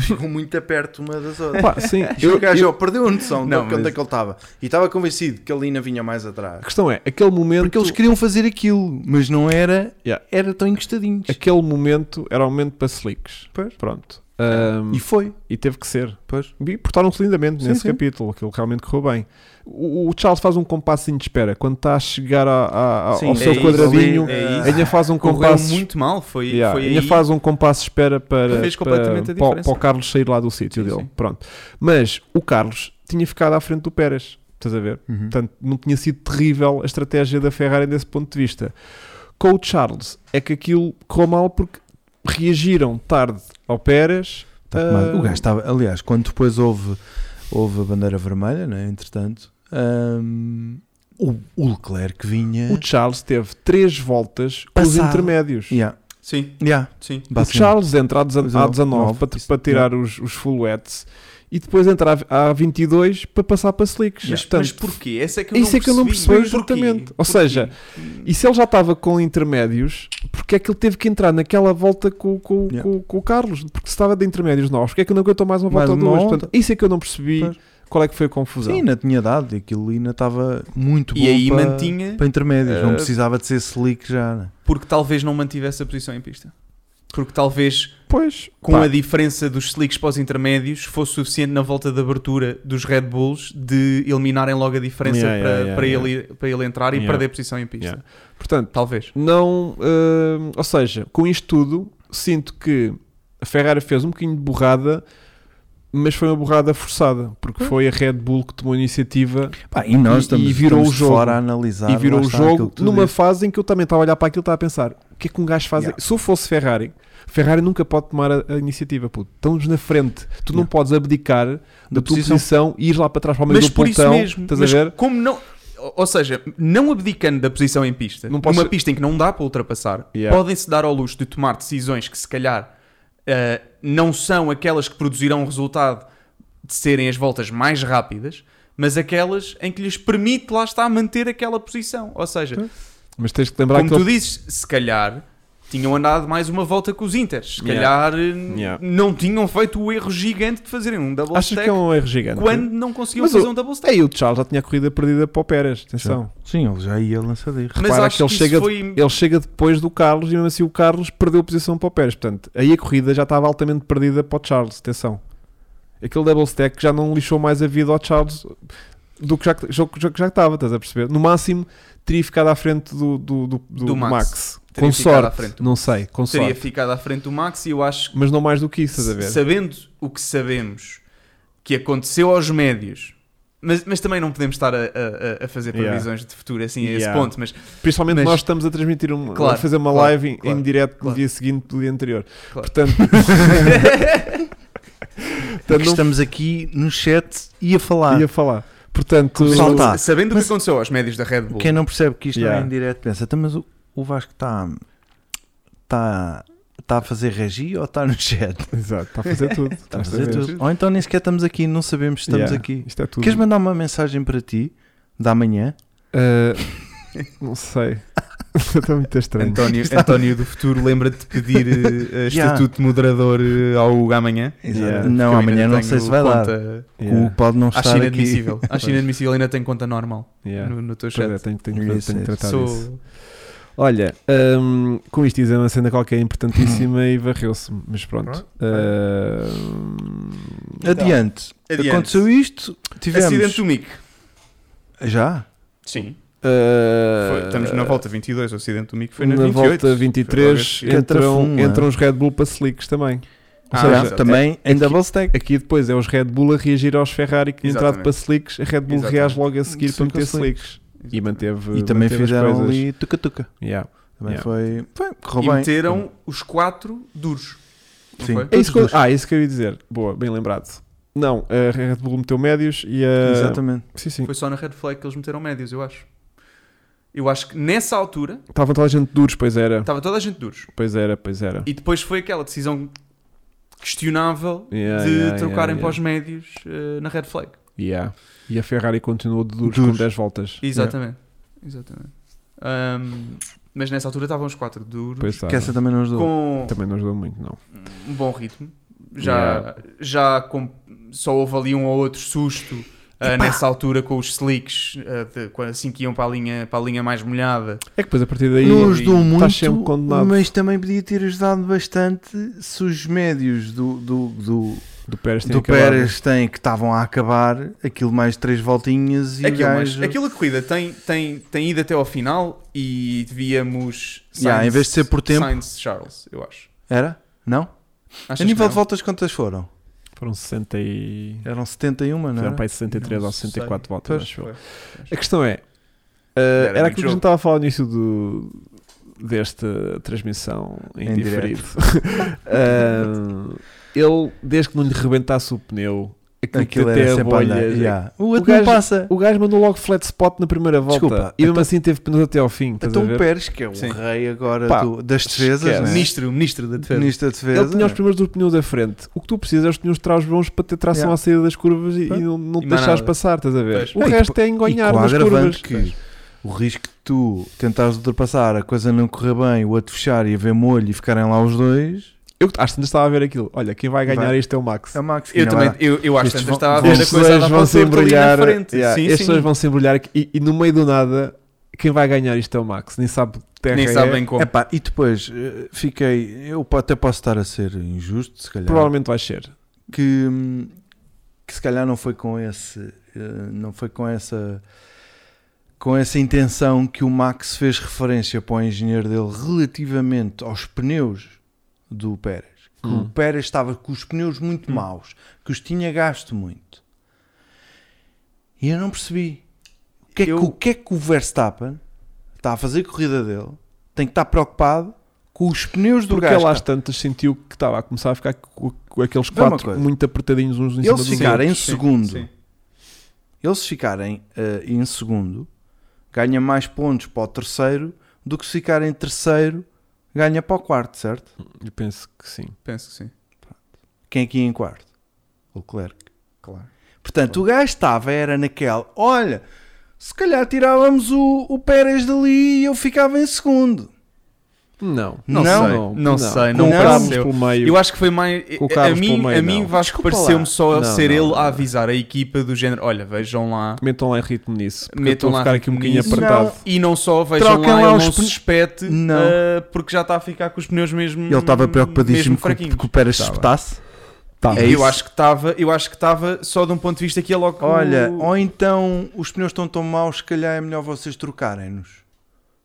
[SPEAKER 2] ficam muito a perto uma das outras.
[SPEAKER 1] Pá, sim,
[SPEAKER 2] E
[SPEAKER 1] eu-
[SPEAKER 2] o gajo
[SPEAKER 1] eu-
[SPEAKER 2] ó, perdeu a noção de
[SPEAKER 3] Não,
[SPEAKER 2] onde
[SPEAKER 3] mas-
[SPEAKER 2] é que ele estava. E estava convencido que a Lina vinha mais
[SPEAKER 1] a
[SPEAKER 2] atrás.
[SPEAKER 1] questão é, aquele momento,
[SPEAKER 2] Porque eles queriam fazer aquilo, mas não era,
[SPEAKER 1] Yeah.
[SPEAKER 2] era tão encostadinhos.
[SPEAKER 1] aquele momento era o momento para slicks.
[SPEAKER 2] Pois.
[SPEAKER 1] Pronto. Um,
[SPEAKER 2] E foi.
[SPEAKER 1] e teve que ser.
[SPEAKER 2] Pois.
[SPEAKER 1] E portaram-se lindamente
[SPEAKER 2] Sim,
[SPEAKER 1] nesse
[SPEAKER 2] sim.
[SPEAKER 1] capítulo, aquilo realmente correu bem. O, o Charles faz um compassinho de espera quando está a chegar a- a- a-
[SPEAKER 2] Sim,
[SPEAKER 1] ao seu
[SPEAKER 3] isso,
[SPEAKER 1] quadradinho.
[SPEAKER 3] é isso.
[SPEAKER 1] Ainda faz um
[SPEAKER 3] Correu
[SPEAKER 1] compasso
[SPEAKER 3] muito mal. Foi,
[SPEAKER 1] Yeah,
[SPEAKER 3] foi
[SPEAKER 1] ainda
[SPEAKER 3] aí.
[SPEAKER 1] faz um compasso de espera para,
[SPEAKER 3] Fez
[SPEAKER 1] para,
[SPEAKER 3] completamente
[SPEAKER 1] para
[SPEAKER 3] a
[SPEAKER 1] o-
[SPEAKER 3] diferença.
[SPEAKER 1] para o Carlos sair lá do sítio
[SPEAKER 3] Sim,
[SPEAKER 1] dele.
[SPEAKER 3] sim.
[SPEAKER 1] Pronto. Mas o Carlos tinha ficado à frente do Pérez, estás a ver?
[SPEAKER 2] Uhum.
[SPEAKER 1] Portanto, não tinha sido terrível a estratégia da Ferrari desse ponto de vista. Com o Charles, é que aquilo correu mal porque reagiram tarde ao Pérez.
[SPEAKER 2] Tá tomado.
[SPEAKER 1] Ah.
[SPEAKER 2] O gajo estava, aliás, quando depois houve, houve a bandeira vermelha, né, entretanto, hum, o, o Leclerc
[SPEAKER 3] É.
[SPEAKER 2] vinha.
[SPEAKER 1] O Charles teve três voltas com os
[SPEAKER 2] Passado.
[SPEAKER 1] intermédios.
[SPEAKER 2] Yeah.
[SPEAKER 3] Sim, é,
[SPEAKER 2] Yeah.
[SPEAKER 3] sim.
[SPEAKER 1] O Charles entra a 19, à 19
[SPEAKER 2] 19,
[SPEAKER 1] para,
[SPEAKER 2] isso-
[SPEAKER 1] para
[SPEAKER 3] é.
[SPEAKER 1] tirar os, os full wets e depois entra a, a 22 para passar para slicks.
[SPEAKER 3] Mas,
[SPEAKER 1] Portanto,
[SPEAKER 3] mas porquê? Essa é que eu
[SPEAKER 1] isso
[SPEAKER 3] não
[SPEAKER 1] é que eu não percebi,
[SPEAKER 3] Porquê?
[SPEAKER 1] exatamente. Ou
[SPEAKER 3] Porquê?
[SPEAKER 1] seja, E se ele já estava com intermédios, porque é que ele teve que entrar naquela volta com, com,
[SPEAKER 2] Yeah.
[SPEAKER 1] com, com o Carlos? Porque se estava de intermédios novos, porque é que não aguentou mais uma
[SPEAKER 2] Mais
[SPEAKER 1] volta ou
[SPEAKER 2] uma
[SPEAKER 1] duas?
[SPEAKER 2] volta.
[SPEAKER 1] Portanto, isso é que eu não percebi
[SPEAKER 2] Pois.
[SPEAKER 1] qual é que foi a confusão.
[SPEAKER 2] Sim, né? ainda tinha dado, e aquilo ainda estava muito bom
[SPEAKER 3] E aí
[SPEAKER 2] para,
[SPEAKER 3] mantinha,
[SPEAKER 2] para intermédios,
[SPEAKER 3] Eh,
[SPEAKER 2] não precisava de ser slick já. né?
[SPEAKER 3] porque talvez não mantivesse a posição em pista. Porque talvez
[SPEAKER 1] Pois,
[SPEAKER 3] com
[SPEAKER 1] pá,
[SPEAKER 3] a diferença dos slicks para os intermédios fosse suficiente na volta de abertura dos Red Bulls de eliminarem logo a diferença
[SPEAKER 1] Yeah,
[SPEAKER 3] para,
[SPEAKER 1] yeah, yeah,
[SPEAKER 3] para
[SPEAKER 1] yeah.
[SPEAKER 3] Ele, para ele entrar e
[SPEAKER 1] Yeah.
[SPEAKER 3] perder posição em pista.
[SPEAKER 1] Yeah. Portanto,
[SPEAKER 3] Talvez.
[SPEAKER 1] não. hum, ou seja, com isto tudo, sinto que a Ferrari fez um bocadinho de borrada, mas foi uma borrada forçada, porque foi a Red Bull que tomou a iniciativa
[SPEAKER 2] Pá, e nós
[SPEAKER 1] e-
[SPEAKER 2] estamos,
[SPEAKER 1] e virou
[SPEAKER 2] estamos
[SPEAKER 1] o jogo.
[SPEAKER 2] fora a analisar.
[SPEAKER 1] e virou
[SPEAKER 2] Tá,
[SPEAKER 1] o
[SPEAKER 2] lá está aquilo
[SPEAKER 1] jogo
[SPEAKER 2] que tu
[SPEAKER 1] numa
[SPEAKER 2] dizes.
[SPEAKER 1] fase em que eu também estava a olhar para aquilo e estava a pensar: o que é que um gajo faz?
[SPEAKER 2] Yeah.
[SPEAKER 1] Se eu fosse Ferrari, Ferrari nunca pode tomar a, a iniciativa, puto. Estamos na frente, tu não
[SPEAKER 2] Yeah.
[SPEAKER 1] podes abdicar da,
[SPEAKER 2] Da
[SPEAKER 1] tua posição.
[SPEAKER 2] posição.
[SPEAKER 1] e ir lá para trás para o meio
[SPEAKER 3] Mas
[SPEAKER 1] do
[SPEAKER 3] por isso
[SPEAKER 1] pontão.
[SPEAKER 3] mesmo,
[SPEAKER 1] estás
[SPEAKER 3] mas
[SPEAKER 1] a ver?
[SPEAKER 3] como não. ou- Ou seja, não abdicando da posição em pista,
[SPEAKER 1] Não posso-
[SPEAKER 3] numa pista em que não dá para ultrapassar,
[SPEAKER 1] Yeah.
[SPEAKER 3] podem-se dar ao luxo de tomar decisões que se calhar eh, não são aquelas que produzirão o resultado de serem as voltas mais rápidas, mas aquelas em que lhes permite lá está manter aquela posição. Ou seja,
[SPEAKER 1] Mas tens que lembrar
[SPEAKER 3] como
[SPEAKER 1] que ele-
[SPEAKER 3] tu dizes, se calhar tinham andado mais uma volta com os Inters, se
[SPEAKER 1] Yeah.
[SPEAKER 3] calhar eh,
[SPEAKER 1] Yeah.
[SPEAKER 3] não tinham feito o erro gigante de fazerem um double
[SPEAKER 1] achas que
[SPEAKER 3] stack
[SPEAKER 1] é um erro gigante.
[SPEAKER 3] quando não conseguiam
[SPEAKER 1] Mas
[SPEAKER 3] fazer
[SPEAKER 1] o-
[SPEAKER 3] um double stack.
[SPEAKER 1] Aí o Charles já tinha a corrida perdida para o Pérez. Atenção,
[SPEAKER 2] Sim, ele já ia lançar de erro.
[SPEAKER 3] Mas
[SPEAKER 1] Repara
[SPEAKER 3] acho
[SPEAKER 1] que ele
[SPEAKER 3] que isso
[SPEAKER 1] chega de-
[SPEAKER 3] foi
[SPEAKER 1] ele chega depois do Carlos e mesmo assim o Carlos perdeu a posição para o Pérez. Portanto, aí a corrida já estava altamente perdida para o Charles. Atenção, aquele double stack já não lixou mais a vida ao Charles do que já, que- já, que- já que já estava. Estás a perceber? No máximo, teria ficado à frente do, do, do, do
[SPEAKER 3] Do Max.
[SPEAKER 1] Max.
[SPEAKER 3] Teria
[SPEAKER 1] Com
[SPEAKER 3] ficado à
[SPEAKER 1] sorte,
[SPEAKER 3] frente do
[SPEAKER 1] não sei, com
[SPEAKER 3] teria
[SPEAKER 1] sorte.
[SPEAKER 3] ficado à frente do Max e eu acho
[SPEAKER 1] Mas não mais do que isso, estás a
[SPEAKER 3] que
[SPEAKER 1] ver?
[SPEAKER 3] sabendo o que sabemos que aconteceu aos médios Mas, mas também não podemos estar a, a- a- a fazer
[SPEAKER 1] Yeah.
[SPEAKER 3] previsões de futuro assim a esse
[SPEAKER 1] Yeah.
[SPEAKER 3] ponto. Mas
[SPEAKER 1] Principalmente
[SPEAKER 3] Mas-
[SPEAKER 1] nós estamos a transmitir um,
[SPEAKER 3] Claro,
[SPEAKER 1] a fazer uma
[SPEAKER 3] claro,
[SPEAKER 1] live em,
[SPEAKER 3] claro,
[SPEAKER 1] em direto no
[SPEAKER 3] claro.
[SPEAKER 1] dia seguinte do dia anterior.
[SPEAKER 3] Claro.
[SPEAKER 1] Portanto,
[SPEAKER 3] [laughs]
[SPEAKER 1] [laughs]
[SPEAKER 2] Porque
[SPEAKER 1] portanto não
[SPEAKER 2] estamos aqui no chat e a falar.
[SPEAKER 1] ia falar. Portanto,
[SPEAKER 2] Mas Salta. Tá.
[SPEAKER 3] sabendo o
[SPEAKER 2] Mas-
[SPEAKER 3] que aconteceu aos médios da Red Bull,
[SPEAKER 2] Quem não percebe que isto não
[SPEAKER 1] Yeah.
[SPEAKER 2] é em direto pensa, "Então, mas o, o Vasco está tá, tá a fazer regi ou está no chat?
[SPEAKER 1] exato, está a fazer tudo.
[SPEAKER 3] Tá
[SPEAKER 2] Está a
[SPEAKER 1] Estás
[SPEAKER 2] fazer
[SPEAKER 1] ver?
[SPEAKER 2] tudo. Ou então nem sequer estamos aqui, não sabemos se estamos
[SPEAKER 1] Yeah,
[SPEAKER 2] aqui.
[SPEAKER 1] Isto é tudo.
[SPEAKER 2] Queres mandar uma mensagem para ti da manhã?
[SPEAKER 1] Ah, não sei. [laughs] Está muito estranho. [laughs]
[SPEAKER 3] António, António do futuro lembra-te de pedir eh, eh,
[SPEAKER 2] Yeah.
[SPEAKER 3] estatuto de moderador eh, ao Hugo amanhã.
[SPEAKER 1] Yeah.
[SPEAKER 3] Porque
[SPEAKER 2] Não,
[SPEAKER 3] eu
[SPEAKER 2] amanhã
[SPEAKER 3] ainda
[SPEAKER 2] não
[SPEAKER 3] tenho
[SPEAKER 2] sei se vai dar.
[SPEAKER 3] conta-
[SPEAKER 2] O
[SPEAKER 1] Yeah,
[SPEAKER 2] Hugo pode não
[SPEAKER 3] Acho
[SPEAKER 2] estar aqui.
[SPEAKER 1] [laughs]
[SPEAKER 3] inadmissível. Acho inadmissível, ainda tenho conta normal
[SPEAKER 1] yeah.
[SPEAKER 3] no, no teu
[SPEAKER 1] Pois é,
[SPEAKER 3] chat.
[SPEAKER 1] tenho, tenho, tenho,
[SPEAKER 2] Isso,
[SPEAKER 1] tenho que
[SPEAKER 2] isso.
[SPEAKER 1] tratar disso.
[SPEAKER 3] Sou...
[SPEAKER 1] Olha, hum, com isto dizer uma cena qualquer importantíssima e varreu-se-me, mas pronto. Hum,
[SPEAKER 3] Então,
[SPEAKER 2] Adiante.
[SPEAKER 3] Adiante.
[SPEAKER 2] Aconteceu isto, tivemos...
[SPEAKER 3] Acidente do MIC.
[SPEAKER 2] Já?
[SPEAKER 3] Sim.
[SPEAKER 1] ah,
[SPEAKER 3] Foi- estamos na volta 22, o acidente do MIC foi na,
[SPEAKER 1] na
[SPEAKER 3] 28.
[SPEAKER 1] volta
[SPEAKER 3] Foi
[SPEAKER 1] 23
[SPEAKER 3] logo a seguir. um, é.
[SPEAKER 1] entram,
[SPEAKER 2] Catrafuma.
[SPEAKER 1] entram os Red Bull para slicks também.
[SPEAKER 3] Ah,
[SPEAKER 2] Ou seja,
[SPEAKER 3] exato.
[SPEAKER 2] também em double stack.
[SPEAKER 1] Aqui depois é os Red Bull a reagir aos Ferrari que tinham entrado
[SPEAKER 3] Exatamente.
[SPEAKER 1] para slicks, a Red Bull
[SPEAKER 3] Exatamente.
[SPEAKER 1] reage logo a seguir para
[SPEAKER 2] Sim, com
[SPEAKER 1] meter slicks. E manteve
[SPEAKER 2] E também
[SPEAKER 1] manteve as
[SPEAKER 2] fizeram
[SPEAKER 1] coisas.
[SPEAKER 2] ali tuca-tuca.
[SPEAKER 1] Yeah.
[SPEAKER 2] Também
[SPEAKER 1] Yeah.
[SPEAKER 2] foi... Foi, correu
[SPEAKER 3] E
[SPEAKER 2] bem.
[SPEAKER 3] meteram os quatro duros. não
[SPEAKER 2] Sim.
[SPEAKER 3] foi?
[SPEAKER 1] É isso que eu-
[SPEAKER 2] Todos
[SPEAKER 1] ah, isso que eu ia dizer. Boa, bem lembrado. Não, a Red Bull meteu médios e
[SPEAKER 2] Eh,
[SPEAKER 1] a.
[SPEAKER 2] Exatamente.
[SPEAKER 1] Sim, sim.
[SPEAKER 3] Foi só na Red Flag que eles meteram médios, eu acho. Eu acho que nessa altura
[SPEAKER 1] Estavam toda a gente duros, pois era.
[SPEAKER 2] Tá.
[SPEAKER 3] estava toda a gente duros.
[SPEAKER 1] Pois era, pois era.
[SPEAKER 3] E depois foi aquela decisão questionável
[SPEAKER 1] Yeah,
[SPEAKER 3] de
[SPEAKER 1] yeah,
[SPEAKER 3] trocarem
[SPEAKER 1] yeah,
[SPEAKER 3] para os médios eh, na Red Flag.
[SPEAKER 1] Yeah. E a Ferrari continuou de duros,
[SPEAKER 2] Duros.
[SPEAKER 1] com 10 voltas.
[SPEAKER 3] Exatamente. Exatamente. Ahm, mas nessa altura estavam os quatro duros,
[SPEAKER 1] Pois tá.
[SPEAKER 2] Que essa também não ajudou.
[SPEAKER 3] com
[SPEAKER 1] Também não ajudou muito, não.
[SPEAKER 3] um bom ritmo. Já, já com- só houve ali um ou outro susto ah, nessa altura com os slicks, ah, de- quando- assim que iam para a linha, para a linha mais molhada.
[SPEAKER 1] É que depois a partir daí.
[SPEAKER 2] não ajudou
[SPEAKER 1] estás
[SPEAKER 2] muito,
[SPEAKER 1] sempre condenado.
[SPEAKER 2] mas também podia ter ajudado bastante se os médios do, do, do,
[SPEAKER 1] Do Pérez tem
[SPEAKER 2] do
[SPEAKER 1] acabado.
[SPEAKER 2] Pérez têm que estavam a acabar aquilo mais três voltinhas e o
[SPEAKER 3] Aquilo, mas,
[SPEAKER 2] gajo...
[SPEAKER 3] aquela corrida tem, tem, tem ido até ao final e devíamos.
[SPEAKER 2] Yeah, em vez de ser por tempo.
[SPEAKER 3] Sainz Charles, eu acho.
[SPEAKER 2] Era? Não?
[SPEAKER 3] Achas
[SPEAKER 2] a nível
[SPEAKER 3] que
[SPEAKER 2] de
[SPEAKER 3] não?
[SPEAKER 2] voltas quantas foram?
[SPEAKER 1] Foram 60 e.
[SPEAKER 2] Eram 71, não
[SPEAKER 1] Foram
[SPEAKER 2] era?
[SPEAKER 1] para aí 63
[SPEAKER 3] Não
[SPEAKER 1] ou 64
[SPEAKER 2] Pois.
[SPEAKER 1] voltas, acho eu.
[SPEAKER 3] Foi.
[SPEAKER 1] A questão é. uh,
[SPEAKER 3] Era
[SPEAKER 1] era
[SPEAKER 3] big
[SPEAKER 1] aquilo que a
[SPEAKER 3] jogo.
[SPEAKER 1] gente estava a falar no início do, desta transmissão em,
[SPEAKER 2] Em
[SPEAKER 1] diferido. [laughs] Uh, ele, desde que não lhe rebentasse o pneu, aquilo,
[SPEAKER 2] Aquilo
[SPEAKER 1] que até
[SPEAKER 2] era
[SPEAKER 1] a
[SPEAKER 2] sempre a
[SPEAKER 1] bolha.
[SPEAKER 2] andar. Yeah. O outro
[SPEAKER 1] gajo-
[SPEAKER 2] não passa.
[SPEAKER 1] O gajo mandou logo flat spot na primeira volta
[SPEAKER 2] Desculpa,
[SPEAKER 1] e mesmo
[SPEAKER 2] então-
[SPEAKER 1] assim teve pneus até ao fim. Estás a
[SPEAKER 2] Então o
[SPEAKER 1] ver?
[SPEAKER 2] Pérez, que é o
[SPEAKER 3] Sim.
[SPEAKER 2] rei agora
[SPEAKER 1] Pá,
[SPEAKER 2] do- das defesas,
[SPEAKER 1] esquece.
[SPEAKER 2] né?
[SPEAKER 3] Ministro, ministro da defesa.
[SPEAKER 2] Ministro da defesa.
[SPEAKER 1] Ele tinha os primeiros dos pneus da frente. O que tu precisas é os pneus de trás bons para ter tração
[SPEAKER 2] Yeah.
[SPEAKER 1] à saída das curvas e,
[SPEAKER 2] Pá.
[SPEAKER 1] e não, não te
[SPEAKER 3] E mais
[SPEAKER 1] deixares
[SPEAKER 3] nada.
[SPEAKER 1] passar, estás a ver?
[SPEAKER 3] Pois.
[SPEAKER 1] O
[SPEAKER 2] Não, e
[SPEAKER 1] resto é
[SPEAKER 2] E
[SPEAKER 1] enganhar
[SPEAKER 2] com o
[SPEAKER 1] nas curvas.
[SPEAKER 2] agravante que o risco de tu tentares ultrapassar, a coisa não correr bem, o outro fechar e haver molho e ficarem lá os dois,
[SPEAKER 1] Eu acho que ainda estava a ver aquilo. Olha, quem vai ganhar
[SPEAKER 2] Vai.
[SPEAKER 1] isto é o Max.
[SPEAKER 2] é Max. que
[SPEAKER 3] Eu
[SPEAKER 2] não
[SPEAKER 3] também,
[SPEAKER 2] há-
[SPEAKER 3] eu, eu acho que
[SPEAKER 2] Estes
[SPEAKER 3] ainda
[SPEAKER 2] vão-
[SPEAKER 3] estava a ver a
[SPEAKER 1] Estes
[SPEAKER 3] coisa a
[SPEAKER 1] dois
[SPEAKER 3] dar
[SPEAKER 1] vão se
[SPEAKER 3] para ali na
[SPEAKER 1] embrulhar.
[SPEAKER 3] frente.
[SPEAKER 1] yeah,
[SPEAKER 3] Sim,
[SPEAKER 1] estes
[SPEAKER 3] sim.
[SPEAKER 1] dois vão se embrulhar e, e no meio do nada, quem vai ganhar isto é o Max. Nem sabe que terra
[SPEAKER 3] Nem
[SPEAKER 1] é.
[SPEAKER 3] sabem como.
[SPEAKER 2] Epá, e depois eh, fiquei, eu po- até posso estar a ser injusto, se calhar,
[SPEAKER 1] Provavelmente vai ser.
[SPEAKER 2] que, hum, que se calhar não foi com esse, eh, não foi com essa, com essa intenção que o Max fez referência para o engenheiro dele relativamente aos pneus do Pérez. Que
[SPEAKER 1] Hum.
[SPEAKER 2] o Pérez estava com os pneus muito maus, que os tinha gasto muito. E eu não percebi. O que é,
[SPEAKER 3] Eu-
[SPEAKER 2] que, o que é que o Verstappen está a fazer a corrida dele? Tem que estar preocupado com os pneus do
[SPEAKER 1] Porque
[SPEAKER 2] gajo.
[SPEAKER 1] ele
[SPEAKER 2] pá.
[SPEAKER 1] às tantas sentiu que estava a começar a ficar com, com aqueles
[SPEAKER 2] Vê uma
[SPEAKER 1] quatro
[SPEAKER 2] coisa.
[SPEAKER 1] muito apertadinhos uns em cima
[SPEAKER 2] Eles
[SPEAKER 1] dos
[SPEAKER 2] ficaram
[SPEAKER 1] outros.
[SPEAKER 2] em
[SPEAKER 3] Sim,
[SPEAKER 2] segundo.
[SPEAKER 3] sim.
[SPEAKER 2] Eles se ficarem eh, em segundo, ganha mais pontos para o terceiro do que se ficarem em terceiro, ganha para o quarto, certo?
[SPEAKER 1] Eu penso que sim.
[SPEAKER 3] Penso que sim.
[SPEAKER 2] Quem é que ia em quarto? O Leclerc.
[SPEAKER 3] Claro.
[SPEAKER 2] Portanto, o gajo estava, era naquela, olha, se calhar tirávamos o, o Pérez dali e eu ficava em segundo.
[SPEAKER 1] Não.
[SPEAKER 3] Não sei. Não sei, não
[SPEAKER 1] Não parámos
[SPEAKER 3] pareceu.
[SPEAKER 1] pelo meio.
[SPEAKER 3] Eu acho que foi mais. A
[SPEAKER 1] Colocaram-se
[SPEAKER 3] mim,
[SPEAKER 1] pelo meio,
[SPEAKER 3] a mim
[SPEAKER 1] não.
[SPEAKER 3] Vasco
[SPEAKER 2] Desculpa lá.
[SPEAKER 3] pareceu-me só
[SPEAKER 1] Não,
[SPEAKER 3] ser
[SPEAKER 1] não,
[SPEAKER 3] ele
[SPEAKER 1] não.
[SPEAKER 3] a avisar a equipa do género: olha, vejam lá.
[SPEAKER 1] Metam lá em ritmo nisso. Porque eu
[SPEAKER 3] Metam
[SPEAKER 1] estou a
[SPEAKER 3] lá
[SPEAKER 1] ficar aqui um
[SPEAKER 3] ritmo
[SPEAKER 1] bocadinho
[SPEAKER 3] nisso.
[SPEAKER 1] apertado.
[SPEAKER 3] E não só vejam
[SPEAKER 2] Troquem
[SPEAKER 3] lá,
[SPEAKER 2] lá
[SPEAKER 3] ele
[SPEAKER 2] os
[SPEAKER 3] não
[SPEAKER 2] pne-
[SPEAKER 3] suspete
[SPEAKER 2] Não.
[SPEAKER 3] ah, porque já está a ficar com os pneus mesmo.
[SPEAKER 2] Ele estava preocupadíssimo
[SPEAKER 3] Hum, mesmo fraquinhos.
[SPEAKER 2] que o Pérez
[SPEAKER 1] Estava.
[SPEAKER 2] disputasse.
[SPEAKER 1] Tá.
[SPEAKER 2] É
[SPEAKER 3] eu
[SPEAKER 2] isso.
[SPEAKER 3] acho que estava, eu acho que estava só de um ponto de vista que é logo.
[SPEAKER 2] Olha, ou então os pneus estão tão maus, se calhar é melhor vocês trocarem-nos.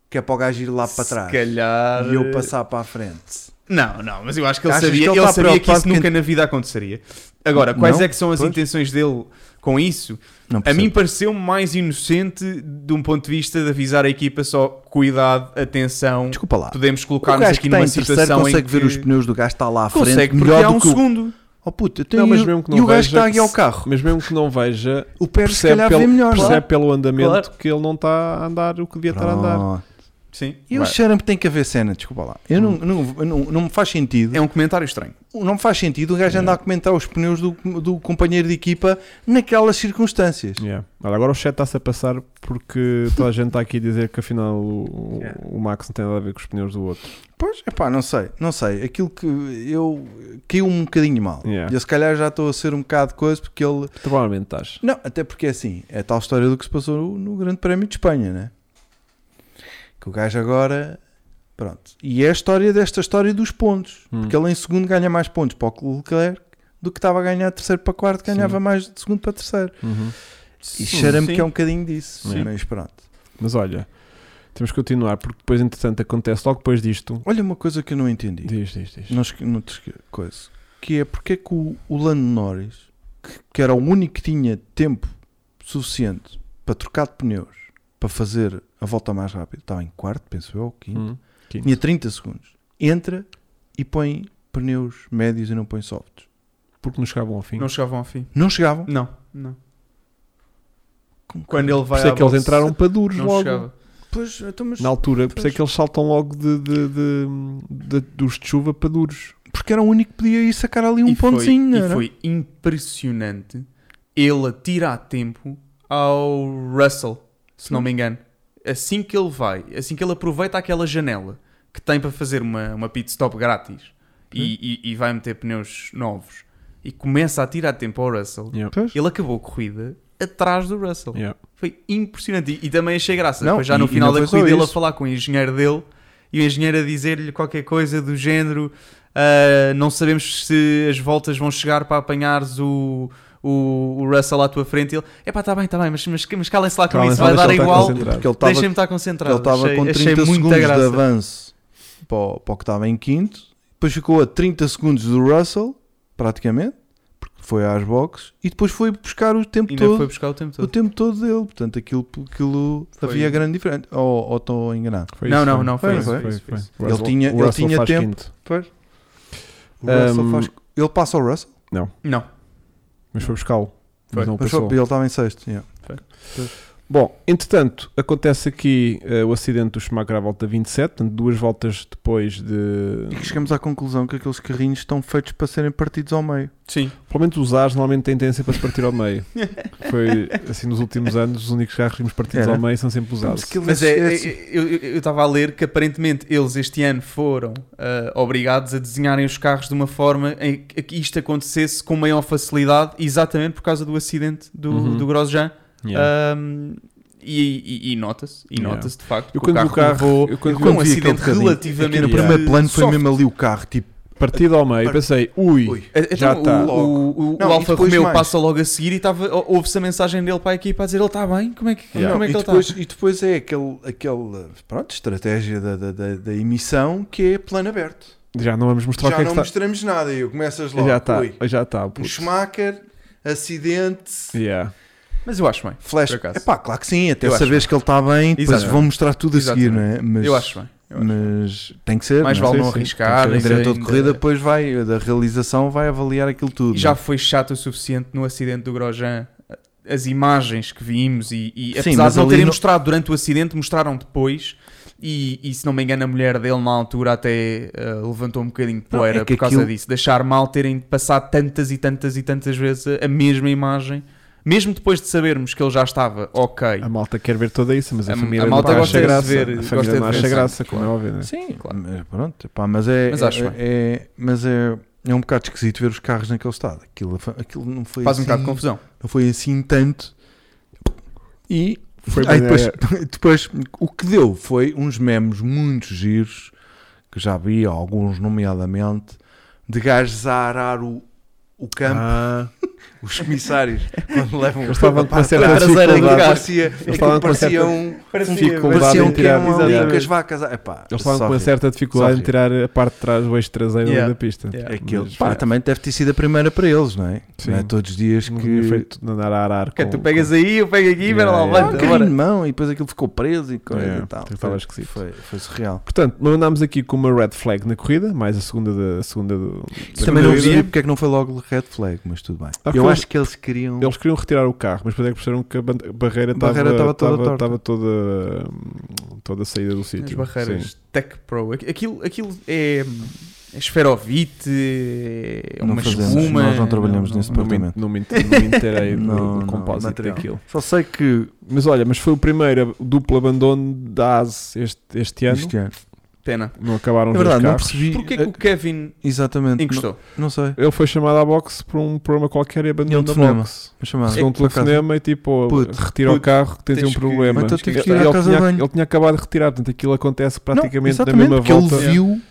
[SPEAKER 2] Que é para o gajo ir lá para
[SPEAKER 3] Se
[SPEAKER 2] trás.
[SPEAKER 3] calhar. eh,
[SPEAKER 2] E eu passar para a frente.
[SPEAKER 3] Não, não, mas eu acho que ele
[SPEAKER 2] Achas
[SPEAKER 3] sabia,
[SPEAKER 2] que ele
[SPEAKER 3] ele sabia
[SPEAKER 2] tá
[SPEAKER 3] que
[SPEAKER 2] preocupado
[SPEAKER 3] isso
[SPEAKER 2] que-
[SPEAKER 3] nunca na vida aconteceria. Agora, quais
[SPEAKER 2] Não,
[SPEAKER 3] é que são as
[SPEAKER 2] pois.
[SPEAKER 3] intenções dele com isso?
[SPEAKER 2] Não
[SPEAKER 3] A mim
[SPEAKER 2] percebo.
[SPEAKER 3] pareceu mais inocente de um ponto de vista de avisar a equipa só cuidado, atenção,
[SPEAKER 2] Desculpa lá.
[SPEAKER 3] podemos
[SPEAKER 2] O gajo
[SPEAKER 3] colocar-nos
[SPEAKER 2] que
[SPEAKER 3] aqui
[SPEAKER 2] está
[SPEAKER 3] numa
[SPEAKER 2] em terceiro
[SPEAKER 3] situação em
[SPEAKER 2] consegue
[SPEAKER 3] que
[SPEAKER 2] ver os pneus do gajo, está lá à frente.
[SPEAKER 3] consegue porque
[SPEAKER 2] melhor
[SPEAKER 3] há
[SPEAKER 2] do
[SPEAKER 3] um
[SPEAKER 2] que o-
[SPEAKER 3] segundo.
[SPEAKER 2] Oh puta, então
[SPEAKER 1] Não,
[SPEAKER 2] e
[SPEAKER 1] mas
[SPEAKER 2] o-
[SPEAKER 1] mesmo que não
[SPEAKER 2] e o gajo
[SPEAKER 1] veja,
[SPEAKER 2] que está a guiar o
[SPEAKER 1] se-
[SPEAKER 2] carro.
[SPEAKER 1] Mas mesmo que não veja,
[SPEAKER 2] O Pérez se
[SPEAKER 1] percebe,
[SPEAKER 2] calhar
[SPEAKER 1] pelo,
[SPEAKER 2] vê melhor.
[SPEAKER 1] percebe
[SPEAKER 2] Claro.
[SPEAKER 1] pelo andamento
[SPEAKER 3] Claro.
[SPEAKER 1] que ele não está a andar o que devia estar a andar.
[SPEAKER 2] Pronto.
[SPEAKER 3] Sim.
[SPEAKER 2] E o
[SPEAKER 3] Vai.
[SPEAKER 2] Sharam tem que haver cena, desculpa lá. Eu não, não, não, não me faz sentido.
[SPEAKER 3] É um comentário estranho.
[SPEAKER 2] Não me faz sentido o gajo andar a comentar os pneus do, do companheiro de equipa naquelas circunstâncias.
[SPEAKER 1] Yeah. Olha, agora o chat está-se a passar porque toda a gente está aqui a dizer que afinal o, o-
[SPEAKER 3] Yeah.
[SPEAKER 1] o Max não tem nada a ver com os pneus do outro.
[SPEAKER 2] Pois, epá, não sei, não sei. Aquilo que eu caiu um bocadinho mal.
[SPEAKER 1] Yeah.
[SPEAKER 2] E eu se calhar já estou a ser um bocado coisa porque ele.
[SPEAKER 1] Provavelmente estás.
[SPEAKER 2] Não, até porque é assim, é a tal história do que se passou no, no Grande Prémio de Espanha, né? Que o gajo agora. Pronto. E é a história desta história dos
[SPEAKER 3] Uhum.
[SPEAKER 2] pontos.
[SPEAKER 1] Hum.
[SPEAKER 2] Porque ele em segundo ganha mais pontos para o Leclerc do que estava a ganhar de terceiro para quarto, ganhava mais de segundo para terceiro.
[SPEAKER 1] Uhum.
[SPEAKER 2] E cheira-me
[SPEAKER 3] Sim.
[SPEAKER 2] que é um bocadinho disso.
[SPEAKER 1] Sim.
[SPEAKER 2] Mas pronto.
[SPEAKER 1] Mas olha, temos que continuar porque depois, entretanto, acontece logo depois disto.
[SPEAKER 2] Olha uma coisa que eu não entendi.
[SPEAKER 1] Diz, diz, diz.
[SPEAKER 2] Não, esque- não te esque- coisa. Que é porque é que o, o Lando Norris, que, que era o único que tinha tempo suficiente para trocar de pneus, para fazer a volta mais rápida, estava em quarto, penso eu, ou quinto,
[SPEAKER 1] Hum. Quinto.
[SPEAKER 2] tinha 30 segundos. Entra e põe pneus médios e não põe softs.
[SPEAKER 1] Porque nos chegavam ao fim.
[SPEAKER 3] Não chegavam ao fim.
[SPEAKER 2] Não chegavam.
[SPEAKER 3] Não, não.
[SPEAKER 2] Como que-
[SPEAKER 3] Quando ele
[SPEAKER 1] Por
[SPEAKER 3] vai
[SPEAKER 1] isso é
[SPEAKER 3] à
[SPEAKER 1] que eles
[SPEAKER 3] boxe,
[SPEAKER 1] entraram para duros
[SPEAKER 3] não
[SPEAKER 1] logo.
[SPEAKER 3] chegava.
[SPEAKER 2] Pois, então, mas-
[SPEAKER 1] Na altura, por isso é
[SPEAKER 2] Pois.
[SPEAKER 1] que eles saltam logo de, de, de- de- dos de chuva para duros.
[SPEAKER 2] Porque era o único que podia ir sacar ali um
[SPEAKER 3] E foi-
[SPEAKER 2] pontinho. não
[SPEAKER 3] E
[SPEAKER 2] era?
[SPEAKER 3] foi impressionante ele atira a tempo ao Russell, se não me engano. Assim que ele vai, assim que ele aproveita aquela janela que tem para fazer uma, uma pit stop grátis e, e- e vai meter pneus novos e começa a tirar tempo ao Russell,
[SPEAKER 1] Yeah.
[SPEAKER 2] Pois.
[SPEAKER 3] ele acabou a corrida atrás do Russell.
[SPEAKER 1] Yeah.
[SPEAKER 3] Foi impressionante. E, e também achei graça.
[SPEAKER 2] Não,
[SPEAKER 3] Depois já
[SPEAKER 2] e-
[SPEAKER 3] no
[SPEAKER 2] e
[SPEAKER 3] final
[SPEAKER 2] não
[SPEAKER 3] da
[SPEAKER 2] foi só
[SPEAKER 3] corrida ele a
[SPEAKER 2] isso.
[SPEAKER 3] falar com o engenheiro dele e o engenheiro a dizer-lhe qualquer coisa do género: "Ah, não sabemos se as voltas vão chegar para apanhares o. O, o Russell à tua frente, ele é pá, tá bem, tá bem, mas, mas, mas calem-se lá com
[SPEAKER 1] Calem-se
[SPEAKER 3] isso,
[SPEAKER 1] lá,
[SPEAKER 3] vai dar
[SPEAKER 1] deixa ele estar
[SPEAKER 3] igual.
[SPEAKER 1] concentrado.
[SPEAKER 2] Porque ele estava
[SPEAKER 3] Deixem-me estar
[SPEAKER 2] Ele
[SPEAKER 3] concentrado.
[SPEAKER 2] estava
[SPEAKER 3] achei,
[SPEAKER 2] com
[SPEAKER 3] achei
[SPEAKER 2] 30
[SPEAKER 3] muita
[SPEAKER 2] segundos de
[SPEAKER 3] graça.
[SPEAKER 2] avanço para o, para o que estava em quinto, depois ficou a 30 segundos do Russell, praticamente, porque foi às boxes, e depois foi buscar o
[SPEAKER 3] E
[SPEAKER 2] tempo
[SPEAKER 3] ainda
[SPEAKER 2] todo.
[SPEAKER 3] foi buscar o tempo
[SPEAKER 2] O
[SPEAKER 3] todo.
[SPEAKER 2] tempo todo dele, portanto aquilo, aquilo
[SPEAKER 3] Foi-
[SPEAKER 2] havia grande diferença. Ou ou estou enganado?
[SPEAKER 1] Foi
[SPEAKER 3] não,
[SPEAKER 1] isso,
[SPEAKER 3] não,
[SPEAKER 1] foi.
[SPEAKER 3] não, foi,
[SPEAKER 2] Foi,
[SPEAKER 3] isso,
[SPEAKER 2] foi.
[SPEAKER 3] foi isso, foi isso.
[SPEAKER 1] O Russell-
[SPEAKER 2] tinha-
[SPEAKER 1] o
[SPEAKER 2] ele
[SPEAKER 1] Russell
[SPEAKER 2] tinha
[SPEAKER 1] faz
[SPEAKER 2] tempo.
[SPEAKER 1] quinto,
[SPEAKER 2] O Russell
[SPEAKER 1] Um,
[SPEAKER 2] faz- Ele passa ao Russell,
[SPEAKER 3] Não,
[SPEAKER 1] mas foi buscá-lo. Mas
[SPEAKER 3] Foi.
[SPEAKER 1] não
[SPEAKER 2] mas
[SPEAKER 1] passou.
[SPEAKER 2] só- ele estava em sexto. yeah.
[SPEAKER 1] Bom, entretanto, acontece aqui eh, o acidente do Schumacher à volta 27, portanto, duas voltas depois de.
[SPEAKER 2] E que chegamos à conclusão que aqueles carrinhos estão feitos para serem partidos ao meio.
[SPEAKER 3] sim.
[SPEAKER 1] Provavelmente os Ares normalmente têm tendência para se partir ao
[SPEAKER 2] [laughs]
[SPEAKER 1] meio. Foi assim nos últimos anos, os únicos carros que vimos partidos
[SPEAKER 2] Era.
[SPEAKER 1] ao meio são sempre os Ares.
[SPEAKER 2] É. Então, aquilo
[SPEAKER 3] Mas é, é-
[SPEAKER 2] assim.
[SPEAKER 3] eu eu- eu estava a ler que aparentemente eles este ano foram ah, obrigados a desenharem os carros de uma forma em que que isto acontecesse com maior facilidade, exatamente por causa do acidente do,
[SPEAKER 1] Uhum.
[SPEAKER 3] do Grosjean.
[SPEAKER 2] Ah,
[SPEAKER 1] Yeah.
[SPEAKER 3] Ahm, e, e- e nota-se, e
[SPEAKER 1] Yeah.
[SPEAKER 3] nota-se de facto.
[SPEAKER 1] Eu
[SPEAKER 3] que o
[SPEAKER 1] quando vi
[SPEAKER 3] carro,
[SPEAKER 1] o carro-
[SPEAKER 3] levou
[SPEAKER 1] eu quando
[SPEAKER 2] vi-
[SPEAKER 3] um
[SPEAKER 2] vi aquele
[SPEAKER 3] acidente
[SPEAKER 2] bocadinho, é
[SPEAKER 3] relativamente
[SPEAKER 2] No
[SPEAKER 1] Yeah.
[SPEAKER 2] primeiro plano foi
[SPEAKER 3] soft.
[SPEAKER 2] mesmo ali o carro, tipo,
[SPEAKER 1] Partido ao meio, eu pensei, ui,
[SPEAKER 2] ui.
[SPEAKER 3] Ah, Então,
[SPEAKER 1] Já
[SPEAKER 3] o,
[SPEAKER 1] tá.
[SPEAKER 3] o, o,
[SPEAKER 2] Não,
[SPEAKER 3] o
[SPEAKER 2] e
[SPEAKER 3] Alfa
[SPEAKER 2] depois
[SPEAKER 3] Romeo
[SPEAKER 2] mais.
[SPEAKER 3] passa logo a seguir e tava- ou- ouve-se a mensagem dele para a equipa a dizer ele está bem? Como é que,
[SPEAKER 1] Yeah.
[SPEAKER 3] como é
[SPEAKER 2] e,
[SPEAKER 3] que ele
[SPEAKER 2] depois,
[SPEAKER 3] está?
[SPEAKER 2] e depois é aquele, aquele pronto, estratégia da, da, da, da emissão que é plano aberto.
[SPEAKER 1] já não vamos mostrar o
[SPEAKER 2] já
[SPEAKER 1] que é
[SPEAKER 2] não
[SPEAKER 3] tá-
[SPEAKER 1] que está.
[SPEAKER 2] mostramos nada. E eu começas logo.
[SPEAKER 1] Já está,
[SPEAKER 2] Ui,
[SPEAKER 1] já está.
[SPEAKER 2] um
[SPEAKER 1] puto.
[SPEAKER 2] Schumacher, acidente,
[SPEAKER 1] Yeah.
[SPEAKER 3] Mas eu acho bem.
[SPEAKER 2] flash.
[SPEAKER 3] Por acaso.
[SPEAKER 2] Epá, claro que sim, até
[SPEAKER 3] Eu acho
[SPEAKER 2] saberes que ele está bem, depois
[SPEAKER 3] Exatamente.
[SPEAKER 2] vão mostrar tudo a seguir, não é? Mas,
[SPEAKER 3] eu acho bem. eu acho.
[SPEAKER 2] mas tem que ser.
[SPEAKER 3] Mais
[SPEAKER 2] não é?
[SPEAKER 3] vale não
[SPEAKER 1] sim, sim.
[SPEAKER 3] arriscar.
[SPEAKER 2] O
[SPEAKER 3] isso
[SPEAKER 2] diretor de
[SPEAKER 3] ainda-
[SPEAKER 2] corrida depois vai, da realização, vai avaliar aquilo tudo.
[SPEAKER 3] E já
[SPEAKER 2] não é?
[SPEAKER 3] foi chato o suficiente no acidente do Grosjean. As imagens que vimos e, e
[SPEAKER 2] Sim,
[SPEAKER 3] apesar
[SPEAKER 2] mas
[SPEAKER 3] de não
[SPEAKER 2] ali
[SPEAKER 3] terem
[SPEAKER 2] no-
[SPEAKER 3] mostrado durante o acidente, mostraram depois. E, e, se não me engano, a mulher dele na altura até ah, levantou um bocadinho de
[SPEAKER 2] Não,
[SPEAKER 3] poeira
[SPEAKER 2] é que
[SPEAKER 3] por causa
[SPEAKER 2] aquilo-
[SPEAKER 3] disso. Deixar mal terem passado tantas e tantas e tantas vezes a, a mesma imagem, mesmo depois de sabermos que ele já estava ok.
[SPEAKER 1] A malta quer ver toda isso, mas a,
[SPEAKER 3] A-
[SPEAKER 1] família
[SPEAKER 3] a malta
[SPEAKER 1] não
[SPEAKER 3] gosta
[SPEAKER 1] acha
[SPEAKER 3] de
[SPEAKER 1] graça.
[SPEAKER 3] ver,
[SPEAKER 1] a
[SPEAKER 3] gosta
[SPEAKER 1] família
[SPEAKER 3] de
[SPEAKER 1] não
[SPEAKER 3] ver
[SPEAKER 1] acha
[SPEAKER 3] sangue,
[SPEAKER 1] graça, como é
[SPEAKER 3] claro.
[SPEAKER 1] óbvio, né?
[SPEAKER 2] Sim,
[SPEAKER 3] Claro.
[SPEAKER 2] mas pronto, epá, mas é,
[SPEAKER 3] Mas acho
[SPEAKER 2] é, é- mas é, é um bocado esquisito ver os carros naquele estado. Aquilo, aquilo não foi
[SPEAKER 3] Faz um
[SPEAKER 2] assim-
[SPEAKER 3] bocado de confusão.
[SPEAKER 2] não foi assim tanto. E
[SPEAKER 1] Foi
[SPEAKER 2] aí
[SPEAKER 1] bem,
[SPEAKER 2] depois,
[SPEAKER 1] é.
[SPEAKER 2] [laughs] depois o que deu foi uns memes muito giros que já vi, alguns nomeadamente, de gajos a arar o, o campo,
[SPEAKER 1] Ah,
[SPEAKER 2] [laughs] os comissários, quando levam
[SPEAKER 1] Eles estavam
[SPEAKER 2] a
[SPEAKER 1] com a cena de
[SPEAKER 2] pá, aquilo
[SPEAKER 1] traseira do carro.
[SPEAKER 2] parecia, aquilo
[SPEAKER 1] estavam com a cena-
[SPEAKER 2] parecia um,
[SPEAKER 3] Parecia,
[SPEAKER 1] Fico com vontade
[SPEAKER 3] parecia-
[SPEAKER 2] parecia
[SPEAKER 1] de
[SPEAKER 2] um
[SPEAKER 1] tirar-
[SPEAKER 2] que era
[SPEAKER 1] Exato.
[SPEAKER 2] ali com as vacas. Epá,
[SPEAKER 1] Eles estavam com
[SPEAKER 2] só
[SPEAKER 1] uma
[SPEAKER 2] rir.
[SPEAKER 1] certa dificuldade em
[SPEAKER 2] rir.
[SPEAKER 1] tirar a parte de trás do eixo traseiro
[SPEAKER 3] Yeah.
[SPEAKER 1] da pista.
[SPEAKER 3] Yeah.
[SPEAKER 2] Aquilo,
[SPEAKER 1] Mas,
[SPEAKER 2] pá,
[SPEAKER 1] é,
[SPEAKER 2] também deve ter sido a primeira para eles, não é?
[SPEAKER 1] Sim.
[SPEAKER 2] Não é todos os dias
[SPEAKER 1] nunca tinha
[SPEAKER 2] que.
[SPEAKER 1] feito andar a arar
[SPEAKER 3] Ok,
[SPEAKER 1] com-
[SPEAKER 3] tu pegas aí, eu pego aqui,
[SPEAKER 1] Yeah,
[SPEAKER 3] pera lá,
[SPEAKER 1] yeah.
[SPEAKER 2] Ah, um
[SPEAKER 3] levanta.
[SPEAKER 2] bocadinho
[SPEAKER 3] bora.
[SPEAKER 2] de mão e depois aquilo ficou preso e coisa
[SPEAKER 1] É,
[SPEAKER 2] e tal.
[SPEAKER 1] estava
[SPEAKER 2] Foi-
[SPEAKER 1] esquisito.
[SPEAKER 2] Foi, foi surreal.
[SPEAKER 1] Portanto, não andámos aqui com uma red flag na corrida, mais a segunda da a segunda do. da corrida.
[SPEAKER 2] Também não percebi porque é que não foi logo red flag, mas tudo bem.
[SPEAKER 1] Ah,
[SPEAKER 2] Eu
[SPEAKER 1] foi-
[SPEAKER 2] acho que eles queriam.
[SPEAKER 1] Eles queriam retirar o carro, mas depois é que perceberam que a ban- barreira
[SPEAKER 2] A barreira
[SPEAKER 1] estava
[SPEAKER 2] estava toda
[SPEAKER 1] estava-
[SPEAKER 2] torta.
[SPEAKER 1] estava toda, hum, toda a saída do sítio.
[SPEAKER 3] As
[SPEAKER 2] Tipo,
[SPEAKER 3] barreiras
[SPEAKER 1] Sim.
[SPEAKER 3] Tech Pro. Aqu- Aquilo, aquilo é, é esferovite, é
[SPEAKER 2] Não
[SPEAKER 3] uma
[SPEAKER 2] fazemos,
[SPEAKER 3] espuma.
[SPEAKER 2] nós não trabalhamos
[SPEAKER 3] não-
[SPEAKER 2] nesse
[SPEAKER 3] não-
[SPEAKER 1] Não me,
[SPEAKER 2] Departamento.
[SPEAKER 1] não me, inte- não me
[SPEAKER 2] [laughs]
[SPEAKER 1] inteirei do-
[SPEAKER 2] Não,
[SPEAKER 1] do
[SPEAKER 2] não,
[SPEAKER 1] compósito
[SPEAKER 2] material.
[SPEAKER 1] daquilo.
[SPEAKER 2] Só sei que
[SPEAKER 1] Mas olha, mas foi o primeiro duplo abandono da AS este, este ano.
[SPEAKER 2] este ano.
[SPEAKER 3] Pena.
[SPEAKER 1] Não eh, acabaram
[SPEAKER 2] É
[SPEAKER 1] os
[SPEAKER 2] verdade,
[SPEAKER 1] dois
[SPEAKER 2] não
[SPEAKER 1] carros.
[SPEAKER 2] percebi.
[SPEAKER 3] Porquê que o Kevin
[SPEAKER 2] Exatamente.
[SPEAKER 3] encostou?
[SPEAKER 2] Não, não sei.
[SPEAKER 1] Ele foi chamado à boxe por um problema qualquer e
[SPEAKER 2] E um
[SPEAKER 1] abandonou da
[SPEAKER 2] telefonema.
[SPEAKER 1] boxe.
[SPEAKER 2] Mas chamava.
[SPEAKER 1] Chegou um
[SPEAKER 2] por acaso.
[SPEAKER 1] telefonema e tipo,
[SPEAKER 2] Puto,
[SPEAKER 1] retira o
[SPEAKER 3] puto,
[SPEAKER 1] carro que tens aí um
[SPEAKER 3] tens que-
[SPEAKER 1] problema.
[SPEAKER 2] Mas então tive que ir
[SPEAKER 1] ele,
[SPEAKER 2] à casa de
[SPEAKER 1] tinha,
[SPEAKER 2] banho.
[SPEAKER 1] ele tinha acabado de retirar, portanto aquilo acontece
[SPEAKER 2] Não,
[SPEAKER 1] praticamente na
[SPEAKER 2] exatamente,
[SPEAKER 1] mesma
[SPEAKER 2] porque
[SPEAKER 1] volta. É.
[SPEAKER 2] Ele viu,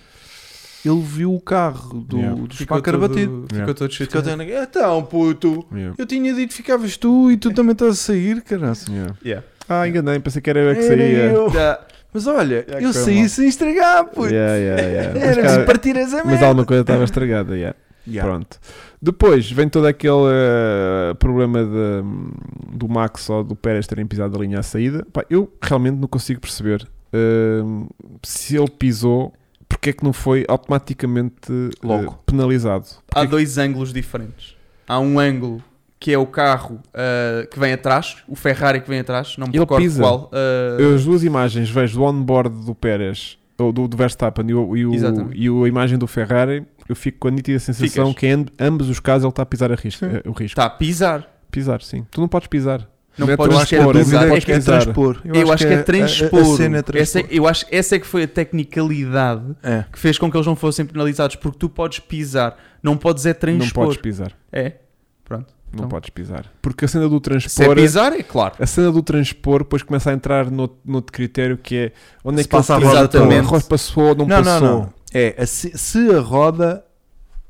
[SPEAKER 2] ele viu o carro do,
[SPEAKER 1] Yeah.
[SPEAKER 2] do
[SPEAKER 3] Ficou
[SPEAKER 2] Schumacher
[SPEAKER 3] todo-
[SPEAKER 2] batido.
[SPEAKER 1] Yeah.
[SPEAKER 3] Ficou todo
[SPEAKER 2] Ficou
[SPEAKER 3] chateado.
[SPEAKER 2] até na- Então, puto,
[SPEAKER 1] Yeah,
[SPEAKER 2] eu tinha dito que ficavas tu e tu também estás a sair, caralho.
[SPEAKER 1] yeah.
[SPEAKER 3] Yeah.
[SPEAKER 2] Uh.
[SPEAKER 1] Ah, enganei, pensei que era eu é que
[SPEAKER 2] Era
[SPEAKER 1] saía. É
[SPEAKER 2] eu.
[SPEAKER 3] Já.
[SPEAKER 2] Mas olha,
[SPEAKER 3] Já
[SPEAKER 2] eu
[SPEAKER 3] correu
[SPEAKER 2] saí
[SPEAKER 3] mal.
[SPEAKER 2] sem estragar, puto.
[SPEAKER 1] Yeah, yeah,
[SPEAKER 2] É,
[SPEAKER 1] yeah. Mas,
[SPEAKER 2] Era
[SPEAKER 1] cara,
[SPEAKER 2] se partir as a
[SPEAKER 1] mas
[SPEAKER 2] merda.
[SPEAKER 1] alguma coisa estava estragada, yeah.
[SPEAKER 2] Yeah.
[SPEAKER 1] Pronto. Depois vem todo aquele eh, problema de- do Max ou do Pérez terem pisado a linha à saída. Pá, eu realmente não consigo perceber ehm, se ele pisou, porque é que não foi automaticamente eh,
[SPEAKER 2] Logo.
[SPEAKER 1] penalizado.
[SPEAKER 3] Há dois ângulos diferentes. Há um ângulo que é o carro ah, que vem atrás, o Ferrari que vem atrás, não me
[SPEAKER 1] Ele
[SPEAKER 3] recordo
[SPEAKER 1] pisa.
[SPEAKER 3] qual. ah,
[SPEAKER 1] Eu as duas imagens vejo do onboard do Pérez ou do, do Verstappen e, o, e, o,
[SPEAKER 3] Exatamente.
[SPEAKER 1] e o- a imagem do Ferrari. Eu fico com a nítida sensação
[SPEAKER 3] Ficas.
[SPEAKER 1] que em ambos os casos ele está a pisar a risco,
[SPEAKER 2] Sim.
[SPEAKER 1] eh, o risco.
[SPEAKER 3] Está tá a pisar.
[SPEAKER 1] Pisar, sim. Tu não podes pisar.
[SPEAKER 3] Não
[SPEAKER 1] Não é
[SPEAKER 3] pode
[SPEAKER 1] transpor,
[SPEAKER 2] Eu acho que a
[SPEAKER 1] Transpor,
[SPEAKER 2] dúvida
[SPEAKER 1] não
[SPEAKER 2] é
[SPEAKER 1] podes
[SPEAKER 2] que é
[SPEAKER 1] pisar.
[SPEAKER 2] transpor.
[SPEAKER 3] Eu, acho que é transpor.
[SPEAKER 2] A, a cena é
[SPEAKER 3] Essa-
[SPEAKER 2] transpor.
[SPEAKER 3] eu acho essa é que foi a tecnicalidade
[SPEAKER 2] É.
[SPEAKER 3] que fez com que eles não fossem penalizados, porque tu podes pisar, não podes é
[SPEAKER 1] Não
[SPEAKER 3] transpor.
[SPEAKER 1] podes pisar.
[SPEAKER 3] É, pronto.
[SPEAKER 1] Não
[SPEAKER 3] Então.
[SPEAKER 1] podes pisar. Porque a cena do
[SPEAKER 3] Se é
[SPEAKER 1] transpor.
[SPEAKER 3] pisar, é claro.
[SPEAKER 1] A cena do transpor depois começa a entrar noutro, noutro critério que é onde é
[SPEAKER 2] Se
[SPEAKER 1] que ele
[SPEAKER 2] passa a
[SPEAKER 1] pisou,
[SPEAKER 3] roda toda.
[SPEAKER 1] a roda passou, não,
[SPEAKER 2] Não, não,
[SPEAKER 1] passou.
[SPEAKER 2] não. É, a se, se a roda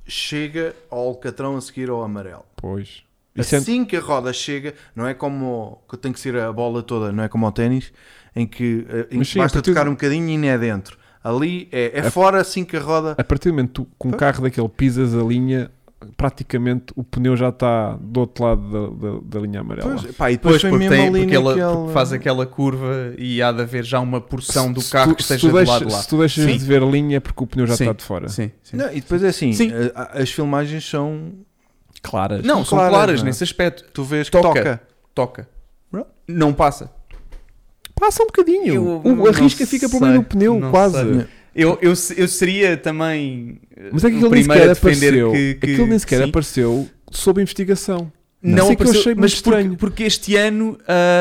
[SPEAKER 2] chega ao alcatrão a seguir ao amarelo.
[SPEAKER 1] Pois. Isso é-
[SPEAKER 2] Assim que a roda chega, não é como que tem que ser a bola toda, não é como ao ténis, em que, eh, em
[SPEAKER 1] Mas
[SPEAKER 2] que
[SPEAKER 1] sim,
[SPEAKER 2] basta
[SPEAKER 1] porque tu-
[SPEAKER 2] tocar um bocadinho e não é dentro. Ali é, é
[SPEAKER 1] A-
[SPEAKER 2] fora assim que a roda.
[SPEAKER 1] A partir do momento que tu, com um carro daquele pisas a linha, praticamente o pneu já está do outro lado da, da- da linha amarela.
[SPEAKER 2] Pois, pá, e depois
[SPEAKER 3] Pois,
[SPEAKER 2] É foi
[SPEAKER 3] porque,
[SPEAKER 2] mesmo
[SPEAKER 3] tem,
[SPEAKER 2] ali
[SPEAKER 3] porque ela
[SPEAKER 2] naquela-
[SPEAKER 3] porque faz aquela curva e há de haver já uma porção do
[SPEAKER 1] Se
[SPEAKER 3] carro
[SPEAKER 1] tu-
[SPEAKER 3] que
[SPEAKER 1] se
[SPEAKER 3] esteja
[SPEAKER 1] tu
[SPEAKER 3] do
[SPEAKER 1] deixas-
[SPEAKER 3] lado lá.
[SPEAKER 1] Se tu deixas
[SPEAKER 3] Sim.
[SPEAKER 1] de ver a linha é porque o pneu já
[SPEAKER 3] Sim.
[SPEAKER 1] está de fora.
[SPEAKER 3] Sim, sim.
[SPEAKER 2] Não, e depois é assim,
[SPEAKER 3] Sim.
[SPEAKER 2] a- a- as filmagens são.
[SPEAKER 1] Claras.
[SPEAKER 3] Não, são
[SPEAKER 2] claras,
[SPEAKER 3] claras,
[SPEAKER 2] não é?
[SPEAKER 3] nesse aspecto.
[SPEAKER 2] Tu vês que
[SPEAKER 3] Toca.
[SPEAKER 2] toca.
[SPEAKER 3] Toca.
[SPEAKER 2] Bro.
[SPEAKER 3] Não passa.
[SPEAKER 1] Passa um bocadinho.
[SPEAKER 3] Eu-
[SPEAKER 1] o, a
[SPEAKER 3] não
[SPEAKER 1] risca fica por meio
[SPEAKER 3] sei,
[SPEAKER 1] do pneu,
[SPEAKER 3] não
[SPEAKER 1] quase.
[SPEAKER 3] sei. Eu, eu, se- eu seria também. eh,
[SPEAKER 1] Mas é que
[SPEAKER 3] o
[SPEAKER 1] aquilo nem
[SPEAKER 3] primeiro
[SPEAKER 1] sequer
[SPEAKER 3] a defender
[SPEAKER 1] apareceu.
[SPEAKER 3] que- que-
[SPEAKER 1] Aquilo nem sequer
[SPEAKER 3] sim.
[SPEAKER 1] apareceu sob investigação. Isso é
[SPEAKER 3] Não,
[SPEAKER 1] que eu
[SPEAKER 3] apareceu,
[SPEAKER 1] achei
[SPEAKER 3] mas
[SPEAKER 1] muito
[SPEAKER 3] porque,
[SPEAKER 1] estranho.
[SPEAKER 3] porque este ano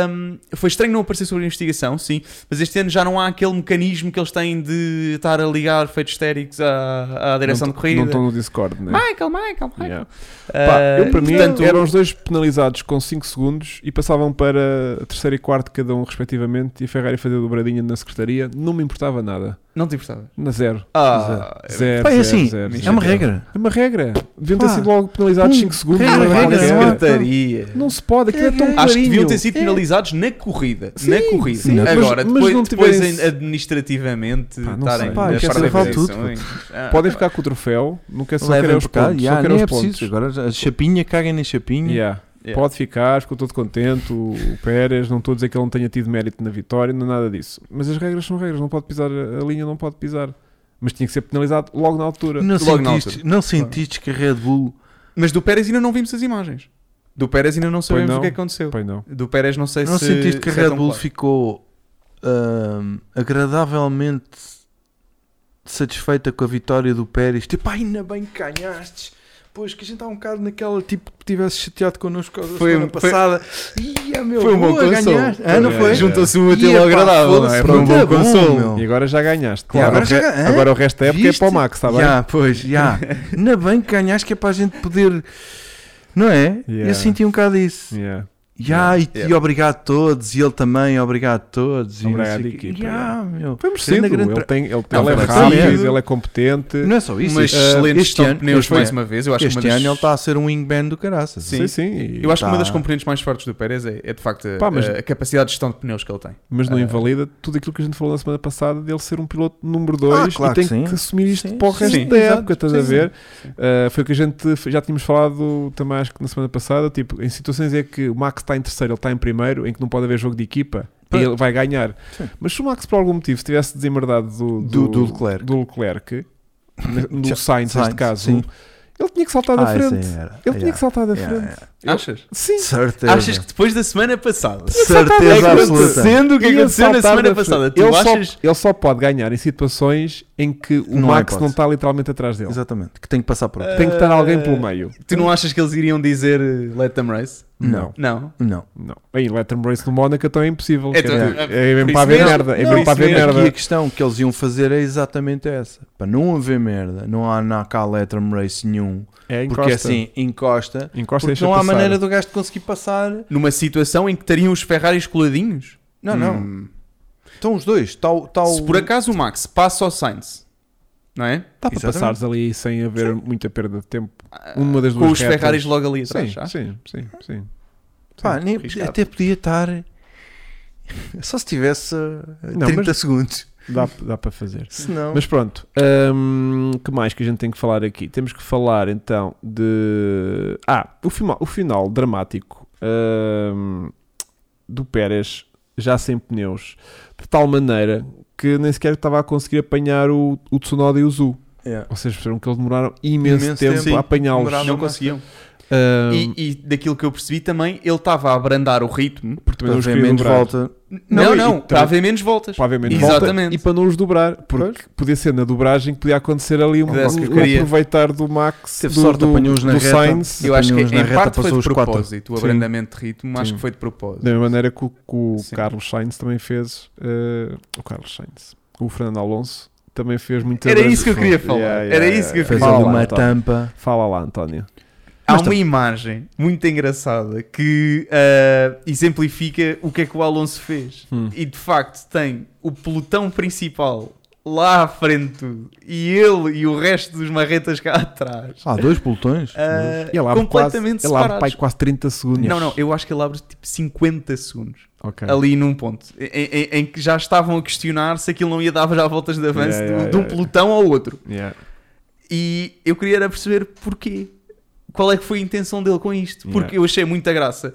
[SPEAKER 3] hum, foi estranho não aparecer sobre a investigação, sim, mas este ano já não há aquele mecanismo que eles têm de estar a ligar feitos histéricos à, à direção
[SPEAKER 1] não,
[SPEAKER 3] de corrida. Ah,
[SPEAKER 1] Não
[SPEAKER 3] é
[SPEAKER 1] estão no Discord, né?
[SPEAKER 3] Michael, Michael, Michael.
[SPEAKER 1] Yeah.
[SPEAKER 3] Ah,
[SPEAKER 1] Pá, eu para mim um
[SPEAKER 3] portanto,
[SPEAKER 1] eram os dois penalizados com 5 segundos e passavam para terceiro e quarto cada um respectivamente e a Ferrari fazia dobradinha na secretaria, não me importava nada.
[SPEAKER 3] Não te importava.
[SPEAKER 1] Na zero.
[SPEAKER 3] Ah,
[SPEAKER 1] Zero,
[SPEAKER 2] Pá, é
[SPEAKER 1] zero,
[SPEAKER 2] assim,
[SPEAKER 1] zero,
[SPEAKER 2] é
[SPEAKER 1] zero.
[SPEAKER 2] uma regra.
[SPEAKER 1] É uma regra. Deviam ter
[SPEAKER 2] Pá.
[SPEAKER 1] sido logo penalizados
[SPEAKER 2] Hum,
[SPEAKER 1] 5 segundos.
[SPEAKER 2] regra,
[SPEAKER 1] não é
[SPEAKER 2] regra,
[SPEAKER 1] qualquer.
[SPEAKER 2] não há.
[SPEAKER 3] pataria.
[SPEAKER 1] Não se pode, aquilo é tão
[SPEAKER 2] É.
[SPEAKER 1] clarinho.
[SPEAKER 3] Acho que deviam ter sido
[SPEAKER 2] É.
[SPEAKER 3] penalizados na corrida.
[SPEAKER 1] Sim,
[SPEAKER 3] na corrida.
[SPEAKER 1] sim. Mas-
[SPEAKER 3] Agora,
[SPEAKER 1] mas
[SPEAKER 3] depois,
[SPEAKER 1] não
[SPEAKER 3] depois
[SPEAKER 1] tiverem-
[SPEAKER 3] em- administrativamente
[SPEAKER 1] Pá, não
[SPEAKER 3] estarem
[SPEAKER 1] sei.
[SPEAKER 2] Pá,
[SPEAKER 3] a
[SPEAKER 2] quer
[SPEAKER 3] par
[SPEAKER 2] dizer,
[SPEAKER 3] das
[SPEAKER 2] vale tudo.
[SPEAKER 3] posições. Ah,
[SPEAKER 1] Podem
[SPEAKER 3] pá.
[SPEAKER 1] ficar com o troféu, não quero só querem
[SPEAKER 2] Levem
[SPEAKER 1] os
[SPEAKER 2] por cá,
[SPEAKER 1] pontos.
[SPEAKER 2] já,
[SPEAKER 1] só querem
[SPEAKER 2] nem
[SPEAKER 1] os
[SPEAKER 2] é
[SPEAKER 1] pontos.
[SPEAKER 2] preciso. Agora a chapinha, caguem na chapinha.
[SPEAKER 1] Yeah.
[SPEAKER 3] Yeah.
[SPEAKER 1] Pode ficar, estou todo contente. O o Pérez, não estou a dizer que ele não tenha tido mérito na vitória, não é nada disso. Mas as regras são regras, não pode pisar a a linha, não pode pisar. Mas tinha que ser penalizado logo na altura.
[SPEAKER 2] Não,
[SPEAKER 3] Logo na
[SPEAKER 2] sentiste, não sentiste que a Red Bull
[SPEAKER 3] Mas do Pérez ainda não vimos as imagens. Do Pérez ainda não sabemos
[SPEAKER 1] não.
[SPEAKER 3] o que é que aconteceu.
[SPEAKER 1] Pai, não.
[SPEAKER 3] Do Pérez não sei
[SPEAKER 2] Não
[SPEAKER 3] se.
[SPEAKER 2] sentiste que a
[SPEAKER 3] se é
[SPEAKER 2] Red
[SPEAKER 3] tão
[SPEAKER 2] Bull
[SPEAKER 3] claro.
[SPEAKER 2] ficou ahm, agradavelmente satisfeita com a vitória do Pérez? Tipo, "Ai, ainda bem que ganhaste. Pois, que a gente está um bocado naquela, tipo, que tivesse chateado connosco a
[SPEAKER 3] Foi- um-
[SPEAKER 2] semana
[SPEAKER 3] foi-
[SPEAKER 2] passada. Ia, meu,
[SPEAKER 3] Foi um bom
[SPEAKER 2] boa,
[SPEAKER 3] consolo.
[SPEAKER 2] ganhaste. Ah, não
[SPEAKER 1] É,
[SPEAKER 2] foi?
[SPEAKER 1] é.
[SPEAKER 3] Juntou-se o útil
[SPEAKER 2] Ia,
[SPEAKER 3] ao
[SPEAKER 2] pá,
[SPEAKER 3] agradável. não é? Foi
[SPEAKER 2] foda-se,
[SPEAKER 3] um
[SPEAKER 2] pronto,
[SPEAKER 3] bom
[SPEAKER 2] é bom,
[SPEAKER 3] consolo.
[SPEAKER 2] meu.
[SPEAKER 1] E agora já ganhaste.
[SPEAKER 2] E agora
[SPEAKER 1] Agora, o re-
[SPEAKER 2] já- hã?
[SPEAKER 1] agora o resto da época
[SPEAKER 2] Viste?
[SPEAKER 1] é para o Max, está bem?
[SPEAKER 2] Já, pois,
[SPEAKER 1] [laughs]
[SPEAKER 2] já. Ainda bem que ganhaste, que é para a gente poder. Não é?
[SPEAKER 1] Yeah.
[SPEAKER 2] Eu senti um bocado isso.
[SPEAKER 1] Yeah.
[SPEAKER 2] Yeah, e,
[SPEAKER 3] Yeah.
[SPEAKER 2] e obrigado a todos, e ele também, obrigado a todos. e não
[SPEAKER 1] Obrigado,
[SPEAKER 2] sei o quê.
[SPEAKER 1] equipa,
[SPEAKER 2] Yeah, meu.
[SPEAKER 1] Foi merecido.
[SPEAKER 2] Grande, grande
[SPEAKER 1] Ele,
[SPEAKER 2] pre-
[SPEAKER 1] tem, ele, ele
[SPEAKER 2] Não,
[SPEAKER 1] é
[SPEAKER 2] foi
[SPEAKER 1] rápido,
[SPEAKER 2] merecido.
[SPEAKER 1] ele é competente.
[SPEAKER 2] Não é só isso.
[SPEAKER 3] Uma
[SPEAKER 2] eh,
[SPEAKER 3] excelente
[SPEAKER 2] este
[SPEAKER 3] gestão de
[SPEAKER 2] ano,
[SPEAKER 3] ah, pneus
[SPEAKER 2] este
[SPEAKER 3] mais
[SPEAKER 2] ano,
[SPEAKER 3] uma vez. Eu acho que
[SPEAKER 2] este
[SPEAKER 3] uma das...
[SPEAKER 2] ano ele está a ser um wingman do caraças.
[SPEAKER 3] Sim.
[SPEAKER 1] Sim, sim. e-
[SPEAKER 3] Eu acho que uma
[SPEAKER 2] Tá.
[SPEAKER 3] das componentes mais fortes do Pérez é, é, de facto a,
[SPEAKER 1] Pá, mas-
[SPEAKER 3] a capacidade de gestão de pneus que ele tem.
[SPEAKER 1] Mas não
[SPEAKER 3] Ah.
[SPEAKER 1] invalida tudo aquilo que a gente falou na semana passada dele ser um piloto número 2
[SPEAKER 2] Ah, claro
[SPEAKER 1] e tem
[SPEAKER 2] que
[SPEAKER 1] que,
[SPEAKER 2] sim.
[SPEAKER 1] assumir isto
[SPEAKER 2] Sim,
[SPEAKER 1] para o resto
[SPEAKER 3] sim,
[SPEAKER 1] da
[SPEAKER 2] exato,
[SPEAKER 1] época, estás
[SPEAKER 2] sim,
[SPEAKER 1] a ver?
[SPEAKER 3] sim.
[SPEAKER 1] Ah, foi o que a gente f- já tínhamos falado também acho que na semana passada, tipo, em situações é que o Max está em terceiro, ele está em primeiro, em que não pode haver jogo de equipa e
[SPEAKER 2] Pá.
[SPEAKER 1] ele vai ganhar.
[SPEAKER 2] Sim.
[SPEAKER 1] Mas se o Max por algum motivo tivesse desemmerdado do,
[SPEAKER 2] Do- do Leclerc.
[SPEAKER 1] do Leclerc,
[SPEAKER 2] [laughs]
[SPEAKER 1] ne- no
[SPEAKER 2] Já-
[SPEAKER 1] Sainz, neste
[SPEAKER 2] Sainz,
[SPEAKER 1] caso,
[SPEAKER 2] sim.
[SPEAKER 1] ele tinha que saltar da
[SPEAKER 2] Ah,
[SPEAKER 1] frente.
[SPEAKER 2] sim, era.
[SPEAKER 1] Ele tinha
[SPEAKER 2] Yeah.
[SPEAKER 1] que saltar da
[SPEAKER 2] Yeah,
[SPEAKER 1] frente. Eu-
[SPEAKER 3] Achas?
[SPEAKER 1] Sim,
[SPEAKER 2] Certeza.
[SPEAKER 3] Achas que depois da semana passada?
[SPEAKER 1] É que
[SPEAKER 2] Certeza absoluta.
[SPEAKER 3] Sendo o que
[SPEAKER 1] Ia
[SPEAKER 3] aconteceu na
[SPEAKER 1] saltar
[SPEAKER 3] semana
[SPEAKER 1] da frente.
[SPEAKER 3] passada, tu
[SPEAKER 1] ele,
[SPEAKER 3] achas...
[SPEAKER 1] só, ele só pode ganhar em situações em que o
[SPEAKER 2] Não há
[SPEAKER 1] Max
[SPEAKER 2] hipótese.
[SPEAKER 1] não está literalmente atrás dele.
[SPEAKER 2] Exatamente. Que tem que passar por outro.
[SPEAKER 1] Tem que estar alguém pelo
[SPEAKER 3] Eh,
[SPEAKER 1] meio.
[SPEAKER 3] Tu não achas que eles iriam dizer eh, let them race?
[SPEAKER 2] Não.
[SPEAKER 3] Não.
[SPEAKER 2] Não.
[SPEAKER 1] Não. Bem, Electrum Race no Mónaco então é impossível. quer
[SPEAKER 3] É,
[SPEAKER 1] dizer,
[SPEAKER 3] tu-
[SPEAKER 1] é
[SPEAKER 3] por
[SPEAKER 1] mesmo
[SPEAKER 3] isso
[SPEAKER 1] para haver
[SPEAKER 3] mesmo.
[SPEAKER 1] merda. É mesmo
[SPEAKER 3] Não,
[SPEAKER 1] para
[SPEAKER 3] isso
[SPEAKER 1] haver
[SPEAKER 3] mesmo.
[SPEAKER 2] Aqui a
[SPEAKER 1] merda.
[SPEAKER 2] questão que eles iam fazer é exatamente essa. Para não haver merda, não há na Caletrum Race nenhum.
[SPEAKER 1] É
[SPEAKER 2] Porque assim, encosta.
[SPEAKER 1] Encosta e
[SPEAKER 2] Porque
[SPEAKER 1] deixa
[SPEAKER 2] não há
[SPEAKER 1] passar.
[SPEAKER 2] maneira do gajo de conseguir passar.
[SPEAKER 3] Numa situação em que estariam os Ferraris coladinhos?
[SPEAKER 2] Não, não.
[SPEAKER 3] Hum.
[SPEAKER 2] Estão os dois. Está o. Tá o-
[SPEAKER 3] Se por acaso o Max passa ao Sainz, não é?
[SPEAKER 1] Está para
[SPEAKER 2] Exatamente.
[SPEAKER 1] passares ali sem haver muita perda de tempo. Uma das
[SPEAKER 3] Com
[SPEAKER 1] duas
[SPEAKER 3] os
[SPEAKER 1] retas.
[SPEAKER 3] Ferraris logo ali
[SPEAKER 1] Sim,
[SPEAKER 3] atrás, já?
[SPEAKER 1] sim, sim, sim. tá
[SPEAKER 2] Pá, nem-
[SPEAKER 3] Arriscado.
[SPEAKER 2] até podia estar. Só se tivesse uh,
[SPEAKER 1] Não,
[SPEAKER 2] 30
[SPEAKER 1] mas-
[SPEAKER 2] segundos.
[SPEAKER 1] Dá, dá para fazer.
[SPEAKER 2] Se não.
[SPEAKER 1] Mas pronto, hum, que mais que a gente tem que falar aqui? Temos que falar então de. Ah, o final, o final dramático hum, do Pérez, já sem pneus, de tal maneira que nem sequer estava a conseguir apanhar o, o Tsunoda e o Zu.
[SPEAKER 2] Yeah.
[SPEAKER 1] Vocês perceberam que eles demoraram imenso,
[SPEAKER 2] Imenso
[SPEAKER 1] tempo,
[SPEAKER 2] tempo. Sim,
[SPEAKER 1] a apanhá-los.
[SPEAKER 2] demoraram.
[SPEAKER 3] Não
[SPEAKER 2] Não
[SPEAKER 3] conseguiam.
[SPEAKER 1] Hum,
[SPEAKER 3] E, e daquilo que eu percebi também, ele estava a abrandar o ritmo.
[SPEAKER 1] porque também não os
[SPEAKER 2] Para
[SPEAKER 1] queriam
[SPEAKER 2] ver menos
[SPEAKER 1] dobrar.
[SPEAKER 2] volta.
[SPEAKER 3] Não, não,
[SPEAKER 1] e- e
[SPEAKER 3] para
[SPEAKER 1] também-
[SPEAKER 3] haver menos voltas.
[SPEAKER 1] Para haver menos
[SPEAKER 3] Exatamente.
[SPEAKER 1] volta e para não os dobrar, porque podia ser na dobragem que podia acontecer ali um,
[SPEAKER 3] Que desse
[SPEAKER 1] um- um
[SPEAKER 3] porcaria.
[SPEAKER 1] aproveitar do Max,
[SPEAKER 2] Teve
[SPEAKER 1] do,
[SPEAKER 2] sorte,
[SPEAKER 1] do,
[SPEAKER 2] apanhou-os na
[SPEAKER 1] do
[SPEAKER 2] reta.
[SPEAKER 1] Sainz,
[SPEAKER 3] Eu acho que
[SPEAKER 2] Apanhou-os na
[SPEAKER 3] em
[SPEAKER 2] reta,
[SPEAKER 3] parte foi
[SPEAKER 2] passou
[SPEAKER 3] de
[SPEAKER 2] os quatro.
[SPEAKER 3] propósito, o
[SPEAKER 1] Sim.
[SPEAKER 3] abrandamento de ritmo, acho
[SPEAKER 1] Sim.
[SPEAKER 3] que foi de
[SPEAKER 1] da
[SPEAKER 3] propósito.
[SPEAKER 1] mesma maneira que o, que o
[SPEAKER 3] Sim.
[SPEAKER 1] Carlos Sainz também fez, eh, o Carlos Sainz, o Fernando Alonso também fez muita
[SPEAKER 3] Era
[SPEAKER 1] grande-
[SPEAKER 3] isso que eu queria
[SPEAKER 1] Yeah,
[SPEAKER 3] falar.
[SPEAKER 1] yeah,
[SPEAKER 3] Era
[SPEAKER 1] yeah,
[SPEAKER 3] isso que eu
[SPEAKER 1] yeah.
[SPEAKER 3] queria
[SPEAKER 2] Fez
[SPEAKER 3] Fala
[SPEAKER 2] ali
[SPEAKER 1] Fala
[SPEAKER 3] lá,
[SPEAKER 1] lá, tá.
[SPEAKER 2] uma
[SPEAKER 1] António.
[SPEAKER 2] tampa.
[SPEAKER 1] Fala lá, António.
[SPEAKER 3] Há
[SPEAKER 2] Mas
[SPEAKER 3] uma imagem muito engraçada que ah, exemplifica o que é que o Alonso fez.
[SPEAKER 1] Hum.
[SPEAKER 3] E de facto tem o pelotão principal lá à frente de tudo, e ele e o resto dos marretas cá atrás.
[SPEAKER 2] Ah, dois pelotões?
[SPEAKER 3] ah,
[SPEAKER 1] Ele abre
[SPEAKER 3] completamente
[SPEAKER 1] quase, ele abre, pai,
[SPEAKER 3] separados.
[SPEAKER 1] quase 30 segundos.
[SPEAKER 3] Não, não, eu acho que ele abre tipo 50 segundos
[SPEAKER 1] Ok.
[SPEAKER 3] ali num ponto em, em- em que já estavam a questionar se aquilo não ia dar já voltas de avanço
[SPEAKER 1] Yeah,
[SPEAKER 3] de-
[SPEAKER 1] yeah,
[SPEAKER 3] de um
[SPEAKER 1] yeah.
[SPEAKER 3] pelotão ao outro.
[SPEAKER 1] Yeah.
[SPEAKER 3] E eu queria era perceber porquê. Qual é que foi a intenção dele com isto? Porque
[SPEAKER 1] Yeah.
[SPEAKER 3] eu achei muita graça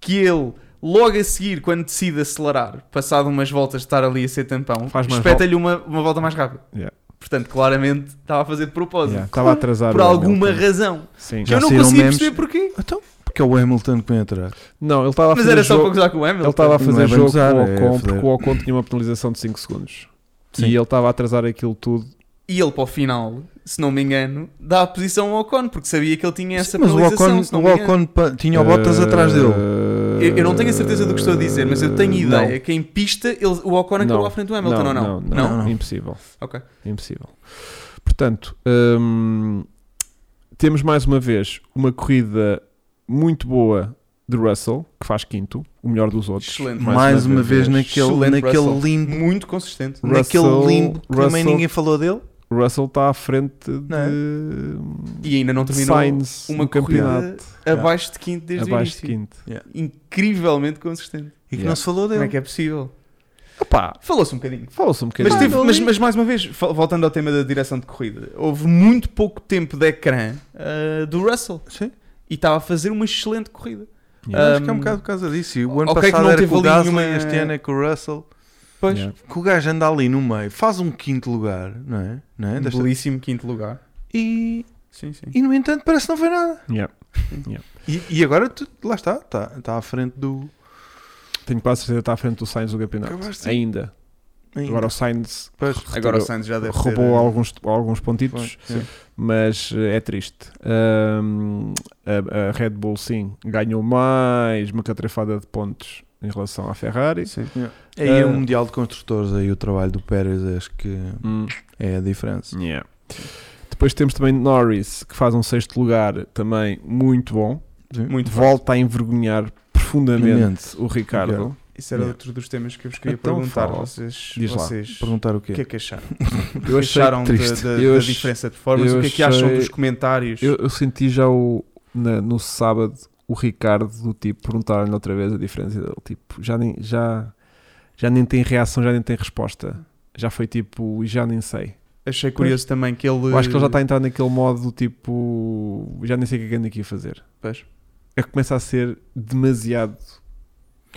[SPEAKER 3] que ele, logo a seguir, quando decide acelerar, passado umas voltas de estar ali a ser tampão,
[SPEAKER 1] Faz mais
[SPEAKER 3] espeta-lhe uma, uma volta mais rápida.
[SPEAKER 1] Yeah.
[SPEAKER 3] Portanto, claramente estava a fazer de propósito.
[SPEAKER 1] Yeah. Estava atrasado.
[SPEAKER 3] Por alguma razão.
[SPEAKER 1] Sim.
[SPEAKER 3] Que
[SPEAKER 2] Já
[SPEAKER 3] eu não
[SPEAKER 2] saíram
[SPEAKER 3] consegui
[SPEAKER 2] memes.
[SPEAKER 3] perceber porquê.
[SPEAKER 2] Então, porque é o Hamilton que vem atrás.
[SPEAKER 1] Não, ele estava a
[SPEAKER 3] Mas
[SPEAKER 1] fazer
[SPEAKER 3] era só
[SPEAKER 1] jogo-
[SPEAKER 3] para gozar com o Hamilton.
[SPEAKER 1] Ele estava a
[SPEAKER 2] Não
[SPEAKER 1] fazer
[SPEAKER 2] é bem
[SPEAKER 1] jogo
[SPEAKER 2] usar,
[SPEAKER 1] com o
[SPEAKER 2] é
[SPEAKER 1] Ocon,
[SPEAKER 2] foder.
[SPEAKER 1] porque o Ocon tinha uma penalização de 5 segundos.
[SPEAKER 2] Sim.
[SPEAKER 1] E ele estava a atrasar aquilo tudo.
[SPEAKER 3] E ele, para o final, se não me engano, dá a posição ao Ocon, porque sabia que ele tinha essa
[SPEAKER 2] Mas o
[SPEAKER 3] penalização.
[SPEAKER 2] Ocon,
[SPEAKER 3] se não
[SPEAKER 2] o
[SPEAKER 3] me engano.
[SPEAKER 2] Ocon pa- tinha o Bottas
[SPEAKER 1] Eh,
[SPEAKER 2] atrás dele.
[SPEAKER 3] Eu, eu não tenho a certeza do que estou a dizer, mas eu tenho ideia que em pista ele- o Ocon acabou
[SPEAKER 1] Não.
[SPEAKER 3] à frente do Hamilton, ou
[SPEAKER 1] Não,
[SPEAKER 3] não?
[SPEAKER 1] não,
[SPEAKER 2] Não?
[SPEAKER 1] Impossível.
[SPEAKER 3] Ok.
[SPEAKER 1] Impossível. Portanto, hum, temos mais uma vez uma corrida muito boa de Russell, que faz quinto, o melhor dos outros.
[SPEAKER 3] Excelente.
[SPEAKER 2] Mais, uma, vez, naquele,
[SPEAKER 3] Excelente Russell.
[SPEAKER 2] naquele limbo.
[SPEAKER 3] Muito consistente.
[SPEAKER 1] Russell-
[SPEAKER 2] naquele limbo que também
[SPEAKER 1] Russell-
[SPEAKER 2] ninguém falou dele.
[SPEAKER 1] Russell está à frente
[SPEAKER 2] Não é?
[SPEAKER 1] de
[SPEAKER 3] E ainda não terminou
[SPEAKER 1] Sainz
[SPEAKER 3] uma
[SPEAKER 1] no campeonato.
[SPEAKER 3] corrida abaixo de quinto desde
[SPEAKER 1] Abaixo
[SPEAKER 3] o
[SPEAKER 1] de
[SPEAKER 3] início.
[SPEAKER 1] quinto.
[SPEAKER 3] Incrivelmente consistente.
[SPEAKER 2] E que
[SPEAKER 1] Yeah.
[SPEAKER 2] não se falou
[SPEAKER 3] Como
[SPEAKER 2] dele.
[SPEAKER 3] é que é possível?
[SPEAKER 1] Opá,
[SPEAKER 3] Falou-se um bocadinho.
[SPEAKER 1] falou-se um bocadinho.
[SPEAKER 3] Mas, teve-
[SPEAKER 2] não
[SPEAKER 3] mas-
[SPEAKER 2] li.
[SPEAKER 3] mas mais uma vez, fal- voltando ao tema da direção de corrida, houve muito pouco tempo de ecrã ah, do Russell
[SPEAKER 2] Sim.
[SPEAKER 3] e estava a fazer uma excelente corrida.
[SPEAKER 2] Eu
[SPEAKER 1] Yeah.
[SPEAKER 2] acho que é um bocado por causa disso. E o ano
[SPEAKER 3] ok, que
[SPEAKER 2] passado
[SPEAKER 3] não
[SPEAKER 2] era
[SPEAKER 3] teve
[SPEAKER 2] com o
[SPEAKER 3] ali
[SPEAKER 2] Gasly,
[SPEAKER 3] nenhuma-
[SPEAKER 2] este ano é com o Russell.
[SPEAKER 3] Pois,
[SPEAKER 1] Yeah.
[SPEAKER 2] Que o gajo anda ali no meio, faz um quinto lugar, não é? Não é?
[SPEAKER 3] um
[SPEAKER 2] Desta-
[SPEAKER 3] belíssimo quinto lugar.
[SPEAKER 2] E,
[SPEAKER 3] Sim, sim.
[SPEAKER 2] e no entanto parece que não foi nada.
[SPEAKER 1] Yeah.
[SPEAKER 2] E, e agora tu- lá está, está está à frente do.
[SPEAKER 1] Tenho quase certeza que está à frente do Sainz do campeonato.
[SPEAKER 2] Acabaste de-
[SPEAKER 1] Ainda. Agora o Sainz
[SPEAKER 2] Pois.
[SPEAKER 3] Agora o Sainz já deve né?
[SPEAKER 1] roubou
[SPEAKER 3] ter-
[SPEAKER 1] alguns, alguns pontitos,
[SPEAKER 2] Foi, sim.
[SPEAKER 1] mas eh, é triste. Ahm, a, a Red Bull, sim, ganhou mais uma catrafada de pontos em relação à Ferrari.
[SPEAKER 3] Sim.
[SPEAKER 2] É Aí
[SPEAKER 1] Ah.
[SPEAKER 2] o Mundial de Construtores, aí o trabalho do Pérez, acho que
[SPEAKER 1] Hum,
[SPEAKER 2] é a
[SPEAKER 3] Hum.
[SPEAKER 2] diferença.
[SPEAKER 1] yeah. Depois temos também Norris, que faz um sexto lugar também muito bom.
[SPEAKER 2] Sim.
[SPEAKER 3] Muito
[SPEAKER 1] Volta a envergonhar profundamente o Ricardo.
[SPEAKER 3] Isso era
[SPEAKER 1] Yeah.
[SPEAKER 3] outro dos temas que eu vos queria
[SPEAKER 1] Então
[SPEAKER 3] perguntar.
[SPEAKER 1] fala.
[SPEAKER 3] Vocês,
[SPEAKER 1] Diz lá.
[SPEAKER 3] vocês
[SPEAKER 2] Perguntar o quê?
[SPEAKER 3] o que é que acharam?
[SPEAKER 1] Eu achei
[SPEAKER 3] acharam da,
[SPEAKER 2] triste.
[SPEAKER 3] da-
[SPEAKER 1] Eu
[SPEAKER 3] da
[SPEAKER 1] ach-
[SPEAKER 3] diferença de formas?
[SPEAKER 1] eu
[SPEAKER 3] O que é que acham
[SPEAKER 1] achei-
[SPEAKER 3] dos comentários?
[SPEAKER 1] Eu, eu senti já o, na- no sábado o Ricardo do tipo perguntaram-lhe outra vez a diferença dele. Tipo, já nem, já, já nem tem reação, já nem tem resposta. Já foi tipo, já nem sei.
[SPEAKER 3] Achei curioso também que ele.
[SPEAKER 1] Eu acho que ele já tá- está a entrar naquele modo do tipo, já nem sei o que é que ando aqui a fazer.
[SPEAKER 3] Pois.
[SPEAKER 1] É que começa a ser demasiado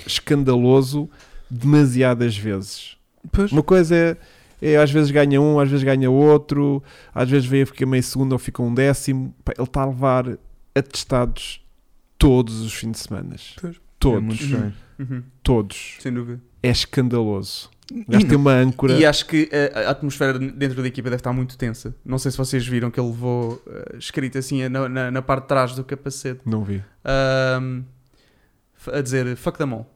[SPEAKER 1] escandaloso, demasiadas vezes.
[SPEAKER 2] Pois.
[SPEAKER 1] Uma coisa é, é às vezes ganha um, às vezes ganha outro, às vezes vem a ficar meio segundo ou fica um décimo. Pá, Ele está a levar atestados todos os fins de semana.
[SPEAKER 2] Pois. É
[SPEAKER 1] Todos,
[SPEAKER 2] muito estranho.
[SPEAKER 3] Uhum,
[SPEAKER 1] todos.
[SPEAKER 3] Sem dúvida.
[SPEAKER 1] É escandaloso. O
[SPEAKER 2] E
[SPEAKER 1] gajo tem
[SPEAKER 2] não-
[SPEAKER 1] uma âncora.
[SPEAKER 3] E acho que eh, a, a atmosfera dentro da equipa deve estar muito tensa. Não sei se vocês viram que ele levou eh, escrito assim na, na- na parte de trás do capacete
[SPEAKER 1] Não vi.
[SPEAKER 3] ahm, f- a dizer fuck them all.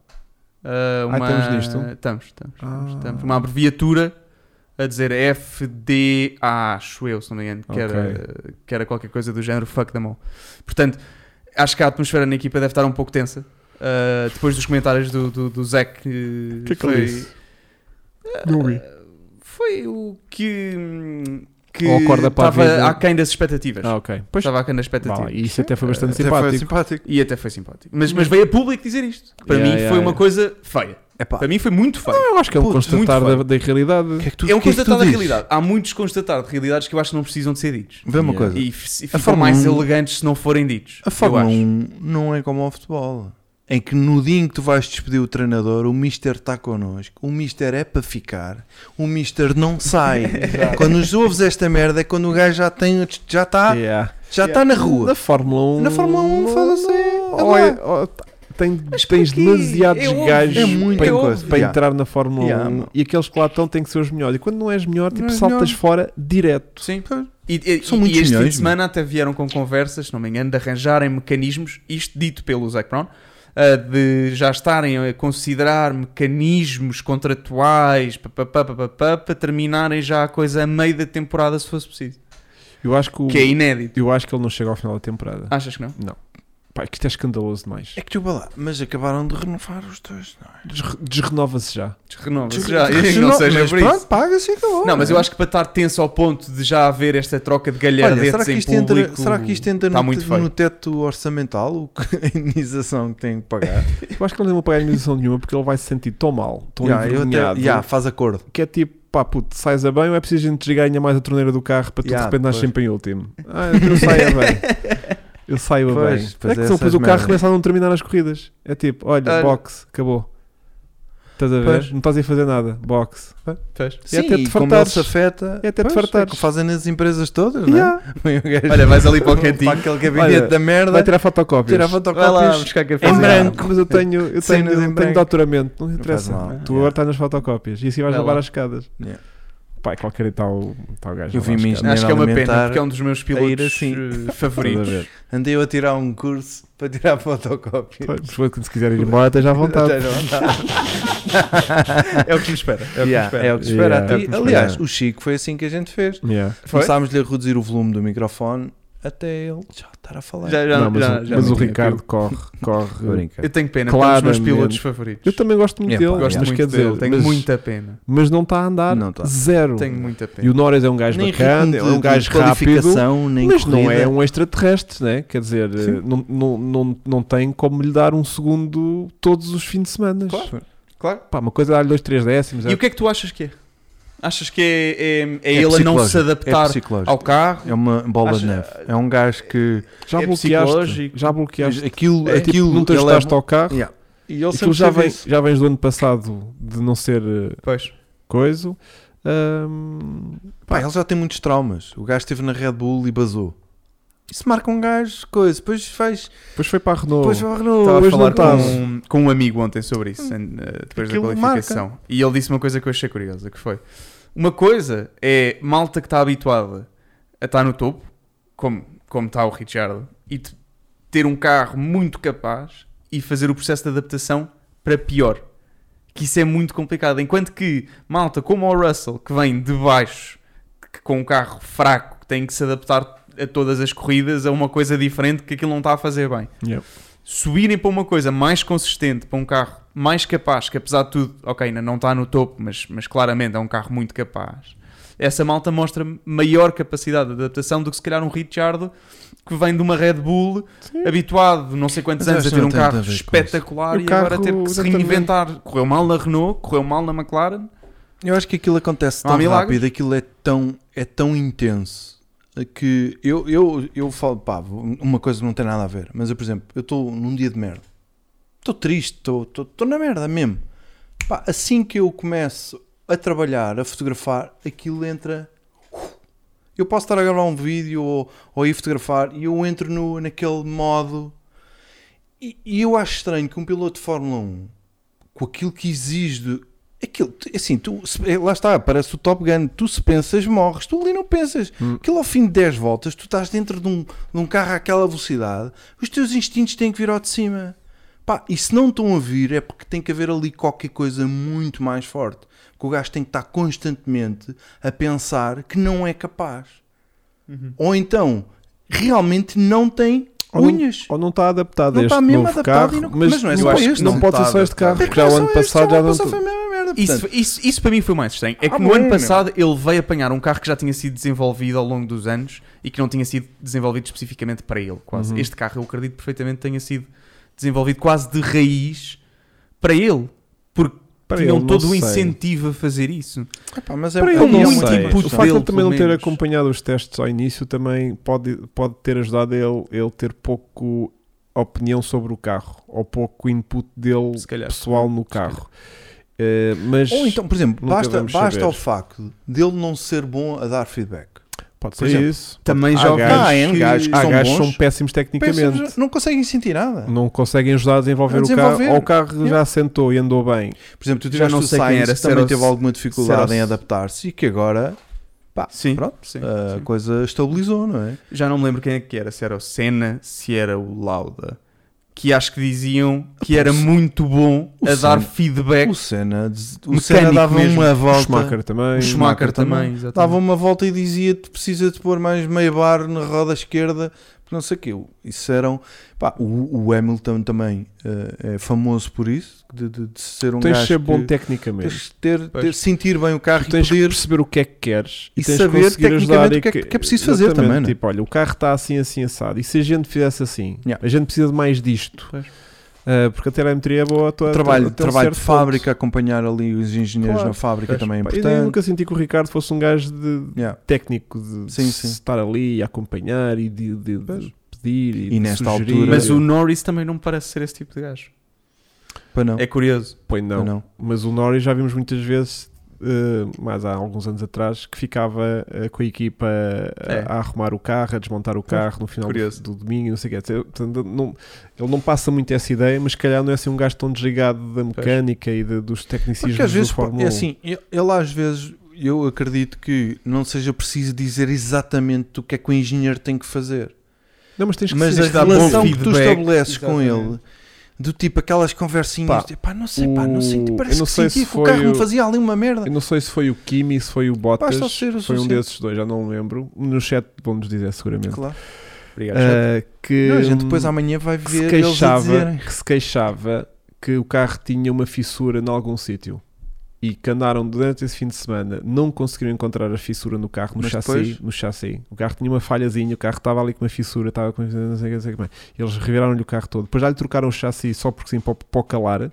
[SPEAKER 3] Ah,
[SPEAKER 1] Ah, estamos nisto?
[SPEAKER 3] Estamos, estamos. estamos,
[SPEAKER 1] Ah.
[SPEAKER 3] estamos. Uma abreviatura a dizer FDA, acho eu, se não me engano, que, era, que era qualquer coisa do género fuck them all. Portanto, acho que a atmosfera na equipa deve estar um pouco tensa. Ah, depois dos comentários do, do, do Zé que,
[SPEAKER 1] O que é que
[SPEAKER 3] foi,
[SPEAKER 1] ele disse? Não
[SPEAKER 2] Ah,
[SPEAKER 1] vi.
[SPEAKER 3] foi o que. hum, que
[SPEAKER 1] Ou acorda para a vida.
[SPEAKER 3] estava aquém das expectativas.
[SPEAKER 1] Ah, ok. Pois,
[SPEAKER 3] estava aquém das
[SPEAKER 1] vá lá,
[SPEAKER 3] expectativas.
[SPEAKER 1] e isso até foi bastante
[SPEAKER 2] Até foi assim,
[SPEAKER 1] simpático.
[SPEAKER 2] simpático.
[SPEAKER 3] E até foi simpático. Mas, mas veio a público dizer isto. Para
[SPEAKER 1] Yeah,
[SPEAKER 3] mim
[SPEAKER 1] yeah,
[SPEAKER 3] foi uma
[SPEAKER 1] yeah.
[SPEAKER 3] coisa feia. Para mim foi muito feia.
[SPEAKER 1] Eu acho que é um
[SPEAKER 3] Puto,
[SPEAKER 1] constatar
[SPEAKER 3] muito
[SPEAKER 1] da,
[SPEAKER 3] feio.
[SPEAKER 1] da realidade.
[SPEAKER 2] que é que tu
[SPEAKER 3] é um
[SPEAKER 2] que é que tu
[SPEAKER 3] constatar da
[SPEAKER 2] dizes?
[SPEAKER 3] realidade. Há muitos constatar de realidades que eu acho que não precisam de ser ditos.
[SPEAKER 2] Vê uma
[SPEAKER 1] Yeah.
[SPEAKER 2] coisa.
[SPEAKER 3] E, é f- e ficam
[SPEAKER 2] Fórmula
[SPEAKER 3] mais
[SPEAKER 2] 1
[SPEAKER 3] elegantes se não forem ditos.
[SPEAKER 2] A
[SPEAKER 3] eu
[SPEAKER 2] Fórmula
[SPEAKER 3] acho.
[SPEAKER 2] 1 não é como ao futebol. Em que no dia em que tu vais despedir o treinador, o Mister está connosco, o Mister é para ficar, o Mister
[SPEAKER 3] [laughs]
[SPEAKER 2] não sai. quando nos ouves esta merda é quando o gajo já tem, já está
[SPEAKER 3] É.
[SPEAKER 1] Yeah.
[SPEAKER 2] já está Ah, tá na rua.
[SPEAKER 1] Na Fórmula 1.
[SPEAKER 2] Na Fórmula 1, foda-se, é
[SPEAKER 1] Ou é-
[SPEAKER 2] lá.
[SPEAKER 1] ou t- tem-
[SPEAKER 3] Mas
[SPEAKER 1] tens
[SPEAKER 3] porquê?
[SPEAKER 1] demasiados
[SPEAKER 3] É óbvio.
[SPEAKER 1] gajos
[SPEAKER 2] É muita
[SPEAKER 1] para,
[SPEAKER 2] coisa.
[SPEAKER 1] para
[SPEAKER 2] Yeah.
[SPEAKER 1] entrar na Fórmula
[SPEAKER 2] Yeah,
[SPEAKER 1] 1
[SPEAKER 2] mano.
[SPEAKER 1] e aqueles que lá estão têm que ser os melhores. E quando não és melhor,
[SPEAKER 2] Não
[SPEAKER 1] tipo,
[SPEAKER 2] és
[SPEAKER 1] saltas
[SPEAKER 2] melhor.
[SPEAKER 1] fora direto.
[SPEAKER 3] Sim. E, e-
[SPEAKER 2] São
[SPEAKER 3] e
[SPEAKER 2] muitos
[SPEAKER 3] este fim de
[SPEAKER 2] milhões,
[SPEAKER 3] semana até vieram com conversas, se não me engano, de arranjarem mecanismos, isto dito pelo Zac Brown, ah, de já estarem a considerar mecanismos contratuais pá, pá, pá, pá, pá, para terminarem já a coisa a meio da temporada, se fosse possível.
[SPEAKER 1] Eu acho que, o-
[SPEAKER 3] Que é inédito.
[SPEAKER 1] eu acho que ele não chega ao final da temporada.
[SPEAKER 3] Achas que não?
[SPEAKER 1] Pá, que isto é escandaloso demais.
[SPEAKER 2] Ah. É que tu vai lá, mas acabaram de renovar os dois, não é?
[SPEAKER 1] Des- Desrenova-se já.
[SPEAKER 3] Renova-se já. e
[SPEAKER 2] Não,
[SPEAKER 3] Não seja
[SPEAKER 2] mas
[SPEAKER 3] por
[SPEAKER 2] pronto,
[SPEAKER 3] isso.
[SPEAKER 2] paga-se e acabou.
[SPEAKER 3] Não, mas eu acho que para estar tenso ao ponto de já haver esta troca de
[SPEAKER 2] Olha, será
[SPEAKER 3] galhardetes
[SPEAKER 2] que,
[SPEAKER 3] em
[SPEAKER 2] isto entra,
[SPEAKER 3] público...
[SPEAKER 2] será que isto entra
[SPEAKER 3] está
[SPEAKER 2] no,
[SPEAKER 3] muito
[SPEAKER 2] te-
[SPEAKER 3] feio.
[SPEAKER 2] no teto orçamental, o que- [laughs] a indenização que tem que pagar?
[SPEAKER 1] Eu acho que ele não vai pagar indenização nenhuma porque ele vai se sentir tão mal, tão
[SPEAKER 2] Já, eu até-
[SPEAKER 1] envergonhado,
[SPEAKER 2] já, faz acordo.
[SPEAKER 1] que é tipo, pá, puto, sais a bem ou é preciso a gente ganhar mais a torneira do carro para tu
[SPEAKER 2] Yeah,
[SPEAKER 1] de repente nasces
[SPEAKER 2] pois.
[SPEAKER 1] sempre em último? Ah, eu saio a bem. [laughs] Eu saio a
[SPEAKER 2] Pois,
[SPEAKER 1] bem. é
[SPEAKER 2] pois
[SPEAKER 1] que
[SPEAKER 2] é,
[SPEAKER 1] senão
[SPEAKER 2] essas
[SPEAKER 1] depois o carro
[SPEAKER 2] merdas.
[SPEAKER 1] começa a não terminar as corridas. É tipo, olha,
[SPEAKER 3] Olha.
[SPEAKER 1] boxe, acabou. Estás a ver?
[SPEAKER 2] Pois.
[SPEAKER 1] Não estás a fazer nada. Boxe.
[SPEAKER 3] Fez.
[SPEAKER 1] É até te
[SPEAKER 2] como ele
[SPEAKER 1] fartares.
[SPEAKER 2] se afeta.
[SPEAKER 1] É até te
[SPEAKER 2] pois,
[SPEAKER 1] fartares.
[SPEAKER 2] que fazem nas empresas todas, [laughs]
[SPEAKER 1] Yeah.
[SPEAKER 2] não é? O gajo-
[SPEAKER 3] Olha, vais ali para
[SPEAKER 2] [laughs]
[SPEAKER 3] o cantinho.
[SPEAKER 2] Para aquele gabinete
[SPEAKER 1] Olha,
[SPEAKER 2] da merda.
[SPEAKER 1] Vai é tirar fotocópias.
[SPEAKER 2] tirar
[SPEAKER 3] Vai lá
[SPEAKER 2] fotocópias.
[SPEAKER 3] buscar café.
[SPEAKER 1] Em
[SPEAKER 2] Faz
[SPEAKER 1] branco,
[SPEAKER 2] mal.
[SPEAKER 1] mas eu tenho, eu tenho,
[SPEAKER 2] Cenas em
[SPEAKER 1] eu tenho
[SPEAKER 2] branco.
[SPEAKER 1] doutoramento, não
[SPEAKER 2] faz
[SPEAKER 1] interessa.
[SPEAKER 2] mal.
[SPEAKER 1] Tu
[SPEAKER 2] Yeah.
[SPEAKER 1] agora estás nas fotocópias e assim vais
[SPEAKER 3] Vai
[SPEAKER 1] levar
[SPEAKER 3] lá.
[SPEAKER 1] as escadas.
[SPEAKER 2] Yeah.
[SPEAKER 1] Pai, qualquer está o, tá o gajo.
[SPEAKER 2] Eu
[SPEAKER 1] a levar
[SPEAKER 2] vi-me
[SPEAKER 1] as escadas.
[SPEAKER 2] engenheiro
[SPEAKER 3] Acho que é uma pena,
[SPEAKER 2] alimentar
[SPEAKER 3] porque é um dos meus
[SPEAKER 2] a ir
[SPEAKER 3] pilotos
[SPEAKER 2] assim.
[SPEAKER 3] eh,
[SPEAKER 1] Estás a
[SPEAKER 3] favoritos.
[SPEAKER 1] ver?
[SPEAKER 2] Andei eu a tirar um curso para tirar fotocópias.
[SPEAKER 1] Pois, Se quiser ir embora, esteja [laughs] à vontade.
[SPEAKER 2] Esteja à vontade.
[SPEAKER 3] É o que me espera. É o que me
[SPEAKER 2] Yeah,
[SPEAKER 3] espera.
[SPEAKER 2] [laughs] é o que se espera
[SPEAKER 1] Yeah. É
[SPEAKER 2] a ti.
[SPEAKER 1] o que se espera.
[SPEAKER 2] Aliás, o Chico foi assim que a gente fez.
[SPEAKER 1] Yeah.
[SPEAKER 3] Foi?
[SPEAKER 2] Começámos-lhe a reduzir o volume do microfone até ele já estar a falar.
[SPEAKER 3] Já, já,
[SPEAKER 1] Não, mas
[SPEAKER 3] já,
[SPEAKER 1] o,
[SPEAKER 3] já
[SPEAKER 1] mas
[SPEAKER 3] me
[SPEAKER 1] o
[SPEAKER 3] tinha
[SPEAKER 1] Ricardo é um
[SPEAKER 3] pego.
[SPEAKER 1] corre,
[SPEAKER 2] Eu
[SPEAKER 1] corre.
[SPEAKER 2] brinco.
[SPEAKER 3] Eu tenho pena, porque é um dos meus
[SPEAKER 1] Claramente.
[SPEAKER 3] pilotos favoritos.
[SPEAKER 1] Eu também gosto muito
[SPEAKER 2] É,
[SPEAKER 1] dele,
[SPEAKER 2] pá,
[SPEAKER 1] mas
[SPEAKER 3] Gosto muito
[SPEAKER 1] quer dizer,
[SPEAKER 3] dele. Tenho
[SPEAKER 1] mas,
[SPEAKER 3] muita pena.
[SPEAKER 1] mas não está a andar
[SPEAKER 2] Não tá.
[SPEAKER 1] zero.
[SPEAKER 3] Tenho muita pena.
[SPEAKER 1] E o Norris é um gajo bacana, é um gajo rápido,
[SPEAKER 2] qualificação, nem
[SPEAKER 1] mas não
[SPEAKER 2] corrida.
[SPEAKER 1] é um extraterrestre, né? quer dizer, eh, não, não, não, não tem como lhe dar um segundo todos os fins de semana.
[SPEAKER 3] Claro. Claro.
[SPEAKER 1] Pá, uma coisa é dar-lhe dois, três décimos.
[SPEAKER 3] E
[SPEAKER 1] é-
[SPEAKER 3] o que é que tu achas que é? Achas que é, é, é
[SPEAKER 2] É
[SPEAKER 3] ele a não
[SPEAKER 2] psicológico,
[SPEAKER 3] se
[SPEAKER 2] é
[SPEAKER 3] adaptar
[SPEAKER 2] psicológico.
[SPEAKER 3] ao carro?
[SPEAKER 2] É uma bola
[SPEAKER 3] Acha-
[SPEAKER 2] de neve. É um gajo que.
[SPEAKER 1] já,
[SPEAKER 3] é
[SPEAKER 1] bloqueaste,
[SPEAKER 3] psicológico.
[SPEAKER 1] já bloqueaste,
[SPEAKER 2] Aquilo,
[SPEAKER 1] É tipo,
[SPEAKER 2] aquilo
[SPEAKER 1] não te
[SPEAKER 2] ele é
[SPEAKER 1] ajustaste
[SPEAKER 2] bom-
[SPEAKER 1] ao carro.
[SPEAKER 2] Yeah.
[SPEAKER 1] E ele
[SPEAKER 2] sempre
[SPEAKER 1] já,
[SPEAKER 2] teve
[SPEAKER 1] vem,
[SPEAKER 2] isso.
[SPEAKER 1] já vens do ano passado de não ser eh,
[SPEAKER 3] Pois.
[SPEAKER 1] coisa. Ahm,
[SPEAKER 2] Pá, ele já tem muitos traumas. O gajo esteve na Red Bull e basou. Isso marca um gajo, coisa. Depois faz.
[SPEAKER 1] depois foi para a Renault.
[SPEAKER 2] Depois vai no.
[SPEAKER 1] Estava Oh. a
[SPEAKER 2] hoje
[SPEAKER 1] falar
[SPEAKER 2] não tá.
[SPEAKER 1] com-
[SPEAKER 3] um, com um amigo ontem sobre isso, em, eh, depois
[SPEAKER 2] Aquilo
[SPEAKER 3] da qualificação. E ele disse uma coisa que eu achei curiosa, que foi... Uma coisa é malta que está habituada a estar no topo, como, como está o Richard, e te- ter um carro muito capaz e fazer o processo de adaptação para pior. Que isso é muito complicado. Enquanto que malta como o Russell, que vem de baixo, que com um carro é fraco, que tem que se adaptar a todas as corridas, a uma coisa diferente que aquilo não está a fazer bem.
[SPEAKER 1] Yep.
[SPEAKER 3] subirem para uma coisa mais consistente, para um carro mais capaz, que apesar de tudo, ok, ainda não está no topo, mas, mas claramente é um carro muito capaz. Essa malta mostra maior capacidade de adaptação do que se calhar um Ricciardo que vem de uma Red Bull habituado não sei quantos
[SPEAKER 2] Mas
[SPEAKER 3] anos a ter
[SPEAKER 2] acho que
[SPEAKER 3] um
[SPEAKER 2] não tem
[SPEAKER 3] carro
[SPEAKER 2] nada a ver com
[SPEAKER 3] espetacular
[SPEAKER 1] isso.
[SPEAKER 3] e
[SPEAKER 1] O
[SPEAKER 3] agora
[SPEAKER 1] carro,
[SPEAKER 3] teve que se
[SPEAKER 1] exatamente.
[SPEAKER 3] reinventar. Correu mal na Renault, correu mal na McLaren.
[SPEAKER 2] Eu acho que aquilo acontece
[SPEAKER 3] Não
[SPEAKER 2] tão
[SPEAKER 3] há milagres?
[SPEAKER 2] rápido, aquilo é tão, é tão intenso que eu, eu, eu falo, pá, uma coisa não tem nada a ver, mas eu, por exemplo, eu estou num dia de merda, estou triste, estou- estou estou na merda mesmo. Pá, assim que eu começo a trabalhar, a fotografar, aquilo entra. Eu posso estar a gravar um vídeo ou, ou ir fotografar e eu entro no, naquele modo. E, e eu acho estranho que um piloto de Fórmula 1, com aquilo que exige de, Aquilo, tu- assim, tu, se- lá está, parece o Top Gun. Tu se pensas, morres. Tu ali não pensas.
[SPEAKER 1] Hum.
[SPEAKER 2] Aquilo ao fim de 10 voltas, tu estás dentro de um, de um carro àquela velocidade, os teus instintos têm que vir ao de cima. Pá, e se não estão a vir, é porque tem que haver ali qualquer coisa muito mais forte. Porque o gajo tem que estar constantemente a pensar que não é capaz. Ou então, realmente não tem
[SPEAKER 1] Uhum. Ou não-
[SPEAKER 2] unhas.
[SPEAKER 1] Ou não está adaptado
[SPEAKER 2] Não
[SPEAKER 1] a este
[SPEAKER 2] está mesmo
[SPEAKER 1] novo
[SPEAKER 2] adaptado
[SPEAKER 1] carro,
[SPEAKER 2] e não-
[SPEAKER 1] mas,
[SPEAKER 2] mas não é
[SPEAKER 1] eu
[SPEAKER 2] só
[SPEAKER 1] acho que
[SPEAKER 2] este, é
[SPEAKER 1] não
[SPEAKER 2] não
[SPEAKER 1] pode ser
[SPEAKER 3] está
[SPEAKER 1] só este carro,
[SPEAKER 3] adaptado.
[SPEAKER 1] porque já o ano passado já não...
[SPEAKER 2] foi a mesma merda.
[SPEAKER 3] Isso,
[SPEAKER 2] portanto.
[SPEAKER 3] isso, isso para mim foi o mais estranho. É que
[SPEAKER 2] Ah,
[SPEAKER 3] no ano
[SPEAKER 2] bom,
[SPEAKER 3] passado ele veio apanhar um carro que já tinha sido desenvolvido ao longo dos anos e que não tinha sido desenvolvido especificamente para ele, quase.
[SPEAKER 1] Uhum.
[SPEAKER 3] Este carro eu acredito perfeitamente tenha sido desenvolvido quase de raiz para ele, porque
[SPEAKER 1] Para
[SPEAKER 3] tinham
[SPEAKER 1] ele, não
[SPEAKER 3] todo o
[SPEAKER 1] sei.
[SPEAKER 3] incentivo a fazer isso.
[SPEAKER 2] Epá, mas é,
[SPEAKER 1] Para
[SPEAKER 2] é
[SPEAKER 1] ele,
[SPEAKER 3] Ele
[SPEAKER 1] não
[SPEAKER 3] é
[SPEAKER 2] uma
[SPEAKER 3] muito
[SPEAKER 1] sei.
[SPEAKER 3] input
[SPEAKER 1] O facto
[SPEAKER 2] questão.
[SPEAKER 1] de
[SPEAKER 3] dele,
[SPEAKER 1] ele também não ter
[SPEAKER 3] pelo menos.
[SPEAKER 1] acompanhado os testes ao início também pode, pode ter ajudado a ele, ele ter pouco opinião sobre o carro ou pouco input dele
[SPEAKER 3] Se calhar.
[SPEAKER 1] pessoal no carro. Eh, mas
[SPEAKER 2] Ou então, por exemplo,
[SPEAKER 1] Nunca
[SPEAKER 2] basta,
[SPEAKER 1] vamos
[SPEAKER 2] basta
[SPEAKER 1] saber.
[SPEAKER 2] o facto dele não ser bom a dar feedback.
[SPEAKER 1] pode ser
[SPEAKER 2] por exemplo,
[SPEAKER 1] isso.
[SPEAKER 3] Também
[SPEAKER 1] Há
[SPEAKER 3] já ouvi
[SPEAKER 1] gajos-
[SPEAKER 2] Ah, N gajos que
[SPEAKER 1] Há
[SPEAKER 2] são
[SPEAKER 1] gajos que
[SPEAKER 2] bons.
[SPEAKER 1] são péssimos tecnicamente.
[SPEAKER 2] Pensamos, não conseguem sentir nada.
[SPEAKER 1] Não conseguem ajudar a desenvolver,
[SPEAKER 2] A
[SPEAKER 1] o
[SPEAKER 2] desenvolver.
[SPEAKER 1] carro ou o carro já sentou e andou bem.
[SPEAKER 2] Por exemplo, tu
[SPEAKER 3] Já
[SPEAKER 2] tiveste
[SPEAKER 3] não
[SPEAKER 2] o
[SPEAKER 3] sei quem
[SPEAKER 2] Sainz
[SPEAKER 3] era,
[SPEAKER 2] que
[SPEAKER 3] se era
[SPEAKER 2] também
[SPEAKER 3] o-
[SPEAKER 2] teve alguma dificuldade
[SPEAKER 3] se era
[SPEAKER 2] em
[SPEAKER 3] o-
[SPEAKER 2] adaptar-se e que agora pá,
[SPEAKER 3] Sim,
[SPEAKER 2] pronto,
[SPEAKER 3] sim,
[SPEAKER 2] a
[SPEAKER 3] É, sim.
[SPEAKER 2] coisa estabilizou, não é?
[SPEAKER 3] ah, Já não me lembro quem é que era, se era o Senna, se era o Lauda, que acho que diziam que era muito bom
[SPEAKER 2] o
[SPEAKER 3] a dar
[SPEAKER 2] Senna-
[SPEAKER 3] feedback.
[SPEAKER 2] O Senna, des- o
[SPEAKER 3] É Mecânico
[SPEAKER 2] Senna dava
[SPEAKER 3] mesmo.
[SPEAKER 2] uma
[SPEAKER 1] O
[SPEAKER 2] volta.
[SPEAKER 1] Schumacher também.
[SPEAKER 3] O Schumacher também, exatamente.
[SPEAKER 2] Dava uma volta e dizia tu precisa de pôr mais meio bar na roda esquerda, porque não sei o que. Isso eram. Pá, o, o Hamilton também eh, é famoso por isso, de, de- de ser um
[SPEAKER 1] Tens de
[SPEAKER 2] gajo
[SPEAKER 1] ser bom
[SPEAKER 2] que-
[SPEAKER 1] tecnicamente.
[SPEAKER 2] Tens de ter,
[SPEAKER 3] Pois.
[SPEAKER 2] ter- sentir bem o carro
[SPEAKER 1] Tu tens
[SPEAKER 2] e
[SPEAKER 1] que
[SPEAKER 2] poder.
[SPEAKER 1] perceber o que é que queres
[SPEAKER 2] E
[SPEAKER 1] tens de
[SPEAKER 2] saber
[SPEAKER 1] conseguir
[SPEAKER 2] tecnicamente
[SPEAKER 1] ajudar e
[SPEAKER 2] o que é que- que é preciso fazer
[SPEAKER 1] Exatamente,
[SPEAKER 2] também, né?
[SPEAKER 1] Tipo, olha, o carro está assim, assim, assado. E se a gente fizesse assim,
[SPEAKER 2] Yeah.
[SPEAKER 1] a gente precisa de mais disto.
[SPEAKER 3] Pois.
[SPEAKER 1] Ah, porque a telemetria é boa. Até,
[SPEAKER 2] Trabalho,
[SPEAKER 1] até um
[SPEAKER 2] trabalho de
[SPEAKER 1] certo ponto.
[SPEAKER 2] fábrica, acompanhar ali os engenheiros
[SPEAKER 1] Claro.
[SPEAKER 2] na fábrica
[SPEAKER 1] Pois.
[SPEAKER 2] também é
[SPEAKER 1] Pá, Eu
[SPEAKER 2] importante.
[SPEAKER 1] nunca senti que o Ricardo fosse um gajo de
[SPEAKER 2] Yeah.
[SPEAKER 1] técnico de
[SPEAKER 2] Sim,
[SPEAKER 1] se
[SPEAKER 2] sim.
[SPEAKER 1] estar ali e acompanhar e de, de- de
[SPEAKER 2] Pois.
[SPEAKER 1] pedir e,
[SPEAKER 2] E
[SPEAKER 1] de
[SPEAKER 2] nesta
[SPEAKER 1] sugerir.
[SPEAKER 2] altura-
[SPEAKER 3] Mas o Norris também não me parece ser esse tipo de gajo.
[SPEAKER 2] Para não.
[SPEAKER 3] É curioso.
[SPEAKER 1] Pois não.
[SPEAKER 2] Para não.
[SPEAKER 1] Mas o Norris já vimos muitas vezes, eh, mas há alguns anos atrás, que ficava eh, com a equipa a-
[SPEAKER 3] É.
[SPEAKER 1] a arrumar o carro, a desmontar o carro no final do,
[SPEAKER 3] Curioso.
[SPEAKER 1] do domingo, não sei o que. Portanto, não- ele não passa muito essa ideia, mas se calhar não é assim um gajo tão desligado da mecânica e de- dos tecnicismos
[SPEAKER 2] Porque às vezes
[SPEAKER 1] do
[SPEAKER 2] pá,
[SPEAKER 1] Fórmula
[SPEAKER 2] é
[SPEAKER 1] 1.
[SPEAKER 2] assim, ele ele às vezes eu acredito que não seja preciso dizer exatamente o que é que o engenheiro tem que fazer.
[SPEAKER 1] Não, mas tens que
[SPEAKER 2] Mas
[SPEAKER 1] ser-
[SPEAKER 2] a
[SPEAKER 3] tens de dar bom
[SPEAKER 2] relação que tu
[SPEAKER 3] feedback.
[SPEAKER 2] estabeleces com
[SPEAKER 3] Exatamente.
[SPEAKER 2] ele, do tipo aquelas conversinhas,
[SPEAKER 1] Pá,
[SPEAKER 2] de, pá, não sei, pá, não sei,
[SPEAKER 1] o-
[SPEAKER 2] parece
[SPEAKER 1] eu não
[SPEAKER 2] que
[SPEAKER 1] sei
[SPEAKER 2] sentia
[SPEAKER 1] se
[SPEAKER 2] que o
[SPEAKER 1] foi
[SPEAKER 2] carro
[SPEAKER 1] o-
[SPEAKER 2] não fazia ali uma merda.
[SPEAKER 1] Eu não sei se foi o Kimi, se foi o Bottas,
[SPEAKER 2] Basta ser o
[SPEAKER 1] foi um
[SPEAKER 2] suficiente.
[SPEAKER 1] desses dois, já não me lembro. No chat vão-nos dizer seguramente.
[SPEAKER 2] Claro.
[SPEAKER 3] Obrigado.
[SPEAKER 1] Eh, que,
[SPEAKER 2] Não, a gente depois
[SPEAKER 1] hum,
[SPEAKER 2] amanhã vai
[SPEAKER 1] que se
[SPEAKER 2] ver eles a
[SPEAKER 1] queixava
[SPEAKER 2] dizerem.
[SPEAKER 1] que se queixava que o carro tinha uma fissura em algum sítio e que andaram durante esse fim de semana não conseguiram encontrar a fissura no carro no
[SPEAKER 2] Mas
[SPEAKER 1] chassi
[SPEAKER 2] depois?
[SPEAKER 1] no chassi o carro tinha uma falhazinha o carro estava ali com uma fissura estava com uma fissura, não sei, o que, não sei o que mais. eles reviraram-lhe o carro todo depois já lhe trocaram o chassi só porque sim para, o- para o calar